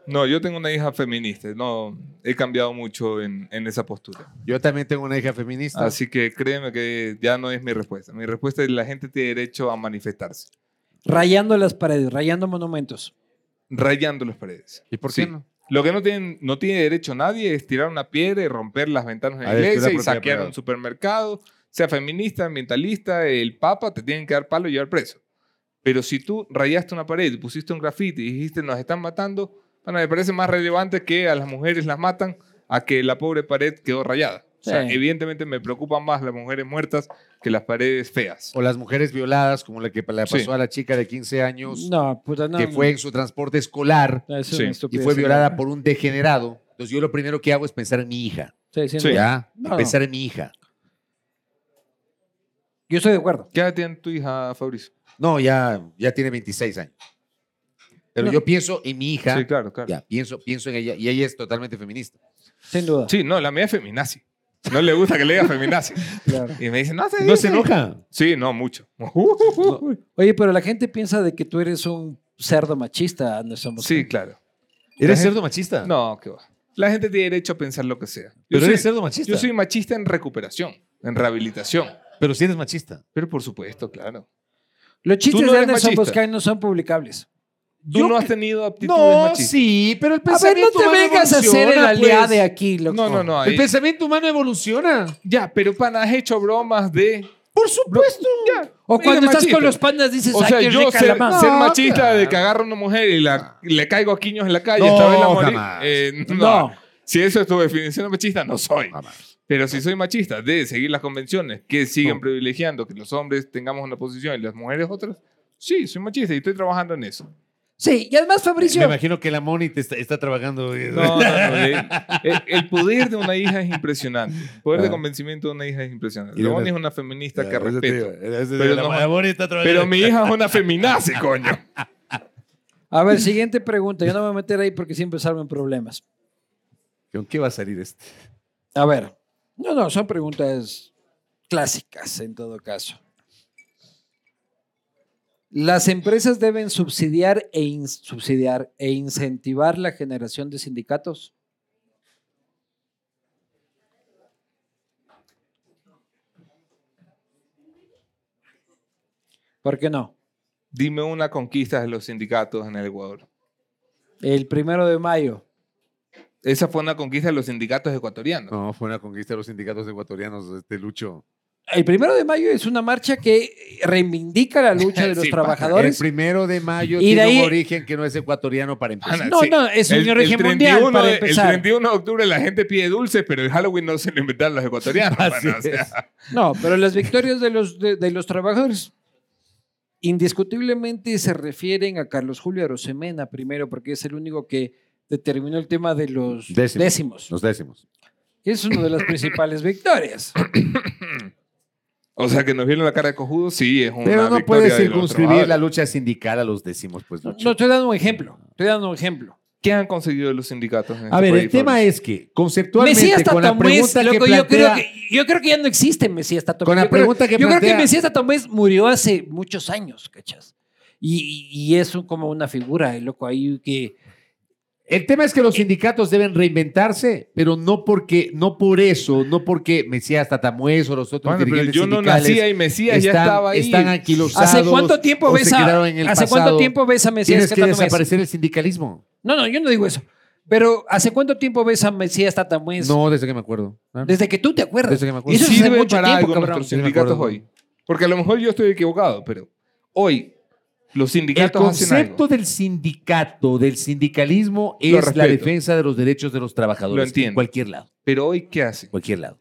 [SPEAKER 3] No, yo tengo una hija feminista. No, he cambiado mucho en, en esa postura.
[SPEAKER 5] Yo también tengo una hija feminista.
[SPEAKER 3] Así que créeme que ya no es mi respuesta. Mi respuesta es la gente tiene derecho a manifestarse.
[SPEAKER 2] Rayando las paredes, rayando monumentos.
[SPEAKER 3] rayando las paredes.
[SPEAKER 5] ¿Y por
[SPEAKER 3] Sí.
[SPEAKER 5] qué no?
[SPEAKER 3] Lo que no tiene, no tiene derecho nadie es tirar una piedra y romper las ventanas de
[SPEAKER 5] A
[SPEAKER 3] la
[SPEAKER 5] ver, estoy de
[SPEAKER 3] iglesia y
[SPEAKER 5] acuerdo, estoy de
[SPEAKER 3] saquear
[SPEAKER 5] acuerdo.
[SPEAKER 3] un supermercado. Sea feminista, ambientalista, el papa, te tienen que dar palo y llevar preso. Pero si tú rayaste una pared, pusiste un grafiti y dijiste nos están matando, bueno, me parece más relevante que a las mujeres las matan a que la pobre pared quedó rayada. O sea,
[SPEAKER 2] Sí.
[SPEAKER 3] evidentemente me preocupan más las mujeres muertas que las paredes feas.
[SPEAKER 5] O las mujeres violadas, como la que le pasó
[SPEAKER 3] Sí.
[SPEAKER 5] a la chica de 15 años
[SPEAKER 2] No, puta, no.
[SPEAKER 5] que fue en su transporte escolar
[SPEAKER 2] no, eso es
[SPEAKER 3] Sí,
[SPEAKER 2] una
[SPEAKER 3] y
[SPEAKER 5] y
[SPEAKER 2] estupidez,
[SPEAKER 5] fue violada
[SPEAKER 2] ¿no?
[SPEAKER 5] por un degenerado. Entonces yo lo primero que hago es pensar en mi hija.
[SPEAKER 2] Estoy diciendo-
[SPEAKER 3] Sí.
[SPEAKER 5] ¿Ya?
[SPEAKER 2] No.
[SPEAKER 5] Pensar en mi hija.
[SPEAKER 2] Yo estoy de acuerdo.
[SPEAKER 3] ¿Qué edad tiene tu hija, Fabricio?
[SPEAKER 5] No, ya, ya tiene 26 años. Pero
[SPEAKER 2] No.
[SPEAKER 5] yo pienso en mi hija.
[SPEAKER 3] Sí, claro, claro.
[SPEAKER 5] Ya, pienso, pienso en ella. Y ella es totalmente feminista.
[SPEAKER 2] Sin duda.
[SPEAKER 3] Sí, no, la mía es feminazi. No le gusta que le diga feminazi.
[SPEAKER 2] claro.
[SPEAKER 3] Y me dice, no se
[SPEAKER 5] ¿No se
[SPEAKER 3] dice".
[SPEAKER 5] enoja?
[SPEAKER 3] Sí, no, mucho.
[SPEAKER 2] Oye, pero la gente piensa de que tú eres un cerdo machista, Anderson. Bosco.
[SPEAKER 3] Sí, claro.
[SPEAKER 5] ¿Eres
[SPEAKER 3] La
[SPEAKER 5] cerdo machista?
[SPEAKER 3] No, qué va. La gente tiene derecho a pensar lo que sea. Yo,
[SPEAKER 5] Pero
[SPEAKER 3] soy,
[SPEAKER 5] eres cerdo machista.
[SPEAKER 3] yo soy machista en recuperación, en rehabilitación.
[SPEAKER 5] Pero sí eres machista.
[SPEAKER 3] Pero por supuesto, claro.
[SPEAKER 2] Los chistes
[SPEAKER 3] Tú no
[SPEAKER 2] de
[SPEAKER 3] eres
[SPEAKER 2] Anderson
[SPEAKER 3] machista.
[SPEAKER 2] Boscay no son publicables.
[SPEAKER 3] Tú
[SPEAKER 5] Yo
[SPEAKER 3] no has
[SPEAKER 5] que-
[SPEAKER 3] tenido aptitudes
[SPEAKER 5] No,
[SPEAKER 3] machistas.
[SPEAKER 5] sí, pero el
[SPEAKER 2] A ver, no te
[SPEAKER 5] pensamiento humano
[SPEAKER 2] vengas a hacer el
[SPEAKER 5] evoluciona,
[SPEAKER 2] aliado
[SPEAKER 5] pues.
[SPEAKER 2] de aquí, loco.
[SPEAKER 3] No, no, no. ahí-
[SPEAKER 5] El pensamiento humano evoluciona.
[SPEAKER 3] Ya, pero pana, has hecho bromas de...
[SPEAKER 5] Por supuesto.
[SPEAKER 2] O
[SPEAKER 3] Eres
[SPEAKER 2] cuando estás
[SPEAKER 3] machista.
[SPEAKER 2] con los pandas dices,
[SPEAKER 3] O sea,
[SPEAKER 2] ay, qué
[SPEAKER 3] yo
[SPEAKER 2] rica
[SPEAKER 3] ser,
[SPEAKER 2] la mano.
[SPEAKER 3] ser
[SPEAKER 5] No,
[SPEAKER 3] machista
[SPEAKER 5] claro.
[SPEAKER 3] de que agarro a una mujer y la, y le caigo a quiños en la calle,
[SPEAKER 5] No,
[SPEAKER 3] esta vez la morí.
[SPEAKER 5] jamás.
[SPEAKER 3] eh, no.
[SPEAKER 2] No.
[SPEAKER 3] Si eso es tu definición de machista, no soy.
[SPEAKER 5] Jamás.
[SPEAKER 3] Pero si soy machista, de seguir las convenciones que siguen privilegiando que los hombres tengamos una posición y las mujeres otras, sí, soy machista y estoy trabajando en eso.
[SPEAKER 2] Sí, y además,
[SPEAKER 5] Me
[SPEAKER 2] Fabricio,
[SPEAKER 5] imagino que la Moni te está, está trabajando.
[SPEAKER 3] No, no, no, eh, El, el poder de una hija es impresionante. El poder de
[SPEAKER 5] Ah.
[SPEAKER 3] convencimiento de una hija es impresionante.
[SPEAKER 5] Y de
[SPEAKER 3] La
[SPEAKER 5] una-
[SPEAKER 3] Bonnie es una feminista que
[SPEAKER 5] Ya, eso te
[SPEAKER 3] respeto.
[SPEAKER 5] digo, eso te
[SPEAKER 3] Pero
[SPEAKER 5] digo, la,
[SPEAKER 3] no-
[SPEAKER 5] la Moni está trabajando.
[SPEAKER 3] Pero mi hija es una feminazi, coño.
[SPEAKER 2] a ver, siguiente pregunta. Yo no me voy a meter ahí porque siempre salgo en problemas.
[SPEAKER 5] ¿Con qué va a salir este?
[SPEAKER 2] A ver. No, no, son preguntas clásicas en todo caso. Las empresas deben subsidiar e, in- subsidiar e incentivar la generación de sindicatos. ¿Por qué no?
[SPEAKER 3] Dime una conquista de los sindicatos en el Ecuador.
[SPEAKER 2] El primero de mayo.
[SPEAKER 3] Esa fue una conquista de los sindicatos ecuatorianos.
[SPEAKER 5] No, fue una conquista de los sindicatos ecuatorianos, este Lucho.
[SPEAKER 2] El primero de mayo es una marcha que reivindica la lucha de los
[SPEAKER 3] Sí, pa,
[SPEAKER 5] El
[SPEAKER 2] trabajadores.
[SPEAKER 5] primero de mayo
[SPEAKER 2] Y de
[SPEAKER 5] tiene
[SPEAKER 2] ahí-
[SPEAKER 5] un origen que no es ecuatoriano para empezar.
[SPEAKER 3] Ana,
[SPEAKER 2] No, no, es un origen mundial, para
[SPEAKER 3] de-
[SPEAKER 2] empezar.
[SPEAKER 3] El 31 de octubre la gente pide dulces, pero el Halloween no se lo inventaron los ecuatorianos. pana, o sea,
[SPEAKER 2] No, pero las victorias de los, de, de los trabajadores indiscutiblemente se refieren a Carlos Julio Arosemena primero, porque es el único que determinó el tema de los
[SPEAKER 5] Décimos.
[SPEAKER 2] décimos.
[SPEAKER 5] Los décimos.
[SPEAKER 2] Es una de las principales victorias.
[SPEAKER 3] o sea, que nos vieron la cara de cojudo, sí, es una
[SPEAKER 5] Pero no
[SPEAKER 3] victoria
[SPEAKER 5] puedes
[SPEAKER 3] de los
[SPEAKER 5] circunscribir la
[SPEAKER 3] trabajadores.
[SPEAKER 5] lucha sindical a los décimos, pues
[SPEAKER 2] No,
[SPEAKER 5] Lucho.
[SPEAKER 2] no, estoy dando un ejemplo. Estoy dando un ejemplo.
[SPEAKER 3] ¿Qué han conseguido los sindicatos en este
[SPEAKER 5] A ver, el tema
[SPEAKER 3] es...
[SPEAKER 5] es que
[SPEAKER 2] Mesías
[SPEAKER 5] conceptualmente con la
[SPEAKER 2] Tatomés,
[SPEAKER 5] pregunta que
[SPEAKER 2] loco, yo, creo
[SPEAKER 5] plantea,
[SPEAKER 2] que, yo creo que ya no existe Mesías Tatomés.
[SPEAKER 5] Con la
[SPEAKER 2] Yo creo-
[SPEAKER 5] pregunta que
[SPEAKER 2] Yo creo
[SPEAKER 5] plantea-
[SPEAKER 2] que Mesías Tatomés murió hace muchos años, ¿cachas? Y, y- y es un- como una figura, el loco, ahí que...
[SPEAKER 5] el tema es que los sindicatos deben reinventarse, pero no porque no por eso, no porque Mesías Tatamuez o los otros dirigentes
[SPEAKER 3] yo no
[SPEAKER 5] sindicales
[SPEAKER 3] nacía y Mesías ya
[SPEAKER 5] están-
[SPEAKER 3] estaba ahí.
[SPEAKER 5] están anquilosados
[SPEAKER 2] ¿Hace cuánto tiempo
[SPEAKER 5] o se
[SPEAKER 2] ves a,
[SPEAKER 5] quedaron en el
[SPEAKER 2] ¿hace
[SPEAKER 5] pasado.
[SPEAKER 2] cuánto tiempo ves a Mesías
[SPEAKER 5] Tienes que
[SPEAKER 2] Tatamés?
[SPEAKER 5] desaparecer el sindicalismo.
[SPEAKER 2] No, no, yo no digo eso. Pero ¿hace cuánto tiempo ves a Mesías Tatamés?
[SPEAKER 5] No, desde que me acuerdo. Ah,
[SPEAKER 2] Desde que tú te acuerdas.
[SPEAKER 5] Desde que me acuerdo.
[SPEAKER 2] Y eso es hace
[SPEAKER 3] sirve
[SPEAKER 2] mucho
[SPEAKER 3] para
[SPEAKER 2] tiempo,
[SPEAKER 3] algo
[SPEAKER 2] cabrón.
[SPEAKER 3] nuestros
[SPEAKER 5] Sí, me
[SPEAKER 3] sindicatos
[SPEAKER 5] acuerdo.
[SPEAKER 3] hoy. Porque a lo mejor yo estoy equivocado, pero hoy los
[SPEAKER 5] El
[SPEAKER 3] sindicatos hacen algo.
[SPEAKER 5] concepto del sindicato, del sindicalismo, es la
[SPEAKER 3] respeto.
[SPEAKER 5] defensa de los derechos de los trabajadores.
[SPEAKER 3] Lo
[SPEAKER 5] en
[SPEAKER 3] entiendo.
[SPEAKER 5] cualquier lado,
[SPEAKER 3] Pero hoy, ¿qué hacen?
[SPEAKER 5] cualquier lado.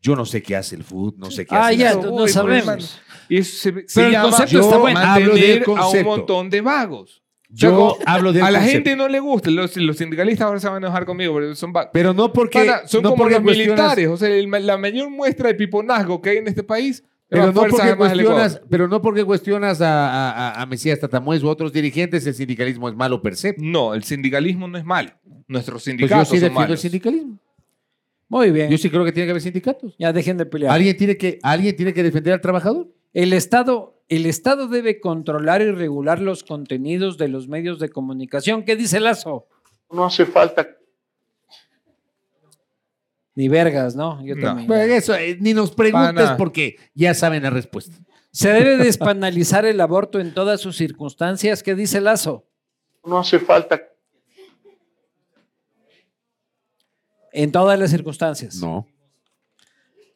[SPEAKER 5] Yo no sé qué hace el food, no sé qué
[SPEAKER 2] Ah,
[SPEAKER 5] hace.
[SPEAKER 2] ya,
[SPEAKER 5] la-
[SPEAKER 3] Uy,
[SPEAKER 2] no
[SPEAKER 3] por
[SPEAKER 2] sabemos.
[SPEAKER 3] Y eso se, se
[SPEAKER 2] Pero el
[SPEAKER 3] llama
[SPEAKER 2] concepto
[SPEAKER 5] está
[SPEAKER 3] yo
[SPEAKER 5] bueno. Hablo del
[SPEAKER 3] mantener a un
[SPEAKER 5] concepto.
[SPEAKER 3] montón de vagos.
[SPEAKER 5] Yo
[SPEAKER 3] Chaco,
[SPEAKER 5] hablo del
[SPEAKER 3] a la
[SPEAKER 5] concepto.
[SPEAKER 3] gente no le gusta. Los, los sindicalistas ahora se van a enojar conmigo, pero son vagos.
[SPEAKER 5] Pero no porque
[SPEAKER 3] Pana, son
[SPEAKER 5] no
[SPEAKER 3] como
[SPEAKER 5] porque
[SPEAKER 3] los
[SPEAKER 5] cuestionas-
[SPEAKER 3] militares. O sea, el- la mayor muestra de piponazgo que hay en este país
[SPEAKER 5] Pero no,
[SPEAKER 3] fuerzas
[SPEAKER 5] porque
[SPEAKER 3] armadas del Ecuador.
[SPEAKER 5] cuestionas, pero no porque cuestionas a, a- a- a Mesías Tatamuez u otros dirigentes, el sindicalismo es malo per se. Pues
[SPEAKER 3] No, el sindicalismo no es malo. Nuestros
[SPEAKER 5] yo
[SPEAKER 3] sindicatos
[SPEAKER 5] sí
[SPEAKER 3] son
[SPEAKER 5] defiendo el
[SPEAKER 3] malos. Eh.
[SPEAKER 5] sindicalismo.
[SPEAKER 2] Muy
[SPEAKER 5] Yo
[SPEAKER 2] bien.
[SPEAKER 5] sí creo que tiene que haber sindicatos.
[SPEAKER 2] Ya dejen de pelear.
[SPEAKER 5] Alguien tiene que, alguien tiene que defender al trabajador.
[SPEAKER 2] El Estado, el Estado debe controlar y regular los contenidos de los medios de comunicación. ¿Qué dice Lazo?
[SPEAKER 11] No hace falta.
[SPEAKER 2] Ni vergas, ¿no? Yo
[SPEAKER 3] No.
[SPEAKER 2] también.
[SPEAKER 5] Bueno, eso, eh, ni nos preguntes
[SPEAKER 3] Pana.
[SPEAKER 5] porque ya saben la respuesta.
[SPEAKER 2] Se debe despenalizar el aborto en todas sus circunstancias. ¿Qué dice Lazo?
[SPEAKER 11] No hace falta.
[SPEAKER 2] En todas las circunstancias.
[SPEAKER 5] No.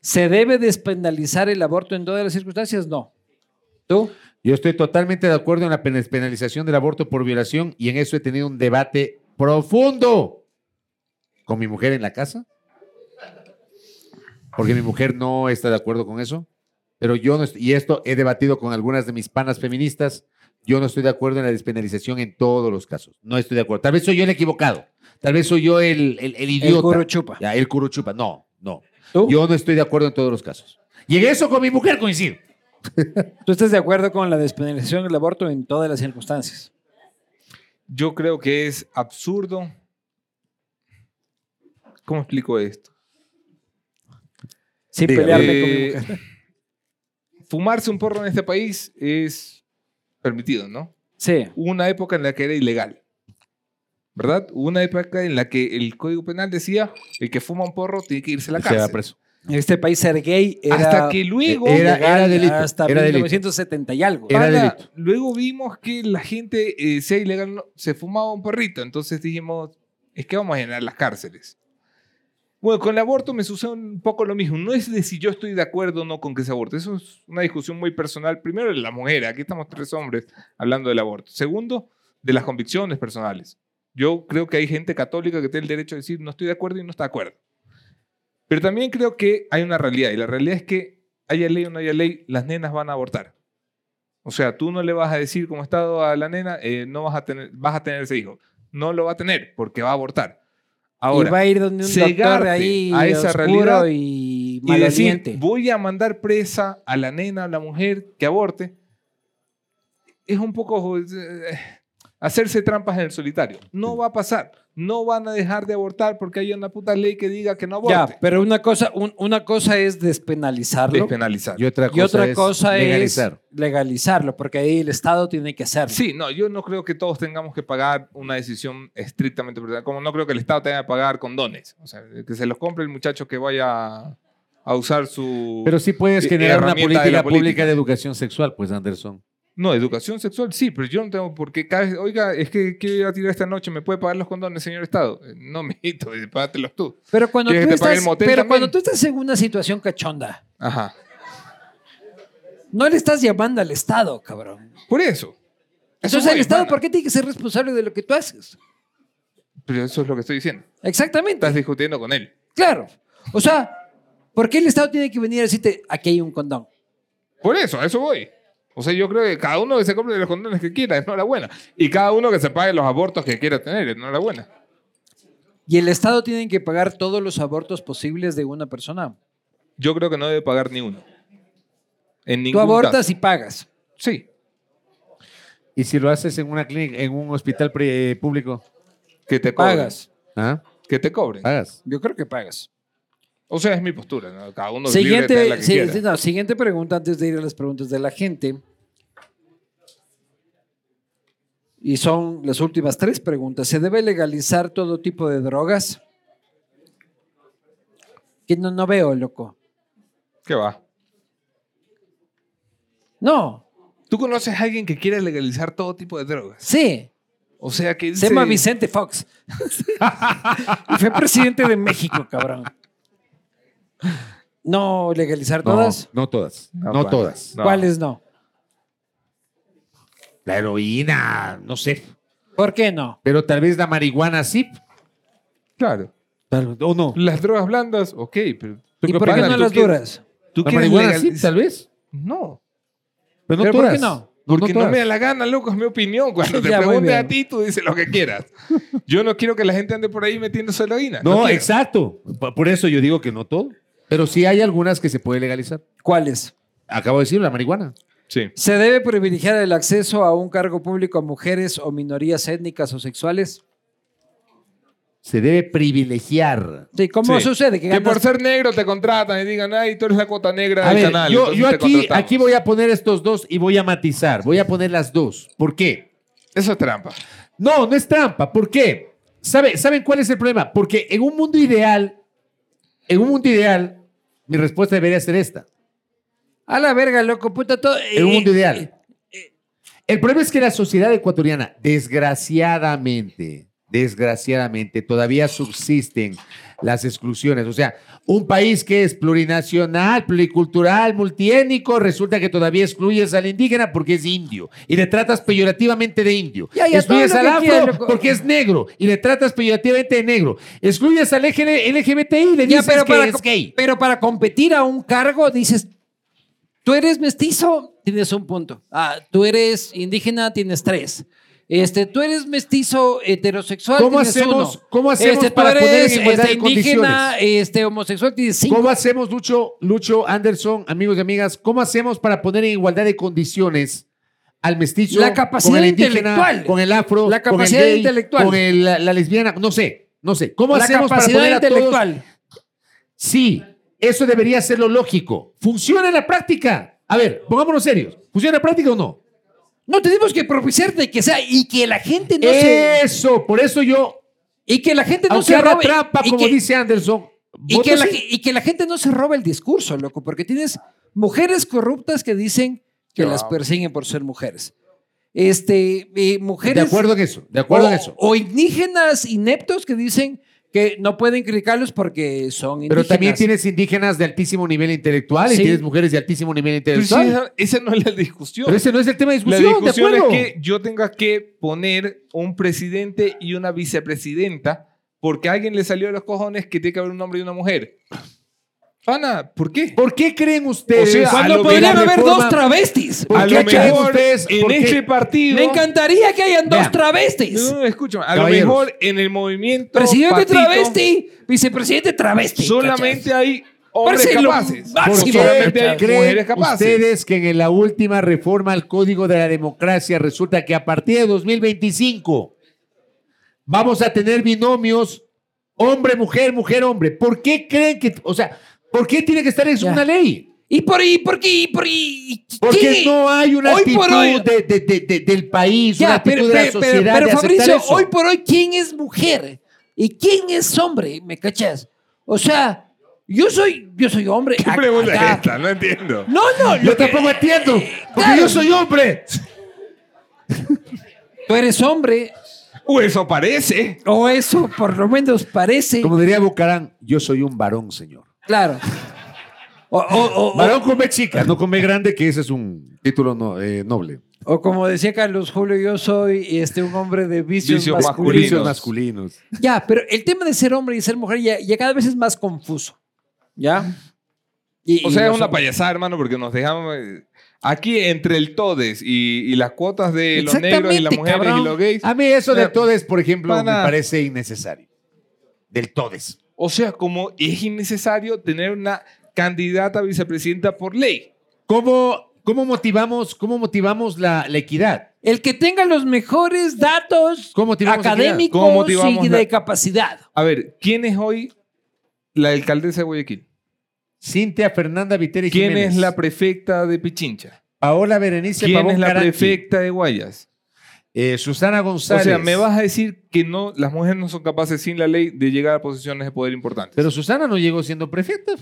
[SPEAKER 2] ¿Se debe despenalizar el aborto en todas las circunstancias? No. ¿Tú?
[SPEAKER 5] Yo estoy totalmente de acuerdo en la pen- penalización del aborto por violación y en eso he tenido un debate profundo con mi mujer en la casa. Porque mi mujer no está de acuerdo con eso. Pero yo no est- y esto he debatido con algunas de mis panas feministas. Yo no estoy de acuerdo en la despenalización en todos los casos. No estoy de acuerdo. Tal vez soy yo el equivocado. Tal vez soy yo el, el, el idiota.
[SPEAKER 2] El curuchupa.
[SPEAKER 5] Ya, el curuchupa. No, no.
[SPEAKER 2] ¿Tú?
[SPEAKER 5] Yo no estoy de acuerdo en todos los casos. Y en eso con mi mujer coincido.
[SPEAKER 2] ¿Tú estás de acuerdo con la despenalización del aborto en todas las circunstancias?
[SPEAKER 3] Yo creo que es absurdo. ¿Cómo explico esto?
[SPEAKER 2] Sin
[SPEAKER 5] Dígame.
[SPEAKER 2] pelearme con mi
[SPEAKER 3] Eh,
[SPEAKER 2] mujer.
[SPEAKER 3] Fumarse un porro en este país es permitido, ¿no?
[SPEAKER 2] Sí.
[SPEAKER 3] Hubo una época en la que era ilegal. ¿Verdad? Hubo una época en la que el Código Penal decía el que fuma un porro tiene que irse a la
[SPEAKER 5] Se va
[SPEAKER 3] cárcel.
[SPEAKER 5] preso.
[SPEAKER 2] En este país ser gay era
[SPEAKER 3] Hasta que luego,
[SPEAKER 5] Era-
[SPEAKER 2] legal
[SPEAKER 5] delito,
[SPEAKER 2] hasta
[SPEAKER 5] era delito.
[SPEAKER 2] 1970 y algo.
[SPEAKER 5] Era
[SPEAKER 3] pana,
[SPEAKER 5] delito.
[SPEAKER 3] luego vimos que la gente, eh, sea ilegal, o no, se fumaba un porrito. Entonces dijimos, es que vamos a llenar las cárceles. Bueno, con el aborto me sucede un poco lo mismo. No es de si yo estoy de acuerdo o no con que se aborte. Eso es una discusión muy personal. Primero, de la mujer. Aquí estamos tres hombres hablando del aborto. Segundo, de las convicciones personales. Yo creo que hay gente católica que tiene el derecho de decir no estoy de acuerdo y no está de acuerdo. Pero también creo que hay una realidad. Y la realidad es que, haya ley o no haya ley, las nenas van a abortar. O sea, tú no le vas a decir como estado a la nena, eh, no vas a tener, vas a tener ese hijo. No lo va a tener porque va a abortar. Ahora,
[SPEAKER 2] y va a ir donde un doctor
[SPEAKER 3] cegarte
[SPEAKER 2] ahí
[SPEAKER 3] a esa
[SPEAKER 2] oscuro
[SPEAKER 3] realidad
[SPEAKER 2] y
[SPEAKER 3] y decir,
[SPEAKER 2] maloliente.
[SPEAKER 3] voy a mandar presa a la nena, a la mujer que aborte, es un poco... eh, hacerse trampas en el solitario. No va a pasar. No van a dejar de abortar porque hay una puta ley que diga que no aborte.
[SPEAKER 2] Ya, pero una cosa, un- una cosa es despenalizarlo
[SPEAKER 3] Despenalizar.
[SPEAKER 5] Y otra cosa,
[SPEAKER 2] y otra
[SPEAKER 5] es,
[SPEAKER 2] cosa es
[SPEAKER 5] legalizar.
[SPEAKER 2] legalizarlo. porque ahí el Estado tiene que hacerlo.
[SPEAKER 3] Sí, no, yo no creo que todos tengamos que pagar una decisión estrictamente personal. Como no creo que el Estado tenga que pagar condones. O sea, que se los compre el muchacho que vaya a usar su...
[SPEAKER 5] Pero sí puedes
[SPEAKER 3] Eh,
[SPEAKER 5] generar una
[SPEAKER 3] herramienta de
[SPEAKER 5] política,
[SPEAKER 3] la política.
[SPEAKER 5] pública de educación sexual, pues, Anderson.
[SPEAKER 3] No, educación sexual sí, pero yo no tengo por qué cada vez, oiga, es que quiero ir a tirar esta noche, ¿me puede pagar los condones, señor Estado? Eh, No, mijito, eh, págatelos tú.
[SPEAKER 2] Pero cuando, tú
[SPEAKER 3] ¿Quieres que te pague el
[SPEAKER 2] estás,
[SPEAKER 3] motel
[SPEAKER 2] pero
[SPEAKER 3] también?
[SPEAKER 2] cuando tú estás en una situación cachonda,
[SPEAKER 3] Ajá.
[SPEAKER 2] no le estás llamando al Estado, cabrón.
[SPEAKER 3] Por eso. Eso
[SPEAKER 2] Entonces,
[SPEAKER 3] voy,
[SPEAKER 2] el Estado,
[SPEAKER 3] hermano.
[SPEAKER 2] ¿por qué tiene que ser responsable de lo que tú haces?
[SPEAKER 3] Pero eso es lo que estoy diciendo.
[SPEAKER 2] Exactamente.
[SPEAKER 3] Estás discutiendo con él.
[SPEAKER 2] Claro. O sea, ¿por qué el Estado tiene que venir a decirte, aquí hay un condón?
[SPEAKER 3] Por eso, a eso voy. O sea, yo creo que cada uno que se compre los condones que quiera, enhorabuena. Y cada uno que se pague los abortos que quiera tener, enhorabuena.
[SPEAKER 2] Y el Estado tiene que pagar todos los abortos posibles de una persona.
[SPEAKER 3] Yo creo que no debe pagar ni uno. En ningún
[SPEAKER 2] Tú abortas
[SPEAKER 3] caso.
[SPEAKER 2] y pagas.
[SPEAKER 3] Sí.
[SPEAKER 5] Y si lo haces en una clínica, en un hospital pre- público,
[SPEAKER 3] Que te cobren.
[SPEAKER 2] Pagas.
[SPEAKER 5] ¿ah?
[SPEAKER 3] Que te cobren.
[SPEAKER 5] pagas.
[SPEAKER 2] Yo creo que pagas.
[SPEAKER 3] O sea, es mi postura. ¿no? Cada uno es libre de tener
[SPEAKER 2] Siguiente,
[SPEAKER 3] la que
[SPEAKER 2] sí,
[SPEAKER 3] quiera.
[SPEAKER 2] sí, no, siguiente pregunta antes de ir a las preguntas de la gente. Y son las últimas tres preguntas. ¿Se debe legalizar todo tipo de drogas? Que no, no veo, loco.
[SPEAKER 3] ¿Qué va?
[SPEAKER 2] No,
[SPEAKER 3] ¿Tú conoces a alguien que quiere legalizar todo tipo de drogas?
[SPEAKER 2] sí.
[SPEAKER 3] O sea, que
[SPEAKER 2] Se llama Vicente Fox. y fue presidente de México, cabrón. No legalizar
[SPEAKER 5] No,
[SPEAKER 2] todas.
[SPEAKER 5] no todas. No,
[SPEAKER 3] bueno.
[SPEAKER 5] todas.
[SPEAKER 3] No.
[SPEAKER 2] ¿Cuáles no?
[SPEAKER 5] La heroína, no sé.
[SPEAKER 2] ¿Por qué no?
[SPEAKER 5] Pero tal vez la marihuana sí.
[SPEAKER 3] Claro.
[SPEAKER 5] Tal- O no.
[SPEAKER 3] Las drogas blandas, ok, pero...
[SPEAKER 2] ¿Y por qué
[SPEAKER 3] Para,
[SPEAKER 2] no
[SPEAKER 3] ¿tú
[SPEAKER 2] las
[SPEAKER 3] quieres-
[SPEAKER 2] duras?
[SPEAKER 3] ¿Tú
[SPEAKER 5] La
[SPEAKER 3] quieres
[SPEAKER 5] marihuana
[SPEAKER 3] legalizar?
[SPEAKER 5] sí, tal vez.
[SPEAKER 3] No.
[SPEAKER 5] Pero no
[SPEAKER 2] ¿Pero por
[SPEAKER 5] todas.
[SPEAKER 2] qué no?
[SPEAKER 3] Porque no,
[SPEAKER 5] todas.
[SPEAKER 3] me da la gana, loco, es mi opinión. Cuando te
[SPEAKER 2] Ya, muy
[SPEAKER 3] preguntes
[SPEAKER 2] bien.
[SPEAKER 3] a ti, tú dices lo que quieras. Yo no quiero que la gente ande por ahí metiéndose heroína.
[SPEAKER 5] No,
[SPEAKER 3] quiero.
[SPEAKER 5] exacto. P- Por eso yo digo que no todo. Pero sí hay algunas que se puede legalizar.
[SPEAKER 2] ¿Cuáles?
[SPEAKER 5] Acabo de decir la marihuana.
[SPEAKER 3] Sí.
[SPEAKER 2] ¿Se debe privilegiar el acceso a un cargo público a mujeres o minorías étnicas o sexuales?
[SPEAKER 5] Se debe privilegiar.
[SPEAKER 2] Sí, ¿cómo
[SPEAKER 3] Sí.
[SPEAKER 2] sucede? Que
[SPEAKER 3] Que por
[SPEAKER 2] ganas-
[SPEAKER 3] ser negro te contratan y digan, ay, tú eres la cuota negra
[SPEAKER 5] A
[SPEAKER 3] del
[SPEAKER 5] ver,
[SPEAKER 3] canal.
[SPEAKER 5] yo,
[SPEAKER 3] entonces
[SPEAKER 5] yo
[SPEAKER 3] te
[SPEAKER 5] aquí,
[SPEAKER 3] contratamos".
[SPEAKER 5] aquí voy a poner estos dos y voy a matizar. Voy a poner las dos. ¿Por qué?
[SPEAKER 3] Eso es trampa.
[SPEAKER 5] No, no es trampa. ¿Por qué? ¿Sabe- ¿Saben cuál es el problema? Porque en un mundo ideal, en un mundo ideal, mi respuesta debería ser esta.
[SPEAKER 2] A la verga, loco, puta, todo. eh,
[SPEAKER 5] En un mundo ideal. eh, El problema es que la sociedad ecuatoriana, desgraciadamente, desgraciadamente, todavía subsisten las exclusiones. O sea, un país que es plurinacional, pluricultural, multiétnico, resulta que todavía excluyes al indígena porque es indio y le tratas peyorativamente de indio.
[SPEAKER 2] Ya, ya,
[SPEAKER 5] excluyes
[SPEAKER 2] todo
[SPEAKER 5] al
[SPEAKER 2] lo que quieras,
[SPEAKER 5] afro
[SPEAKER 2] loco.
[SPEAKER 5] porque es negro y le tratas peyorativamente de negro. Excluyes al LG LGBTI y le
[SPEAKER 2] Ya,
[SPEAKER 5] dices
[SPEAKER 2] pero
[SPEAKER 5] que
[SPEAKER 2] para,
[SPEAKER 5] es
[SPEAKER 2] co-
[SPEAKER 5] gay.
[SPEAKER 2] pero para competir a un cargo, dices, tú eres mestizo, tienes un punto. Ah, tú eres indígena, tienes tres. Este, tú eres mestizo heterosexual.
[SPEAKER 5] ¿Cómo
[SPEAKER 2] tienes
[SPEAKER 5] hacemos-
[SPEAKER 2] uno.
[SPEAKER 5] cómo hacemos
[SPEAKER 2] Este, tú
[SPEAKER 5] para poner en
[SPEAKER 2] eres,
[SPEAKER 5] igualdad
[SPEAKER 2] este,
[SPEAKER 5] de
[SPEAKER 2] indígena, este, homosexual, tienes cinco.
[SPEAKER 5] ¿Cómo hacemos, Lucho, Lucho, Anderson, amigos y amigas, cómo hacemos para poner en igualdad de condiciones al mestizo,
[SPEAKER 2] La capacidad
[SPEAKER 5] con el indígena,
[SPEAKER 2] intelectual.
[SPEAKER 5] con el afro,
[SPEAKER 2] La
[SPEAKER 5] con el
[SPEAKER 2] capacidad
[SPEAKER 5] gay,
[SPEAKER 2] intelectual.
[SPEAKER 5] con el- la, la lesbiana, no sé, no sé. ¿Cómo
[SPEAKER 2] La
[SPEAKER 5] hacemos para poner
[SPEAKER 2] capacidad
[SPEAKER 5] a todos?
[SPEAKER 2] intelectual.
[SPEAKER 5] Sí, eso debería ser lo lógico. ¿Funciona en la práctica? A ver, pongámonos serios. ¿Funciona en la práctica o no?
[SPEAKER 2] No, tenemos que propiciar de que sea y que la gente
[SPEAKER 5] Eh,
[SPEAKER 2] no se
[SPEAKER 5] Eso, por eso yo,
[SPEAKER 2] y que la gente no
[SPEAKER 5] aunque
[SPEAKER 2] se
[SPEAKER 5] haga
[SPEAKER 2] robe
[SPEAKER 5] trampa,
[SPEAKER 2] y,
[SPEAKER 5] como
[SPEAKER 2] que,
[SPEAKER 5] dice Anderson,
[SPEAKER 2] y
[SPEAKER 5] voto
[SPEAKER 2] que la,
[SPEAKER 5] sí.
[SPEAKER 2] ge- y que la gente no se robe el discurso, loco, porque tienes mujeres corruptas que dicen que
[SPEAKER 3] Qué
[SPEAKER 2] las
[SPEAKER 3] va.
[SPEAKER 2] persiguen por ser mujeres. Este, eh, mujeres
[SPEAKER 5] de acuerdo en eso, de acuerdo
[SPEAKER 2] o,
[SPEAKER 5] en eso.
[SPEAKER 2] o indígenas ineptos que dicen que no pueden criticarlos porque son
[SPEAKER 5] Pero
[SPEAKER 2] indígenas.
[SPEAKER 5] también tienes indígenas de altísimo nivel intelectual y
[SPEAKER 2] Sí.
[SPEAKER 5] tienes mujeres de altísimo nivel
[SPEAKER 3] Pero
[SPEAKER 5] intelectual.
[SPEAKER 3] Pues sí, esa, esa no es la discusión.
[SPEAKER 5] Pero ese Pues no es el tema de
[SPEAKER 3] La
[SPEAKER 5] discusión,
[SPEAKER 3] discusión
[SPEAKER 5] de
[SPEAKER 3] es
[SPEAKER 5] acuerdo.
[SPEAKER 3] que yo tenga que poner un presidente y una vicepresidenta porque a alguien le salió de los cojones que tiene que haber un hombre y una mujer. Ana, ¿por qué?
[SPEAKER 5] ¿Por qué creen ustedes?
[SPEAKER 3] O sea,
[SPEAKER 5] cuando
[SPEAKER 3] a
[SPEAKER 2] Cuando
[SPEAKER 3] lo
[SPEAKER 2] podrían
[SPEAKER 3] mejor
[SPEAKER 2] Ah, haber dos
[SPEAKER 5] trabajos.
[SPEAKER 2] travestis.
[SPEAKER 5] ¿Por
[SPEAKER 3] a
[SPEAKER 5] qué
[SPEAKER 3] lo
[SPEAKER 5] creen
[SPEAKER 3] mejor
[SPEAKER 5] ustedes?
[SPEAKER 3] en
[SPEAKER 5] ¿Por qué?
[SPEAKER 3] este partido...
[SPEAKER 2] Me encantaría que hayan dos
[SPEAKER 5] Vean.
[SPEAKER 2] travestis.
[SPEAKER 3] No, escúchame, a lo
[SPEAKER 5] Caballeros.
[SPEAKER 3] mejor en el movimiento
[SPEAKER 2] Presidente
[SPEAKER 3] patito
[SPEAKER 2] travesti, vicepresidente travesti.
[SPEAKER 3] solamente hay Hombres
[SPEAKER 2] Parece lo
[SPEAKER 3] capaces.
[SPEAKER 2] máximo,
[SPEAKER 3] Porque
[SPEAKER 2] Machado.
[SPEAKER 3] solamente hay
[SPEAKER 5] ¿Creen
[SPEAKER 3] mujeres capaces.
[SPEAKER 5] ustedes que en la última reforma al Código de la Democracia resulta que a partir de 2025 vamos a tener binomios hombre-mujer, mujer-hombre? ¿Por qué creen que, o sea, por qué tiene que estar en
[SPEAKER 2] Ya.
[SPEAKER 5] una ley?
[SPEAKER 2] ¿Y por ahí? ¿Por qué? ¿Y por ahí?
[SPEAKER 5] Porque
[SPEAKER 2] ¿Qué?
[SPEAKER 5] no hay una
[SPEAKER 2] Hoy
[SPEAKER 5] actitud
[SPEAKER 2] por hoy-
[SPEAKER 5] de- de- de- de- del país, una
[SPEAKER 2] Ya,
[SPEAKER 5] actitud
[SPEAKER 2] pero,
[SPEAKER 5] de la
[SPEAKER 2] pero-
[SPEAKER 5] sociedad.
[SPEAKER 2] pero- pero
[SPEAKER 5] de aceptar
[SPEAKER 2] Fabricio,
[SPEAKER 5] eso.
[SPEAKER 2] hoy por hoy, ¿quién es mujer? ¿Y quién es hombre? ¿Me cachas? O sea, yo soy, yo soy hombre.
[SPEAKER 3] ¿Qué
[SPEAKER 2] Ac-
[SPEAKER 3] pregunta
[SPEAKER 2] acá.
[SPEAKER 3] es esta? No entiendo.
[SPEAKER 2] No, no,
[SPEAKER 5] Yo
[SPEAKER 2] lo que-
[SPEAKER 5] tampoco entiendo, porque
[SPEAKER 2] Claro.
[SPEAKER 5] yo soy hombre.
[SPEAKER 2] tú eres hombre,
[SPEAKER 3] O eso parece.
[SPEAKER 2] o eso por lo menos parece.
[SPEAKER 5] Como diría Bucarán, yo soy un varón, señor.
[SPEAKER 2] Claro. O, o- o-
[SPEAKER 5] Varón come chica, no come grande, que ese es un título no- eh, noble.
[SPEAKER 2] o como decía Carlos Julio, yo soy este, un hombre de vicios
[SPEAKER 3] Vicio
[SPEAKER 2] masculinos.
[SPEAKER 3] masculino.
[SPEAKER 5] Juicios masculinos.
[SPEAKER 2] Ya, pero el tema de ser hombre y ser mujer ya, ya cada vez es más confuso. ¿Ya? Y-
[SPEAKER 3] O
[SPEAKER 2] y
[SPEAKER 3] sea, es
[SPEAKER 2] los
[SPEAKER 3] una
[SPEAKER 2] hombres-
[SPEAKER 3] payasada, hermano, porque nos dejamos. eh, Aquí entre el todes y, y las cuotas de los negros y las
[SPEAKER 2] Exactamente,
[SPEAKER 3] mujeres
[SPEAKER 2] cabrón.
[SPEAKER 3] y los gays.
[SPEAKER 5] A mí eso de
[SPEAKER 3] Eh,
[SPEAKER 5] todes, por ejemplo,
[SPEAKER 3] pana.
[SPEAKER 5] me parece innecesario. Del todes.
[SPEAKER 3] O sea, como es innecesario tener una candidata a vicepresidenta por ley.
[SPEAKER 5] ¿Cómo, cómo motivamos, cómo motivamos la, la equidad?
[SPEAKER 2] El que tenga los mejores datos
[SPEAKER 5] ¿Cómo motivamos la equidad?
[SPEAKER 2] académicos
[SPEAKER 3] ¿Cómo motivamos
[SPEAKER 2] y de
[SPEAKER 3] la-
[SPEAKER 2] capacidad.
[SPEAKER 3] A ver, ¿quién es hoy la alcaldesa de Guayaquil?
[SPEAKER 5] Cintia Fernanda Viteri
[SPEAKER 3] ¿Quién
[SPEAKER 5] Jiménez.
[SPEAKER 3] es la prefecta de Pichincha?
[SPEAKER 5] Paola Berenice
[SPEAKER 3] ¿Quién
[SPEAKER 5] Pavón
[SPEAKER 3] es la
[SPEAKER 5] Caranqui.
[SPEAKER 3] prefecta de Guayas?
[SPEAKER 5] Eh, Susana
[SPEAKER 3] O
[SPEAKER 5] González.
[SPEAKER 3] sea, me vas a decir que no, las mujeres no son capaces sin la ley de llegar a posiciones de poder importantes.
[SPEAKER 5] Pero Susana no llegó siendo prefecta.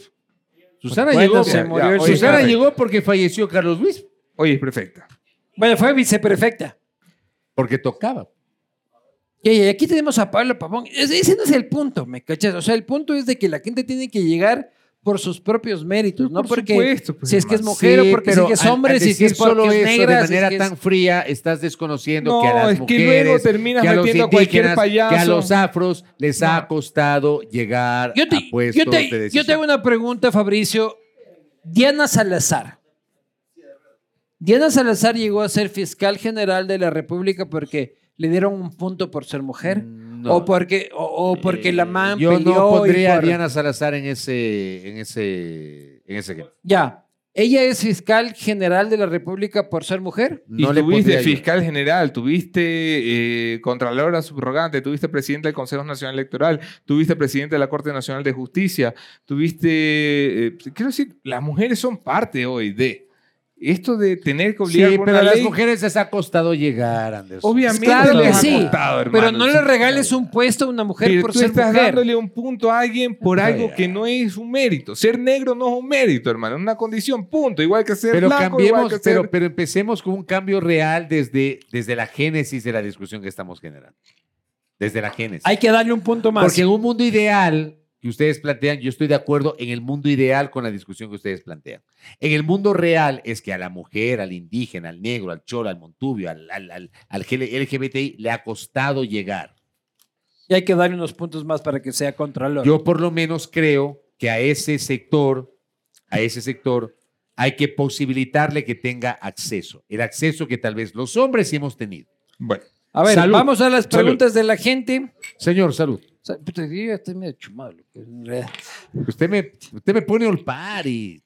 [SPEAKER 5] Susana
[SPEAKER 2] Bueno,
[SPEAKER 5] llegó.
[SPEAKER 2] se murió el
[SPEAKER 3] oye,
[SPEAKER 5] Susana
[SPEAKER 3] perfecto.
[SPEAKER 5] llegó porque falleció Carlos Luis.
[SPEAKER 3] Oye, es prefecta.
[SPEAKER 2] Bueno, fue viceperfecta.
[SPEAKER 5] Porque tocaba.
[SPEAKER 2] Y- Y aquí tenemos a Pablo Pavón. Ese ese no es el punto, ¿me cachas? O sea, el punto es de que la gente tiene que llegar por sus propios méritos, no
[SPEAKER 3] Por
[SPEAKER 2] porque
[SPEAKER 3] supuesto, pues,
[SPEAKER 2] si es que es
[SPEAKER 3] hermano.
[SPEAKER 2] mujer
[SPEAKER 5] Sí,
[SPEAKER 2] o porque si
[SPEAKER 5] pero
[SPEAKER 2] es que es
[SPEAKER 5] al-
[SPEAKER 2] hombre,
[SPEAKER 5] al
[SPEAKER 2] si es que es
[SPEAKER 5] decir solo
[SPEAKER 2] porque es
[SPEAKER 5] eso
[SPEAKER 2] negra,
[SPEAKER 5] de
[SPEAKER 2] si es
[SPEAKER 5] manera
[SPEAKER 2] que es-
[SPEAKER 5] tan fría estás desconociendo
[SPEAKER 3] No,
[SPEAKER 5] que a las
[SPEAKER 3] es que
[SPEAKER 5] mujeres,
[SPEAKER 3] luego terminas
[SPEAKER 5] que a los
[SPEAKER 3] metiendo a cualquier
[SPEAKER 5] indígenas, que a
[SPEAKER 3] payaso.
[SPEAKER 5] los afros les ha
[SPEAKER 3] No.
[SPEAKER 5] costado llegar
[SPEAKER 2] Yo
[SPEAKER 5] a
[SPEAKER 2] te,
[SPEAKER 5] puestos
[SPEAKER 2] yo, te-
[SPEAKER 5] de
[SPEAKER 2] yo
[SPEAKER 5] decisión.
[SPEAKER 2] te hago una pregunta, Fabricio. Diana Salazar. Diana Salazar llegó a ser fiscal general de la República porque le dieron un punto por ser mujer.
[SPEAKER 5] Mm, No. Eh,
[SPEAKER 2] O porque, o, o porque la man
[SPEAKER 5] yo
[SPEAKER 2] peleó
[SPEAKER 5] no
[SPEAKER 2] y
[SPEAKER 5] pondría a
[SPEAKER 2] por-
[SPEAKER 5] Diana Salazar en ese en ese en ese ejemplo.
[SPEAKER 2] Ya. Ella es fiscal general de la República por ser mujer.
[SPEAKER 5] no
[SPEAKER 3] y
[SPEAKER 5] le
[SPEAKER 3] tuviste
[SPEAKER 5] pondría yo.
[SPEAKER 3] fiscal general, tuviste eh, contralora subrogante, tuviste presidente del Consejo Nacional Electoral, tuviste presidente de la Corte Nacional de Justicia, tuviste... eh, quiero decir, las mujeres son parte hoy de esto de tener que obligar
[SPEAKER 5] Sí,
[SPEAKER 3] por
[SPEAKER 5] pero
[SPEAKER 3] una
[SPEAKER 5] a las
[SPEAKER 3] ley,
[SPEAKER 5] mujeres les ha costado llegar, Anderson.
[SPEAKER 3] Obviamente
[SPEAKER 2] Claro
[SPEAKER 3] les
[SPEAKER 2] que
[SPEAKER 3] ha
[SPEAKER 2] sí,
[SPEAKER 3] costado,
[SPEAKER 2] Pero
[SPEAKER 3] hermano,
[SPEAKER 2] no
[SPEAKER 3] sí.
[SPEAKER 2] le regales un puesto a una mujer
[SPEAKER 3] Pero
[SPEAKER 2] por
[SPEAKER 3] tú
[SPEAKER 2] ser
[SPEAKER 3] estás
[SPEAKER 2] mujer.
[SPEAKER 3] dándole un punto a alguien por algo que no es un mérito. Ser negro no es un mérito, hermano. Es una condición, punto. Igual que ser
[SPEAKER 5] Pero
[SPEAKER 3] blanco, igual
[SPEAKER 5] cambiemos,
[SPEAKER 3] que ser...
[SPEAKER 5] pero, pero empecemos con un cambio real desde, desde la génesis de la discusión que estamos generando. Desde la génesis.
[SPEAKER 2] Hay que darle un punto más.
[SPEAKER 5] Porque en un mundo ideal que ustedes plantean, yo estoy de acuerdo en el mundo ideal con la discusión que ustedes plantean. En el mundo real es que a la mujer, al indígena, al negro, al cholo, al montubio, al, al, al- al LGBTI le ha costado llegar.
[SPEAKER 2] Y hay que darle unos puntos más para que sea contralor.
[SPEAKER 5] Yo por lo menos creo que a ese sector, a ese sector, hay que posibilitarle que tenga acceso. El acceso que tal vez los hombres sí hemos tenido.
[SPEAKER 3] Bueno,
[SPEAKER 2] A ver,
[SPEAKER 5] Salud.
[SPEAKER 2] vamos a las
[SPEAKER 5] Salud.
[SPEAKER 2] preguntas de la gente.
[SPEAKER 5] Señor, salud.
[SPEAKER 2] O sea, puta, yo ya estoy medio chumado, loco, en realidad.
[SPEAKER 5] Usted me, usted me pone al par y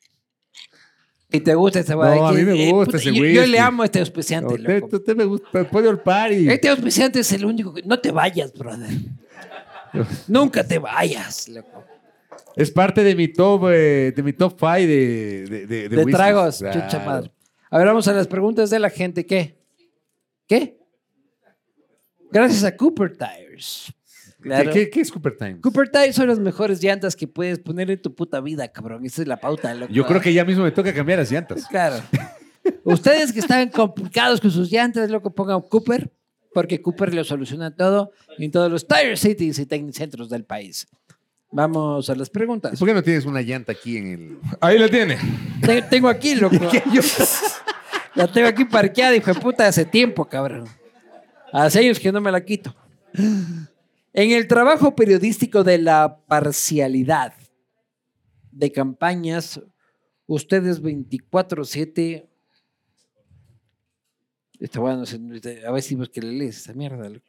[SPEAKER 2] Y te gusta esta guada.
[SPEAKER 5] No, a
[SPEAKER 2] que-
[SPEAKER 5] mí me gusta
[SPEAKER 2] yo-
[SPEAKER 5] ese
[SPEAKER 2] yo,
[SPEAKER 5] whisky.
[SPEAKER 2] le amo a este auspiciante,
[SPEAKER 5] Usted,
[SPEAKER 2] loco.
[SPEAKER 5] usted me gusta, me pone al par y...
[SPEAKER 2] Este auspiciante es el único que... No te vayas, brother. Nunca te vayas, loco.
[SPEAKER 5] Es parte de mi top, eh, de mi top five de, de, de- de
[SPEAKER 2] De,
[SPEAKER 5] whiskies.
[SPEAKER 2] tragos,
[SPEAKER 5] Claro.
[SPEAKER 2] chucha madre. A ver, vamos a las preguntas de la gente. ¿Qué? ¿Qué? Gracias a Cooper Tires.
[SPEAKER 5] ¿Qué-
[SPEAKER 2] Claro.
[SPEAKER 5] ¿Qué, qué es Cooper Time?
[SPEAKER 2] Cooper Tires son las mejores llantas que puedes poner en tu puta vida, cabrón. Esa es la pauta, loco.
[SPEAKER 5] Yo creo que ya mismo me toca cambiar las llantas.
[SPEAKER 2] Claro. Ustedes que están complicados con sus llantas, loco, pongan Cooper, porque Cooper lo soluciona todo en todos los Tire Cities y Tecnicentros del país. Vamos a las preguntas.
[SPEAKER 5] ¿Por qué no tienes una llanta aquí en el...?
[SPEAKER 3] ahí la tiene.
[SPEAKER 2] Te- Tengo aquí, loco. La tengo aquí parqueada, hijo de puta, hace tiempo, cabrón. Hace años que no me la quito. En el trabajo periodístico de la parcialidad de campañas, ustedes 24-7. Está este, bueno, se- a ver si vos que le lees esa mierda. loco.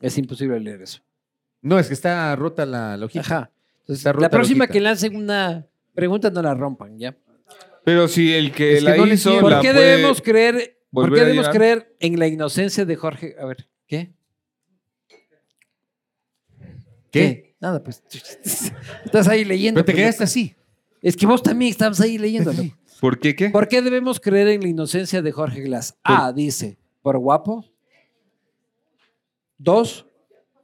[SPEAKER 2] Es imposible leer eso.
[SPEAKER 5] No, es que está rota la, la hojita.
[SPEAKER 2] Ajá. Entonces,
[SPEAKER 5] Esa ruta
[SPEAKER 2] la próxima
[SPEAKER 5] loquita.
[SPEAKER 2] que lancen una pregunta no la rompan, ¿ya?
[SPEAKER 3] Pero si el que
[SPEAKER 5] Es que
[SPEAKER 3] la
[SPEAKER 5] no le
[SPEAKER 3] hizo.
[SPEAKER 5] entiendo.
[SPEAKER 3] la
[SPEAKER 2] ¿Por qué
[SPEAKER 3] puede-
[SPEAKER 2] debemos creer? ¿Por
[SPEAKER 3] volver
[SPEAKER 2] qué
[SPEAKER 3] a
[SPEAKER 2] debemos
[SPEAKER 3] llevar?
[SPEAKER 2] creer en la inocencia de Jorge? A ver, ¿qué?
[SPEAKER 5] ¿Qué?
[SPEAKER 2] Nada, pues estás ahí leyendo.
[SPEAKER 5] Pero te
[SPEAKER 2] pues,
[SPEAKER 5] quedaste así.
[SPEAKER 2] Es que vos también estabas ahí leyendo. loco.
[SPEAKER 3] ¿Por qué qué?
[SPEAKER 2] ¿Por qué debemos creer en la inocencia de Jorge Glass? A, dice, por guapo. Dos,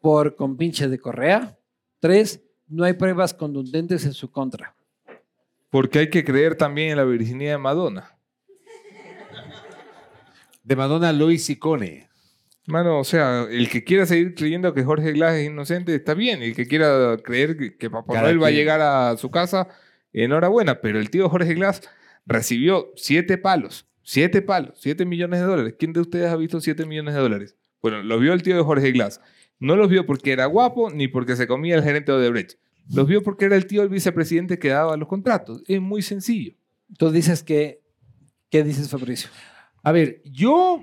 [SPEAKER 2] por compinche de Correa. Tres, no hay pruebas contundentes en su contra.
[SPEAKER 3] Porque hay que creer también en la virginidad de Madonna.
[SPEAKER 5] De Madonna Luis Sicone.
[SPEAKER 3] Mano, o sea, el que quiera seguir creyendo que Jorge Glass es inocente está bien. El que quiera creer que, que Papá
[SPEAKER 5] Cada
[SPEAKER 3] Noel va a
[SPEAKER 5] quien.
[SPEAKER 3] llegar a su casa, enhorabuena. Pero el tío Jorge Glass recibió siete palos. Siete palos, siete millones de dólares. ¿Quién de ustedes ha visto siete millones de dólares? Bueno, los vio el tío de Jorge Glass. No los vio porque era guapo ni porque se comía el gerente de Odebrecht. Los vio porque era el tío del vicepresidente que daba los contratos. Es muy sencillo.
[SPEAKER 2] Tú dices que, ¿qué dices Fabricio?
[SPEAKER 5] A ver, yo,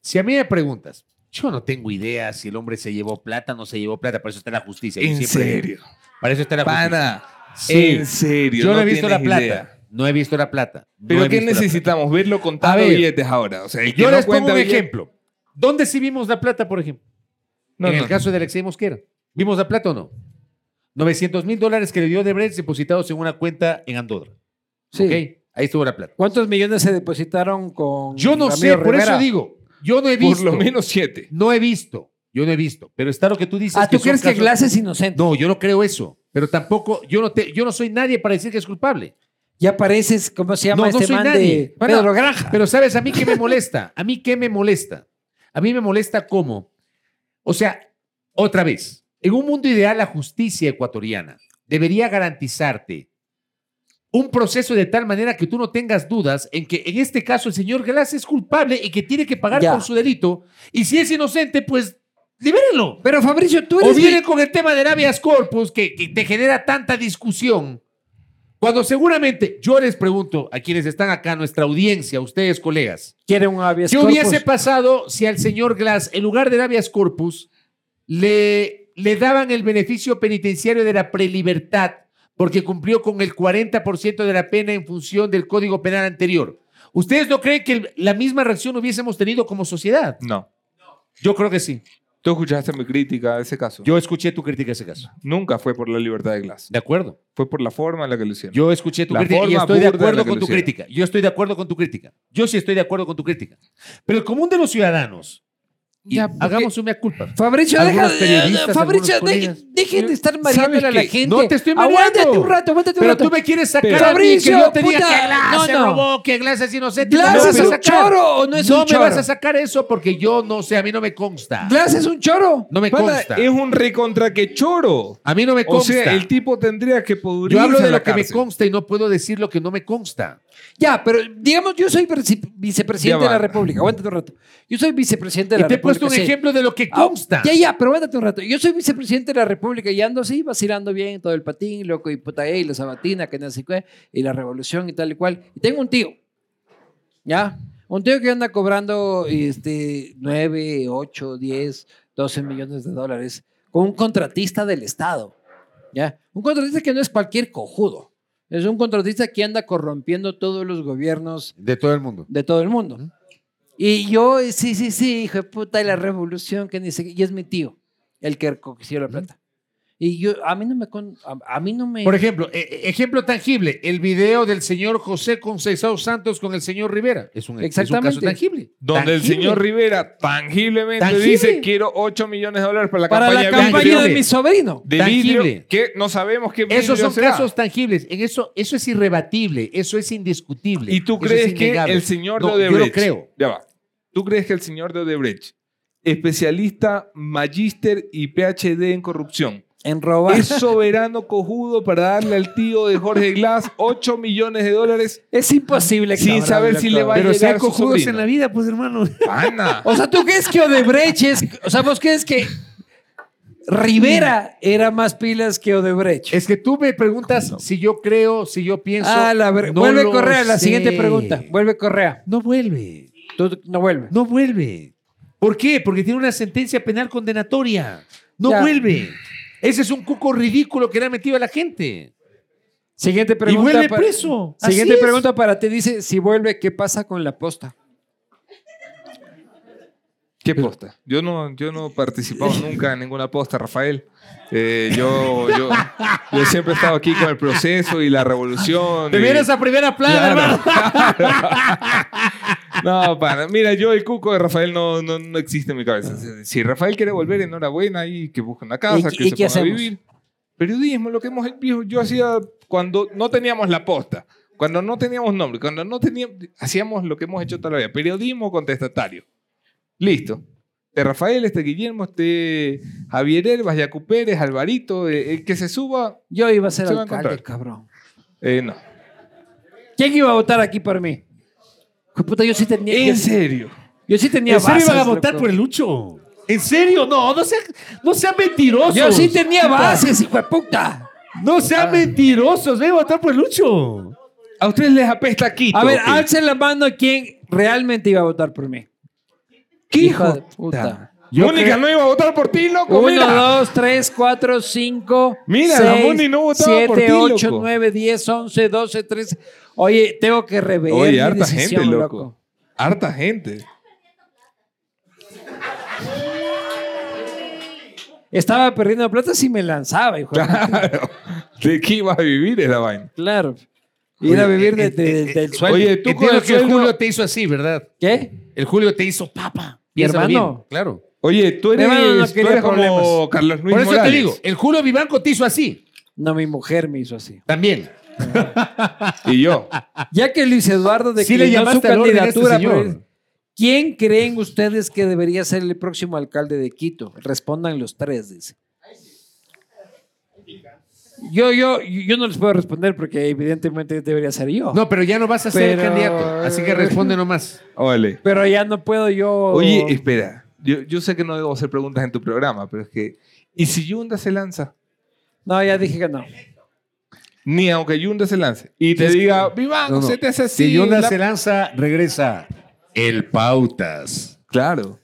[SPEAKER 5] si a mí me preguntas, yo no tengo idea si el hombre se llevó plata o no se llevó plata. Para eso está la justicia. Yo
[SPEAKER 3] En
[SPEAKER 5] siempre-
[SPEAKER 3] serio.
[SPEAKER 5] Para eso está la justicia.
[SPEAKER 3] Pana.
[SPEAKER 5] Sí.
[SPEAKER 3] En serio.
[SPEAKER 5] Yo no, he
[SPEAKER 3] tienes
[SPEAKER 5] visto la plata.
[SPEAKER 3] idea.
[SPEAKER 5] No he visto la plata. no
[SPEAKER 3] Pero
[SPEAKER 5] he
[SPEAKER 3] ¿qué
[SPEAKER 5] visto la plata.
[SPEAKER 3] necesitamos? Verlo
[SPEAKER 5] A
[SPEAKER 3] contando
[SPEAKER 5] ver,
[SPEAKER 3] billetes ahora. O sea, el que
[SPEAKER 5] Yo
[SPEAKER 3] no
[SPEAKER 5] les pongo
[SPEAKER 3] cuenta
[SPEAKER 5] un
[SPEAKER 3] billetes-
[SPEAKER 5] ejemplo. ¿Dónde sí vimos la plata, por ejemplo?
[SPEAKER 3] No,
[SPEAKER 5] en
[SPEAKER 3] no.
[SPEAKER 5] el caso de Alexei Mosquera. ¿Vimos la plata o no? 900 mil dólares que le dio Debrecht depositados en una cuenta en Andorra.
[SPEAKER 2] Sí.
[SPEAKER 5] ¿Ok? Ahí estuvo la plata.
[SPEAKER 2] ¿Cuántos millones se depositaron con
[SPEAKER 5] Yo no sé,
[SPEAKER 2] Ramiro
[SPEAKER 5] por
[SPEAKER 2] Rivera?
[SPEAKER 5] eso digo. Yo no he
[SPEAKER 3] Mm, Por
[SPEAKER 5] visto.
[SPEAKER 3] lo menos siete.
[SPEAKER 5] No he visto. Yo no he visto. Pero está lo que tú dices.
[SPEAKER 2] Ah, ¿tú
[SPEAKER 5] son
[SPEAKER 2] crees que
[SPEAKER 5] casos-
[SPEAKER 2] Glass es inocente?
[SPEAKER 5] No, yo no creo eso. Pero tampoco, yo no, te, yo no soy nadie para decir que es culpable.
[SPEAKER 2] Ya pareces, ¿cómo se llama
[SPEAKER 5] No, no
[SPEAKER 2] este
[SPEAKER 5] soy
[SPEAKER 2] man
[SPEAKER 5] nadie.
[SPEAKER 2] de
[SPEAKER 5] Bueno,
[SPEAKER 2] Pedro Granja?
[SPEAKER 5] Pero sabes, a mí qué me molesta. A mí qué me molesta. A mí me molesta cómo. O sea, otra vez, en un mundo ideal la justicia ecuatoriana debería garantizarte un proceso de tal manera que tú no tengas dudas en que en este caso el señor Glass es culpable y que tiene que pagar
[SPEAKER 2] Ya.
[SPEAKER 5] por su delito. Y si es inocente, pues libérenlo.
[SPEAKER 2] Pero Fabricio, tú
[SPEAKER 5] O
[SPEAKER 2] eres...
[SPEAKER 5] viene con el tema del habeas corpus que, que te genera tanta discusión. Cuando seguramente, yo les pregunto a quienes están acá, nuestra audiencia, ustedes colegas,
[SPEAKER 2] Quiere un habeas
[SPEAKER 5] ¿qué
[SPEAKER 2] corpus.
[SPEAKER 5] hubiese pasado si al señor Glass, en lugar del habeas corpus, le, le daban el beneficio penitenciario de la prelibertad porque cumplió con el 40% de la pena en función del Código Penal anterior? ¿Ustedes no creen que el- la misma reacción hubiésemos tenido como sociedad?
[SPEAKER 3] No.
[SPEAKER 5] Yo creo que sí.
[SPEAKER 3] Tú escuchaste mi crítica a ese caso.
[SPEAKER 5] Yo escuché tu crítica a ese caso.
[SPEAKER 3] Nunca fue por la libertad de Glass.
[SPEAKER 5] De acuerdo.
[SPEAKER 3] Fue por la forma en la que lo hicieron.
[SPEAKER 5] Yo escuché tu
[SPEAKER 3] La
[SPEAKER 5] crítica y
[SPEAKER 3] forma
[SPEAKER 5] estoy de
[SPEAKER 3] burda en la
[SPEAKER 5] acuerdo
[SPEAKER 3] que
[SPEAKER 5] con
[SPEAKER 3] lo
[SPEAKER 5] tu
[SPEAKER 3] hicieron.
[SPEAKER 5] crítica. Yo estoy de acuerdo con tu crítica. Yo sí estoy de acuerdo con tu crítica. Pero el común de los ciudadanos, y
[SPEAKER 2] Ya, porque-
[SPEAKER 5] hagamos una culpa.
[SPEAKER 2] Fabricio, deja,
[SPEAKER 5] Algunos periodistas,
[SPEAKER 2] Fabricio,
[SPEAKER 5] algunos
[SPEAKER 2] de-
[SPEAKER 5] colegas.
[SPEAKER 2] dejen de estar
[SPEAKER 5] ¿Sabes
[SPEAKER 2] mareándole a la
[SPEAKER 5] qué?
[SPEAKER 2] gente.
[SPEAKER 5] No te estoy
[SPEAKER 2] Aguántate
[SPEAKER 5] mareando.
[SPEAKER 2] un rato, aguántate un
[SPEAKER 5] Pero
[SPEAKER 2] rato.
[SPEAKER 5] tú me quieres sacar
[SPEAKER 2] Pero-
[SPEAKER 5] a mí, que
[SPEAKER 2] Fabricio,
[SPEAKER 5] yo te diga
[SPEAKER 2] puta,
[SPEAKER 5] que Glass
[SPEAKER 2] no,
[SPEAKER 5] se
[SPEAKER 2] no.
[SPEAKER 5] robó, que Glass es inocente.
[SPEAKER 2] Glass
[SPEAKER 5] No me
[SPEAKER 2] es
[SPEAKER 5] vas a
[SPEAKER 2] un
[SPEAKER 5] sacar.
[SPEAKER 2] choro o no es un choro?
[SPEAKER 5] me vas a sacar eso porque yo no sé, a mí no me consta.
[SPEAKER 2] Glass es un choro.
[SPEAKER 5] No me
[SPEAKER 3] Pana,
[SPEAKER 5] consta.
[SPEAKER 3] es un recontra que choro.
[SPEAKER 5] A mí no me
[SPEAKER 3] O
[SPEAKER 5] consta.
[SPEAKER 3] sea, el tipo tendría que pudrirse
[SPEAKER 5] yo hablo
[SPEAKER 3] en
[SPEAKER 5] de
[SPEAKER 3] la
[SPEAKER 5] lo que me
[SPEAKER 3] cárcel.
[SPEAKER 5] consta y no puedo decir lo que no me consta.
[SPEAKER 2] Ya, pero digamos, yo soy vice- vicepresidente de
[SPEAKER 3] Ya
[SPEAKER 2] la
[SPEAKER 3] va.
[SPEAKER 2] República. Aguántate un rato. Yo soy vicepresidente de
[SPEAKER 5] Y
[SPEAKER 2] la
[SPEAKER 5] te he
[SPEAKER 2] República.
[SPEAKER 5] puesto un
[SPEAKER 2] sí.
[SPEAKER 5] ejemplo de lo que
[SPEAKER 2] Ah,
[SPEAKER 5] consta.
[SPEAKER 2] Ya, ya, pero aguántate un rato. Yo soy vicepresidente de la República y ando así, vacilando bien todo el patín, loco, y puta, eh, y la sabatina, que no sé qué, y la revolución y tal y cual. Y tengo un tío, ¿ya? Un tío que anda cobrando este, 9, 8, 10, 12 millones de dólares con un contratista del Estado, ¿ya? Un contratista que no es cualquier cojudo. Es un contratista que anda corrompiendo todos los gobiernos
[SPEAKER 5] De todo el mundo.
[SPEAKER 2] de todo el mundo. Y yo, eh, sí, sí, sí, hijo de puta, y la revolución, que dice, y es mi tío, el que recogió la plata. Y yo, a mí no me, con- a, a mí no me,
[SPEAKER 5] Por ejemplo, e- e- ejemplo tangible, el video del señor José Conceição Santos con el señor Rivera. Es un, es un
[SPEAKER 2] Exactamente.
[SPEAKER 5] caso tangible.
[SPEAKER 3] Donde el
[SPEAKER 5] Tangible.
[SPEAKER 3] señor Rivera tangiblemente
[SPEAKER 5] Tangible.
[SPEAKER 3] dice quiero 8 millones de dólares para la
[SPEAKER 2] para la
[SPEAKER 3] campaña, de vidrio".
[SPEAKER 2] campaña de mi sobrino.
[SPEAKER 3] de
[SPEAKER 5] Tangible.
[SPEAKER 3] vidrio que no sabemos qué vidrio
[SPEAKER 5] Esos son
[SPEAKER 3] será.
[SPEAKER 5] casos tangibles. En eso, eso es irrebatible. Eso es indiscutible.
[SPEAKER 3] ¿Y tú
[SPEAKER 5] eso
[SPEAKER 3] crees
[SPEAKER 5] es
[SPEAKER 3] que
[SPEAKER 5] innegable.
[SPEAKER 3] el señor
[SPEAKER 5] No,
[SPEAKER 3] de
[SPEAKER 5] yo lo
[SPEAKER 3] Odebrecht...
[SPEAKER 5] creo.
[SPEAKER 3] Ya va. ¿Tú crees que el señor de Odebrecht, especialista, magíster y PhD en corrupción,
[SPEAKER 2] En robar.
[SPEAKER 3] es soberano cojudo para darle al tío de Jorge Glass 8 millones de dólares?
[SPEAKER 2] Es imposible.
[SPEAKER 3] Sin
[SPEAKER 2] cabrón,
[SPEAKER 3] saber si le va a
[SPEAKER 5] Pero si
[SPEAKER 3] llegar
[SPEAKER 5] hay
[SPEAKER 3] a su
[SPEAKER 5] cojudos
[SPEAKER 3] sobrino.
[SPEAKER 5] en la vida, pues hermano.
[SPEAKER 3] ¡Pana!
[SPEAKER 2] O sea, ¿tú crees que Odebrecht es, o sea, vos crees que Rivera era más pilas que Odebrecht?
[SPEAKER 5] Es que tú me preguntas si yo creo, si yo pienso.
[SPEAKER 2] ah, la ver-
[SPEAKER 5] No
[SPEAKER 2] Vuelve
[SPEAKER 5] lo
[SPEAKER 2] Correa, la
[SPEAKER 5] sé.
[SPEAKER 2] siguiente pregunta. Vuelve Correa.
[SPEAKER 5] No vuelve.
[SPEAKER 2] Tú- no vuelve.
[SPEAKER 5] No vuelve. ¿Por qué? Porque tiene una sentencia penal condenatoria. No
[SPEAKER 2] Ya.
[SPEAKER 5] vuelve. Ese es un cuco ridículo que le ha metido a la gente.
[SPEAKER 12] Siguiente pregunta.
[SPEAKER 5] y huele
[SPEAKER 12] para-
[SPEAKER 5] preso. Así
[SPEAKER 12] Siguiente
[SPEAKER 5] es.
[SPEAKER 12] pregunta para ti. Dice, si vuelve, ¿qué pasa con la posta?
[SPEAKER 3] ¿Qué posta? Yo no, yo no he participado nunca en ninguna posta, Rafael. Eh, yo, yo, yo siempre he estado aquí con el proceso y la revolución.
[SPEAKER 5] Te
[SPEAKER 3] y-
[SPEAKER 5] vienes a primera plana,
[SPEAKER 3] Claro.
[SPEAKER 5] hermano.
[SPEAKER 3] No, para. Mira, yo el cuco de Rafael no, no, no existe en mi cabeza. Si Rafael quiere volver, enhorabuena y que busque una casa,
[SPEAKER 2] ¿Y-
[SPEAKER 3] que
[SPEAKER 2] y
[SPEAKER 3] se
[SPEAKER 2] qué
[SPEAKER 3] ponga a
[SPEAKER 2] hacemos?
[SPEAKER 3] vivir. Periodismo, lo que hemos viejo, yo hacía cuando no teníamos la posta, cuando no teníamos nombre, cuando no teníamos, hacíamos lo que hemos hecho toda la vida, periodismo contestatario. Listo. Este Rafael, este Guillermo, este Javier Herbas, Yacu Pérez, Alvarito, eh, el que se suba,
[SPEAKER 2] Yo iba a ser
[SPEAKER 3] Se va a
[SPEAKER 2] alcalde,
[SPEAKER 3] encontrar.
[SPEAKER 2] cabrón.
[SPEAKER 3] eh, no.
[SPEAKER 2] ¿Quién iba a votar aquí por mí? Hijo de Puta, yo sí tenía.
[SPEAKER 3] En
[SPEAKER 2] yo,
[SPEAKER 3] serio.
[SPEAKER 2] yo sí tenía
[SPEAKER 5] ¿En serio
[SPEAKER 2] bases,
[SPEAKER 5] iban a votar
[SPEAKER 2] loco.
[SPEAKER 5] por el Lucho? ¿En serio? No, no sean no sean mentirosos.
[SPEAKER 2] Yo sí tenía bases, hijo de puta.
[SPEAKER 5] No sean mentirosos. Ven a votar por el Lucho.
[SPEAKER 3] A ustedes les apesta Quito.
[SPEAKER 2] A ver,
[SPEAKER 3] ok.
[SPEAKER 2] alcen la mano quien realmente iba a votar por mí.
[SPEAKER 3] ¿Qué hijo
[SPEAKER 2] de
[SPEAKER 3] de
[SPEAKER 2] puta?
[SPEAKER 3] Mónica no iba a votar por ti, loco.
[SPEAKER 2] Uno,
[SPEAKER 3] mira.
[SPEAKER 2] dos, tres, cuatro, cinco,
[SPEAKER 3] Mira,
[SPEAKER 2] seis,
[SPEAKER 3] la Moni no votaba
[SPEAKER 2] siete,
[SPEAKER 3] por ti,
[SPEAKER 2] ocho,
[SPEAKER 3] loco.
[SPEAKER 2] nueve, diez, once, doce, trece. Oye, tengo que rever mi
[SPEAKER 3] Oye, harta
[SPEAKER 2] decisión,
[SPEAKER 3] gente, loco.
[SPEAKER 2] loco.
[SPEAKER 3] Harta gente.
[SPEAKER 2] Estaba perdiendo plata si me lanzaba, hijo. de puta.
[SPEAKER 3] Claro. ¿De qué ibas a vivir esa vaina?
[SPEAKER 2] Claro. Ir a
[SPEAKER 5] eh,
[SPEAKER 2] vivir de- de- del sueldo.
[SPEAKER 3] Oye, tú con
[SPEAKER 5] Entiendo
[SPEAKER 3] el
[SPEAKER 5] que el
[SPEAKER 3] sueldo-
[SPEAKER 5] Julio te hizo así, ¿verdad?
[SPEAKER 2] ¿Qué?
[SPEAKER 5] El Julio te hizo papa. Piénsalo
[SPEAKER 2] hermano.
[SPEAKER 5] bien, Claro.
[SPEAKER 3] Oye, tú eres,
[SPEAKER 2] Hermano, no
[SPEAKER 3] tú
[SPEAKER 2] quería
[SPEAKER 3] eres como
[SPEAKER 2] problemas.
[SPEAKER 3] Oh, Carlos Luis
[SPEAKER 5] Por eso
[SPEAKER 3] Morales.
[SPEAKER 5] te digo, el Julio Vivanco te hizo así.
[SPEAKER 2] No, mi mujer me hizo así.
[SPEAKER 5] También.
[SPEAKER 3] Y yo.
[SPEAKER 2] Ya que Luis Eduardo
[SPEAKER 5] Ah. Sí le
[SPEAKER 2] declinó su
[SPEAKER 5] llamaste al orden a este
[SPEAKER 2] candidatura,
[SPEAKER 5] señor.
[SPEAKER 2] pero- ¿quién creen ustedes que debería ser el próximo alcalde de Quito? Respondan los tres, dice. Yo, yo, yo no les puedo responder porque evidentemente debería ser yo.
[SPEAKER 5] No, pero ya no vas a ser el
[SPEAKER 2] Pero-
[SPEAKER 5] candidato. Así que responde nomás.
[SPEAKER 3] Ole.
[SPEAKER 2] Pero ya no puedo yo.
[SPEAKER 3] Oye,
[SPEAKER 5] eh,
[SPEAKER 3] espera. Yo, yo sé que no debo hacer preguntas en tu programa, pero es que. ¿Y si Yunda se lanza?
[SPEAKER 2] no, ya dije que no.
[SPEAKER 3] Ni aunque Yunda se lance. Y te
[SPEAKER 5] Es que-
[SPEAKER 3] diga, viva, no,
[SPEAKER 5] No, no.
[SPEAKER 3] se te hace así.
[SPEAKER 5] Si Yonda
[SPEAKER 3] la-".
[SPEAKER 5] se lanza, regresa. El Pautas.
[SPEAKER 3] Claro.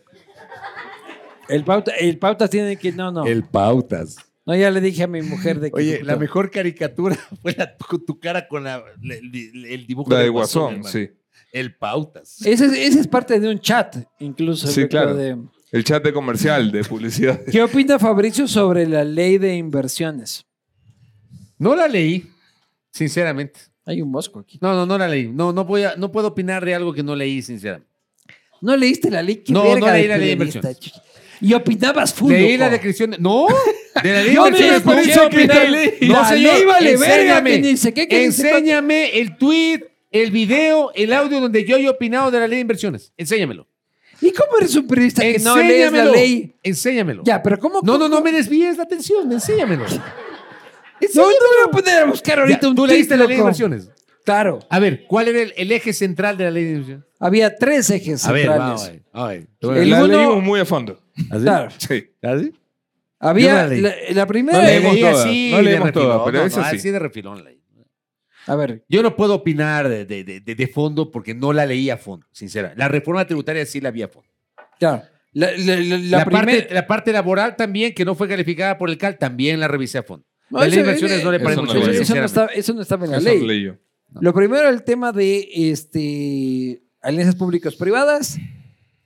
[SPEAKER 2] El pauta, el pauta tiene que. No, no.
[SPEAKER 5] El Pautas.
[SPEAKER 2] No, ya le dije a mi mujer de que.
[SPEAKER 5] Oye, la mejor caricatura fue la- tu, tu cara con la- la- el, el dibujo
[SPEAKER 3] La
[SPEAKER 5] del
[SPEAKER 3] de Guasón,
[SPEAKER 5] hermano.
[SPEAKER 3] sí.
[SPEAKER 5] El Pautas.
[SPEAKER 2] Ese, es- ese es parte de un chat, incluso.
[SPEAKER 3] Sí,
[SPEAKER 2] loco,
[SPEAKER 3] claro.
[SPEAKER 2] de-
[SPEAKER 3] El chat de comercial, de publicidad.
[SPEAKER 2] ¿Qué opina Fabricio sobre la ley de inversiones?
[SPEAKER 5] No la leí, sinceramente.
[SPEAKER 2] Hay un mosco aquí.
[SPEAKER 5] No, no, no la leí. No, no, voy a- no puedo opinar de algo que no leí, sinceramente.
[SPEAKER 2] ¿No leíste la ley? ¿Qué
[SPEAKER 5] No,
[SPEAKER 2] verga
[SPEAKER 5] no leí
[SPEAKER 2] de
[SPEAKER 5] la ley de
[SPEAKER 2] periodista,
[SPEAKER 5] inversiones.
[SPEAKER 2] chucha? Y opinabas full.
[SPEAKER 5] leí la
[SPEAKER 2] loco.
[SPEAKER 5] descripción. de- no, de la ley
[SPEAKER 2] Yo
[SPEAKER 5] de
[SPEAKER 2] ni
[SPEAKER 5] Mercedes
[SPEAKER 2] me parece
[SPEAKER 5] Ponce,
[SPEAKER 2] que
[SPEAKER 5] Peter.
[SPEAKER 2] la ley- la ley vale verga, que ni sé qué, que ni sé cuánto.
[SPEAKER 5] enséñame el tweet, el video, el audio donde yo he opinado de la ley de inversiones. Enséñamelo.
[SPEAKER 2] ¿Y cómo eres un periodista que no lees la
[SPEAKER 5] Enséñamelo.
[SPEAKER 2] ley?
[SPEAKER 5] Enséñamelo.
[SPEAKER 2] Ya, pero ¿cómo?
[SPEAKER 5] No, no, no me desvíes la atención. Enséñamelo.
[SPEAKER 2] No, no me voy a poner a buscar ahorita
[SPEAKER 5] Ya,
[SPEAKER 2] un
[SPEAKER 5] Tú
[SPEAKER 2] tweet,
[SPEAKER 5] leíste la ley de
[SPEAKER 2] loco.
[SPEAKER 5] inversiones.
[SPEAKER 2] Claro.
[SPEAKER 5] A ver, ¿cuál era el, el eje central de la ley de inversiones?
[SPEAKER 2] Había tres ejes
[SPEAKER 5] A ver,
[SPEAKER 2] centrales.
[SPEAKER 5] vamos eh. a ver, a ver.
[SPEAKER 2] El
[SPEAKER 3] la
[SPEAKER 2] uno-
[SPEAKER 3] leímos muy a fondo.
[SPEAKER 2] Claro.
[SPEAKER 3] Sí.
[SPEAKER 5] ¿Así? Yo
[SPEAKER 2] Había
[SPEAKER 5] no la leí.
[SPEAKER 2] la, la primera.
[SPEAKER 3] No
[SPEAKER 2] era-
[SPEAKER 3] leemos
[SPEAKER 5] Leí
[SPEAKER 3] leí. todas,
[SPEAKER 5] así
[SPEAKER 3] no
[SPEAKER 5] de
[SPEAKER 3] leemos
[SPEAKER 5] refilón,
[SPEAKER 3] todas, pero
[SPEAKER 5] no,
[SPEAKER 3] esa
[SPEAKER 5] no,
[SPEAKER 3] sí.
[SPEAKER 5] así de refilón leí.
[SPEAKER 2] A ver,
[SPEAKER 5] Yo no puedo opinar de, de- de- de fondo porque no la leí a fondo, sincera. La reforma tributaria sí la vi a fondo.
[SPEAKER 2] claro. La, la- la- la
[SPEAKER 5] La,
[SPEAKER 2] primera.
[SPEAKER 5] parte, la parte laboral también, que no fue calificada por el CAL, también la revisé a fondo.
[SPEAKER 2] No,
[SPEAKER 5] la ley de
[SPEAKER 2] eso-
[SPEAKER 5] inversiones no le
[SPEAKER 3] eso
[SPEAKER 5] parece
[SPEAKER 3] no
[SPEAKER 5] mucho.
[SPEAKER 3] lo leí.
[SPEAKER 2] Eso, eso no
[SPEAKER 5] sinceramente.
[SPEAKER 2] estaba, eso no estaba en la
[SPEAKER 3] Eso
[SPEAKER 2] ley.
[SPEAKER 3] lo leí yo.
[SPEAKER 2] Lo primero, el tema de este, alianzas públicas privadas,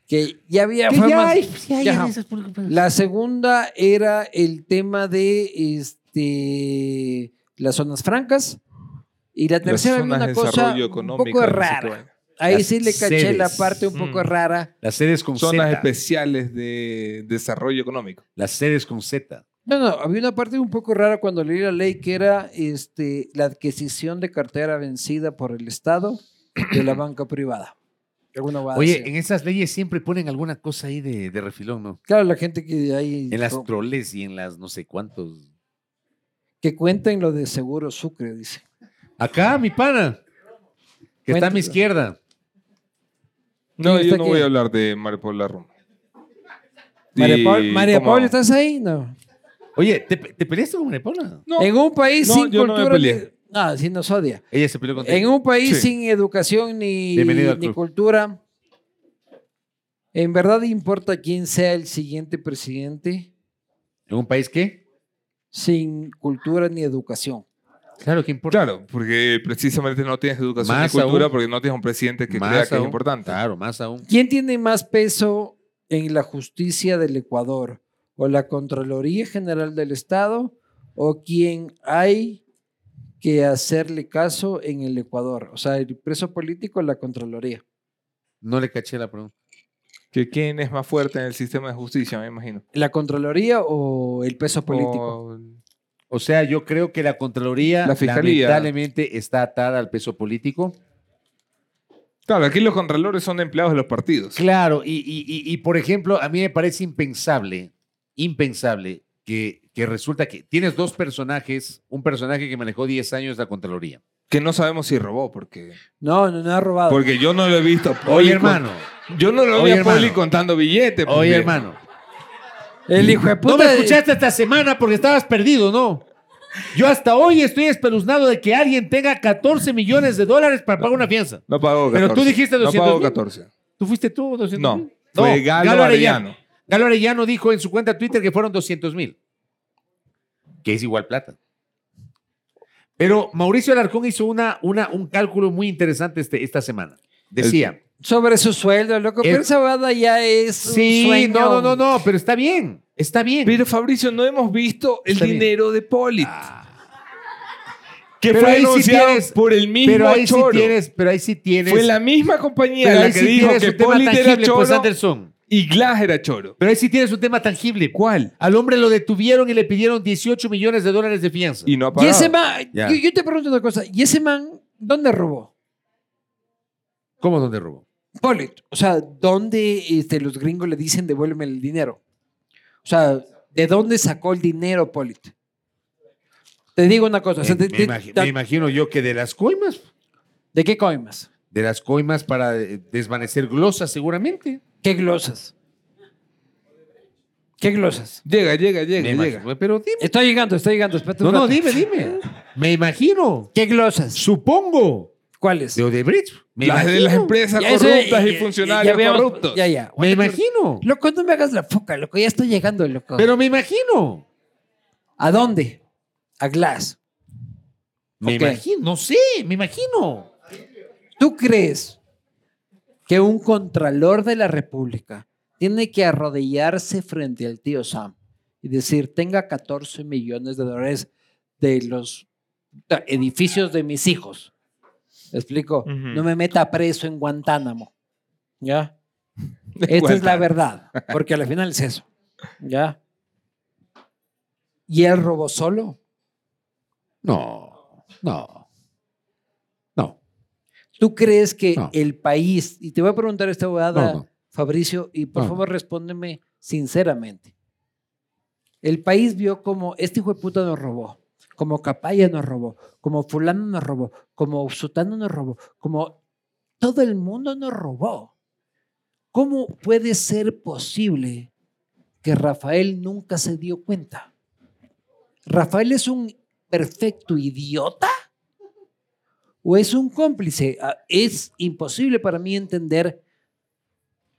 [SPEAKER 2] que ya había
[SPEAKER 5] Que
[SPEAKER 2] formas-
[SPEAKER 5] ya hay- sí hay
[SPEAKER 2] ya.
[SPEAKER 5] en esas publicaciones.
[SPEAKER 2] La segunda era el tema de este, las zonas francas. Y la tercera
[SPEAKER 3] Las
[SPEAKER 2] había
[SPEAKER 3] zonas
[SPEAKER 2] una
[SPEAKER 3] de
[SPEAKER 2] cosa
[SPEAKER 3] desarrollo
[SPEAKER 2] un
[SPEAKER 3] económico,
[SPEAKER 2] poco
[SPEAKER 3] no sé qué
[SPEAKER 2] rara.
[SPEAKER 3] vaina.
[SPEAKER 2] Ahí
[SPEAKER 5] Las
[SPEAKER 2] sí le caché
[SPEAKER 5] sedes.
[SPEAKER 2] la parte un poco
[SPEAKER 3] Mm.
[SPEAKER 2] rara.
[SPEAKER 5] Las sedes con
[SPEAKER 3] Zonas
[SPEAKER 5] Z.
[SPEAKER 3] especiales de desarrollo económico.
[SPEAKER 5] Las sedes con Z.
[SPEAKER 2] No, no, había una parte un poco rara cuando leí la ley que era este, la adquisición de cartera vencida por el Estado de la banca privada. Alguna guada
[SPEAKER 5] Oye,
[SPEAKER 2] así.
[SPEAKER 5] en esas leyes siempre ponen alguna cosa ahí de, de refilón, ¿no?
[SPEAKER 2] Claro, la gente que hay
[SPEAKER 5] En las
[SPEAKER 2] co-
[SPEAKER 5] troles y en las no sé cuántos.
[SPEAKER 2] que cuenten lo de seguro Sucre, dice.
[SPEAKER 5] Acá, mi pana. Que está a mi
[SPEAKER 2] Cuéntalo.
[SPEAKER 5] izquierda.
[SPEAKER 2] ¿Quién
[SPEAKER 3] No, yo
[SPEAKER 2] está
[SPEAKER 3] no
[SPEAKER 2] aquí?
[SPEAKER 3] voy a hablar de María Paula Roma.
[SPEAKER 2] María, Paul-
[SPEAKER 3] Y
[SPEAKER 2] María
[SPEAKER 3] cómo-
[SPEAKER 2] Paula, ¿estás ahí? No.
[SPEAKER 5] Oye, ¿te, pe- te peleaste con una pana?
[SPEAKER 3] No,
[SPEAKER 2] en un país
[SPEAKER 3] no,
[SPEAKER 2] sin
[SPEAKER 3] yo no me
[SPEAKER 2] cultura.
[SPEAKER 3] peleé.
[SPEAKER 2] ni- No, sí nos odia.
[SPEAKER 5] Ella se peleó contigo.
[SPEAKER 2] En un país
[SPEAKER 3] Sí.
[SPEAKER 2] sin educación ni,
[SPEAKER 5] Bienvenido al
[SPEAKER 2] ni
[SPEAKER 5] club.
[SPEAKER 2] cultura. ¿En verdad importa quién sea el siguiente presidente?
[SPEAKER 5] ¿En un país qué?
[SPEAKER 2] sin cultura ni educación.
[SPEAKER 5] Claro, que importa?
[SPEAKER 4] Claro, porque precisamente no tienes educación
[SPEAKER 5] Más
[SPEAKER 4] ni cultura,
[SPEAKER 5] aún.
[SPEAKER 4] porque no tienes un presidente que
[SPEAKER 5] Más
[SPEAKER 4] crea que es
[SPEAKER 5] aún.
[SPEAKER 4] importante.
[SPEAKER 5] Claro, más aún.
[SPEAKER 2] ¿Quién tiene más peso en la justicia del Ecuador? ¿O la Contraloría General del Estado? ¿O quién hay que hacerle caso en el Ecuador? O sea, el preso político o la Contraloría.
[SPEAKER 5] No le caché la pregunta.
[SPEAKER 4] Que quién es más fuerte en el sistema de justicia, me imagino.
[SPEAKER 2] ¿La Contraloría o el peso político?
[SPEAKER 5] O sea, yo creo que la Contraloría
[SPEAKER 4] La Fiscalía.
[SPEAKER 5] lamentablemente está atada al peso político.
[SPEAKER 4] Claro, aquí los contralores son empleados de los partidos.
[SPEAKER 5] Claro, y, y- y- y, por ejemplo, a mí me parece impensable, impensable, que, que resulta que tienes dos personajes, un personaje que manejó 10 años la Contraloría.
[SPEAKER 4] Que no sabemos si robó, porque,
[SPEAKER 2] No, no, no ha robado.
[SPEAKER 4] porque yo no lo he visto.
[SPEAKER 5] Oye,
[SPEAKER 4] Poli
[SPEAKER 5] hermano,
[SPEAKER 4] con- Yo no lo vi
[SPEAKER 5] Oye,
[SPEAKER 4] a Poli
[SPEAKER 5] hermano.
[SPEAKER 4] contando billetes.
[SPEAKER 5] oye,
[SPEAKER 4] porque-
[SPEAKER 5] hermano.
[SPEAKER 2] el hijo de puta.
[SPEAKER 5] No me
[SPEAKER 2] de-
[SPEAKER 5] escuchaste esta semana porque estabas perdido, ¿no? Yo hasta hoy estoy espeluznado de que alguien tenga 14 millones de dólares para pagar una fianza.
[SPEAKER 4] No pagó 14.
[SPEAKER 5] Pero tú dijiste
[SPEAKER 4] No
[SPEAKER 5] 200
[SPEAKER 4] pagó
[SPEAKER 5] mil.
[SPEAKER 4] 14.
[SPEAKER 5] ¿Tú fuiste tú? 200
[SPEAKER 4] No,
[SPEAKER 5] mil?
[SPEAKER 4] fue Galo Arellano.
[SPEAKER 5] Galo Arellano dijo en su cuenta Twitter que fueron 200 mil, que es igual plata. Pero Mauricio Alarcón hizo una, una, un cálculo muy interesante este, esta semana. Decía,
[SPEAKER 2] Sobre su sueldo, loco.
[SPEAKER 5] El-
[SPEAKER 2] Pero esa bada ya es. un
[SPEAKER 5] Eh, sí,
[SPEAKER 2] sueño.
[SPEAKER 5] no, no, no, no, pero está bien, está bien.
[SPEAKER 4] Pero Fabricio, no hemos visto el
[SPEAKER 5] Está bien. Ah.
[SPEAKER 4] dinero de Poli. Que
[SPEAKER 5] Pero
[SPEAKER 4] fue
[SPEAKER 5] ahí sí
[SPEAKER 4] anunciado
[SPEAKER 5] tienes-
[SPEAKER 4] por el mismo
[SPEAKER 5] pero ahí
[SPEAKER 4] choro.
[SPEAKER 5] sí tienes, pero ahí sí tienes.
[SPEAKER 4] Fue la misma compañía
[SPEAKER 5] pero
[SPEAKER 4] la
[SPEAKER 5] ahí
[SPEAKER 4] que
[SPEAKER 5] sí
[SPEAKER 4] dijo
[SPEAKER 5] tienes
[SPEAKER 4] que
[SPEAKER 5] un tema
[SPEAKER 4] Poli era
[SPEAKER 5] tangible,
[SPEAKER 4] choro
[SPEAKER 5] pues Anderson.
[SPEAKER 4] y Glass era choro.
[SPEAKER 5] Pero ahí sí tienes un tema tangible.
[SPEAKER 4] ¿Cuál?
[SPEAKER 5] Al hombre lo detuvieron y le pidieron 18 millones de dólares de fianza.
[SPEAKER 4] Y no ha
[SPEAKER 2] Y
[SPEAKER 4] pagado.
[SPEAKER 2] ese man.
[SPEAKER 5] Ya.
[SPEAKER 2] Yo, yo te pregunto una cosa. ¿Y ese man dónde robó?
[SPEAKER 5] ¿Cómo donde robó?
[SPEAKER 2] Polit. O sea, ¿dónde este, los gringos le dicen devuélveme el dinero? O sea, ¿de dónde sacó el dinero Polit? Te digo una cosa. o sea,
[SPEAKER 5] Eh,
[SPEAKER 2] te-
[SPEAKER 5] me,
[SPEAKER 2] te-
[SPEAKER 5] imagi-
[SPEAKER 2] ta-
[SPEAKER 5] me imagino yo que de las coimas,
[SPEAKER 2] ¿De qué coimas?
[SPEAKER 5] de las coimas para eh, desvanecer glosas seguramente.
[SPEAKER 2] ¿Qué glosas? ¿Qué glosas?
[SPEAKER 4] Llega, llega, llega,
[SPEAKER 5] Me
[SPEAKER 4] llega.
[SPEAKER 5] imagino, pero dime.
[SPEAKER 2] Estoy llegando, estoy llegando. espérate
[SPEAKER 5] No,
[SPEAKER 2] un
[SPEAKER 5] no,
[SPEAKER 2] rato.
[SPEAKER 5] dime, dime. Me imagino.
[SPEAKER 2] ¿Qué glosas?
[SPEAKER 5] Supongo.
[SPEAKER 2] ¿Cuáles?
[SPEAKER 5] De Odebrecht. Me
[SPEAKER 4] Las de
[SPEAKER 5] imagino.
[SPEAKER 4] las empresas
[SPEAKER 2] Ya, eso ya-
[SPEAKER 4] corruptas
[SPEAKER 2] ya-
[SPEAKER 4] y
[SPEAKER 2] ya-
[SPEAKER 4] funcionarios
[SPEAKER 2] habíamos-
[SPEAKER 4] corruptos.
[SPEAKER 2] Ya, ya.
[SPEAKER 5] Me imagino.
[SPEAKER 2] Loco, no me hagas la foca, loco. Ya estoy llegando, loco.
[SPEAKER 5] Pero me imagino.
[SPEAKER 2] ¿A dónde? A Glass.
[SPEAKER 5] Me
[SPEAKER 2] Ok.
[SPEAKER 5] imagino. No sé, me imagino.
[SPEAKER 2] ¿Tú crees que un contralor de la República tiene que arrodillarse frente al tío Sam y decir, tenga 14 millones de dólares de los ta- edificios de mis hijos? ¿Me explico?
[SPEAKER 4] Ujú.
[SPEAKER 2] No me meta preso en Guantánamo. ¿Ya? Esta es la
[SPEAKER 4] Guantánamo.
[SPEAKER 2] verdad, porque al final es eso. ¿Ya? ¿Y él robó solo?
[SPEAKER 5] No, no. No.
[SPEAKER 2] ¿Tú crees que
[SPEAKER 5] No.
[SPEAKER 2] el país, y te voy a este preguntar esta abogada,
[SPEAKER 5] No, no.
[SPEAKER 2] Fabricio, y por
[SPEAKER 5] No.
[SPEAKER 2] favor respóndeme sinceramente. El país vio como este hijo de puta nos robó, como Capaya nos robó, como fulano nos robó, como Sutano nos robó, como todo el mundo nos robó. ¿Cómo puede ser posible que Rafael nunca se dio cuenta? ¿Rafael es un perfecto idiota? ¿O es un cómplice? Ah, Es imposible para mí entender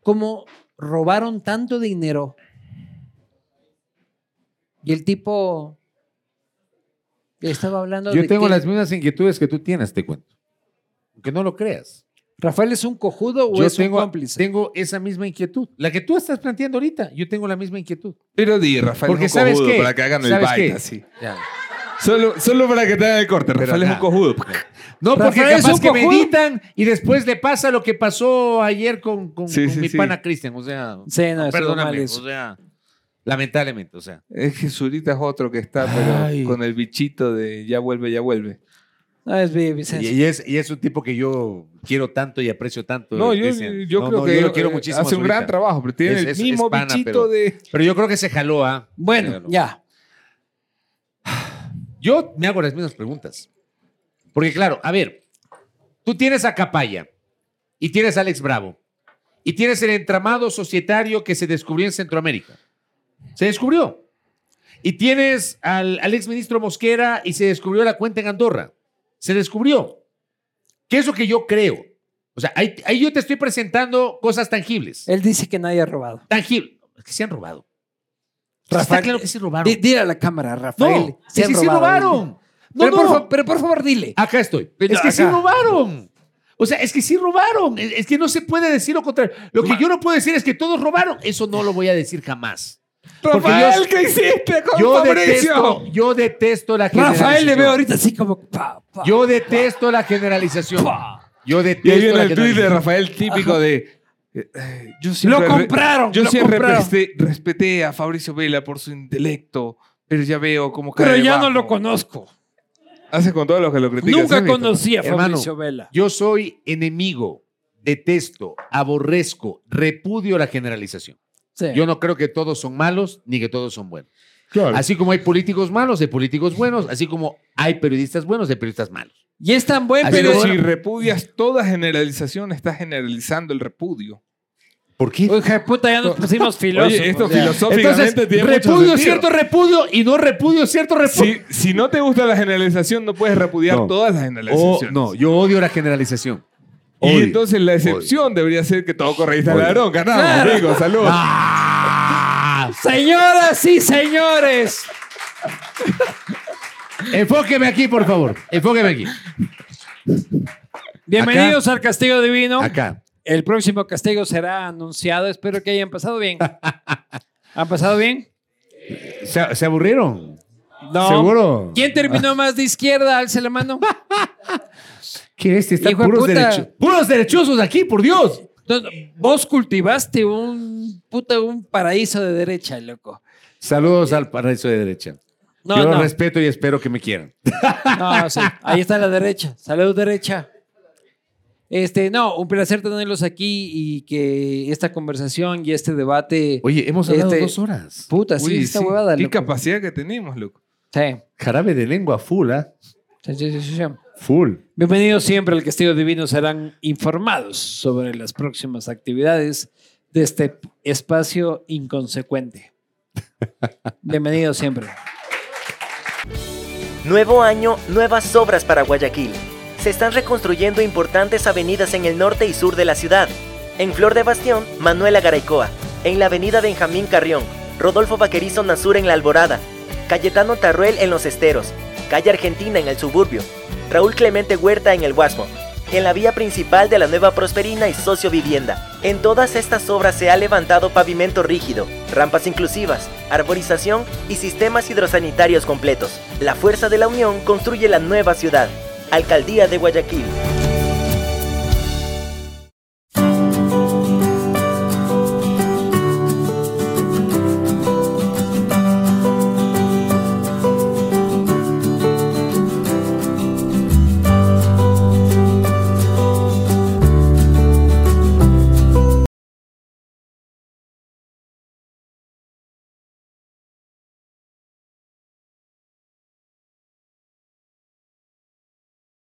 [SPEAKER 2] cómo robaron tanto dinero y el tipo estaba hablando
[SPEAKER 5] Yo
[SPEAKER 2] de
[SPEAKER 5] tengo
[SPEAKER 2] que
[SPEAKER 5] las mismas inquietudes que tú tienes, te cuento. Aunque no lo creas.
[SPEAKER 2] Rafael es un cojudo o
[SPEAKER 5] Yo
[SPEAKER 2] es
[SPEAKER 5] tengo,
[SPEAKER 2] un cómplice.
[SPEAKER 5] tengo esa misma inquietud. La que tú estás planteando ahorita, yo tengo la misma inquietud.
[SPEAKER 4] Pero di, Rafael
[SPEAKER 5] Porque
[SPEAKER 4] es un
[SPEAKER 5] ¿sabes
[SPEAKER 4] cojudo
[SPEAKER 5] qué?
[SPEAKER 4] para que hagan el
[SPEAKER 5] ¿Sabes
[SPEAKER 4] baile
[SPEAKER 5] qué?
[SPEAKER 4] así.
[SPEAKER 5] Ya.
[SPEAKER 4] Solo, solo para que te hagan el corte.
[SPEAKER 5] Pero
[SPEAKER 4] Rafael es un
[SPEAKER 5] nada.
[SPEAKER 4] cojudo. pues.
[SPEAKER 5] No, porque
[SPEAKER 2] Rafael es
[SPEAKER 5] capaz
[SPEAKER 2] un
[SPEAKER 5] que
[SPEAKER 2] cojudo.
[SPEAKER 5] meditan y después le pasa lo que pasó ayer con, con-
[SPEAKER 4] Sí,
[SPEAKER 5] con
[SPEAKER 4] sí,
[SPEAKER 5] mi
[SPEAKER 4] sí.
[SPEAKER 5] pana Cristian. O sea,
[SPEAKER 2] Sí, no, estuvo mal
[SPEAKER 5] perdóname. O
[SPEAKER 2] eso.
[SPEAKER 5] sea, lamentablemente, o sea.
[SPEAKER 4] Es que Zurita es otro que está, pero
[SPEAKER 5] Ay.
[SPEAKER 4] con el bichito de ya vuelve, ya vuelve.
[SPEAKER 2] No, es Vi- Vicencio.
[SPEAKER 5] Y, y es, y es un tipo que yo quiero tanto y aprecio tanto.
[SPEAKER 4] No, yo,
[SPEAKER 5] Cristian.
[SPEAKER 4] yo
[SPEAKER 5] No,
[SPEAKER 4] creo
[SPEAKER 5] no,
[SPEAKER 4] que
[SPEAKER 5] yo lo
[SPEAKER 4] eh,
[SPEAKER 5] quiero muchísimo.
[SPEAKER 4] hace un
[SPEAKER 5] ahorita.
[SPEAKER 4] gran trabajo, pero tiene
[SPEAKER 5] Es-
[SPEAKER 4] el
[SPEAKER 5] es- es
[SPEAKER 4] mismo
[SPEAKER 5] pana,
[SPEAKER 4] bichito
[SPEAKER 5] pero-
[SPEAKER 4] de...
[SPEAKER 5] Pero yo creo que se jaló, ¿ah?
[SPEAKER 2] Bueno,
[SPEAKER 5] Claro.
[SPEAKER 2] ya.
[SPEAKER 5] Yo me hago las mismas preguntas. Porque claro, a ver, tú tienes a Capaya y tienes a Alex Bravo y tienes el entramado societario que se descubrió en Centroamérica. Se descubrió. Y tienes al, al exministro Mosquera y se descubrió la cuenta en Andorra. Se descubrió. ¿Qué es lo que yo creo? O sea, ahí, ahí yo te estoy
[SPEAKER 13] Eh.
[SPEAKER 5] presentando cosas tangibles.
[SPEAKER 2] Él dice que nadie ha robado.
[SPEAKER 5] Tangible. Es que se han robado.
[SPEAKER 13] Rafael,
[SPEAKER 5] claro que sí robaron.
[SPEAKER 13] di- dile a la cámara, Rafael.
[SPEAKER 5] No,
[SPEAKER 13] se
[SPEAKER 5] que
[SPEAKER 13] han
[SPEAKER 5] sí, sí robaron.
[SPEAKER 13] dile.
[SPEAKER 5] No,
[SPEAKER 13] pero, Por
[SPEAKER 5] no.
[SPEAKER 13] fa- pero por favor, dile.
[SPEAKER 5] Acá estoy.
[SPEAKER 13] Pero
[SPEAKER 5] es que sí
[SPEAKER 13] acá.
[SPEAKER 5] robaron. O sea, es que sí robaron. Es es que no se puede decir lo contrario. Lo que yo no puedo decir es que todos robaron. Eso no lo voy a decir jamás. Porque
[SPEAKER 3] Rafael,
[SPEAKER 5] yo-
[SPEAKER 3] ¿qué hiciste con
[SPEAKER 5] Yo
[SPEAKER 3] Fabricio?
[SPEAKER 5] detesto, yo detesto la generalización.
[SPEAKER 13] Rafael le veo ahorita así como. pa, pa.
[SPEAKER 5] Yo detesto la generalización. Yo
[SPEAKER 3] Y
[SPEAKER 5] detesto
[SPEAKER 3] ahí viene
[SPEAKER 5] la
[SPEAKER 3] el tweet de
[SPEAKER 5] generalización.
[SPEAKER 3] Rafael típico de. eh, eh, Yo siempre
[SPEAKER 13] Lo compraron,
[SPEAKER 3] Yo
[SPEAKER 13] lo
[SPEAKER 3] siempre
[SPEAKER 13] compraron.
[SPEAKER 3] preste- respeté a Fabricio Vela por su intelecto, pero ya veo como
[SPEAKER 2] Pero ya no lo conozco.
[SPEAKER 3] Haces con todos los que lo critican.
[SPEAKER 2] Nunca
[SPEAKER 3] ¿sí, Víctor?
[SPEAKER 2] conocí a
[SPEAKER 5] Hermano,
[SPEAKER 2] Fabricio Vela.
[SPEAKER 5] Yo soy enemigo, detesto, aborrezco, repudio la generalización.
[SPEAKER 2] Sí.
[SPEAKER 5] Yo no creo que todos son malos ni que todos son buenos. Así como hay políticos malos, de políticos buenos, así como hay periodistas buenos, de periodistas malos.
[SPEAKER 2] Y es tan buen
[SPEAKER 5] Así
[SPEAKER 3] Pero
[SPEAKER 5] Así
[SPEAKER 2] periodista.
[SPEAKER 3] si repudias toda generalización, estás generalizando el repudio.
[SPEAKER 5] ¿Por qué?
[SPEAKER 2] Oye, hija de puta, ya nos pusimos filósofos.
[SPEAKER 3] Oye, esto
[SPEAKER 2] o sea.
[SPEAKER 3] filosóficamente
[SPEAKER 5] Entonces,
[SPEAKER 3] tiene mucho
[SPEAKER 5] repudio
[SPEAKER 3] sentido.
[SPEAKER 5] cierto repudio y no repudio cierto repudio.
[SPEAKER 3] Si, si no te gusta la generalización, no puedes repudiar
[SPEAKER 5] No.
[SPEAKER 3] todas las
[SPEAKER 5] O-
[SPEAKER 3] generalizaciones.
[SPEAKER 5] Oh, no, yo odio la generalización.
[SPEAKER 3] y
[SPEAKER 5] odio,
[SPEAKER 3] entonces la excepción debería ser que todo correísta
[SPEAKER 5] Odio.
[SPEAKER 3] ladrón. Ganamos, amigos. Saludos.
[SPEAKER 5] ¡Ah!
[SPEAKER 2] Señoras y señores,
[SPEAKER 5] Enfóqueme aquí, por favor. Enfóqueme aquí.
[SPEAKER 2] bienvenidos al Castigo Divino.
[SPEAKER 5] Acá.
[SPEAKER 2] El próximo castigo será anunciado. Espero que hayan pasado bien. ¿Han pasado bien?
[SPEAKER 5] ¿Se, se aburrieron?
[SPEAKER 2] No.
[SPEAKER 5] ¿Seguro?
[SPEAKER 2] ¿Quién terminó más de izquierda? Alce la mano.
[SPEAKER 5] ¿Qué este? Están
[SPEAKER 2] Hijo de
[SPEAKER 5] puros,
[SPEAKER 2] puta.
[SPEAKER 5] derecho- puros derechosos aquí, por Dios.
[SPEAKER 2] Entonces, vos cultivaste un puta, un paraíso de derecha, loco.
[SPEAKER 5] Saludos al paraíso de derecha.
[SPEAKER 2] No,
[SPEAKER 5] yo
[SPEAKER 2] no,
[SPEAKER 5] los respeto y espero que me quieran.
[SPEAKER 2] no, sí. Ahí está la derecha. Salud, derecha. Este, no, un placer tenerlos aquí y que esta conversación y este debate.
[SPEAKER 5] Oye, hemos hablado
[SPEAKER 2] hablado Este-
[SPEAKER 5] dos
[SPEAKER 2] dos
[SPEAKER 5] horas.
[SPEAKER 2] puta, sí,
[SPEAKER 3] Uy,
[SPEAKER 2] esta
[SPEAKER 3] sí.
[SPEAKER 2] huevada,
[SPEAKER 3] Qué
[SPEAKER 2] loco.
[SPEAKER 3] capacidad que tenemos, loco.
[SPEAKER 2] Sí.
[SPEAKER 5] Jarabe de lengua full, ¿ah?
[SPEAKER 2] Sí, sí, sí, sí, sí.
[SPEAKER 5] Full.
[SPEAKER 2] Bienvenidos siempre al Castigo Divino. Serán informados sobre las próximas actividades de este espacio inconsecuente. Bienvenidos siempre.
[SPEAKER 1] Nuevo año, nuevas obras para Guayaquil. Se están reconstruyendo importantes avenidas en el norte y sur de la ciudad. En Flor de Bastión, Manuela Garaycoa. En la avenida Benjamín Carrión, Rodolfo Vaquerizo Nazur en La Alborada. Cayetano Tarruel en Los Esteros. Calle Argentina en el suburbio. Raúl Clemente Huerta en el Guasmo. En la vía principal de la Nueva Prosperina y Socio Vivienda. En todas estas obras se ha levantado pavimento rígido, rampas inclusivas, arborización y sistemas hidrosanitarios completos. La fuerza de la unión construye la nueva ciudad. Alcaldía de Guayaquil.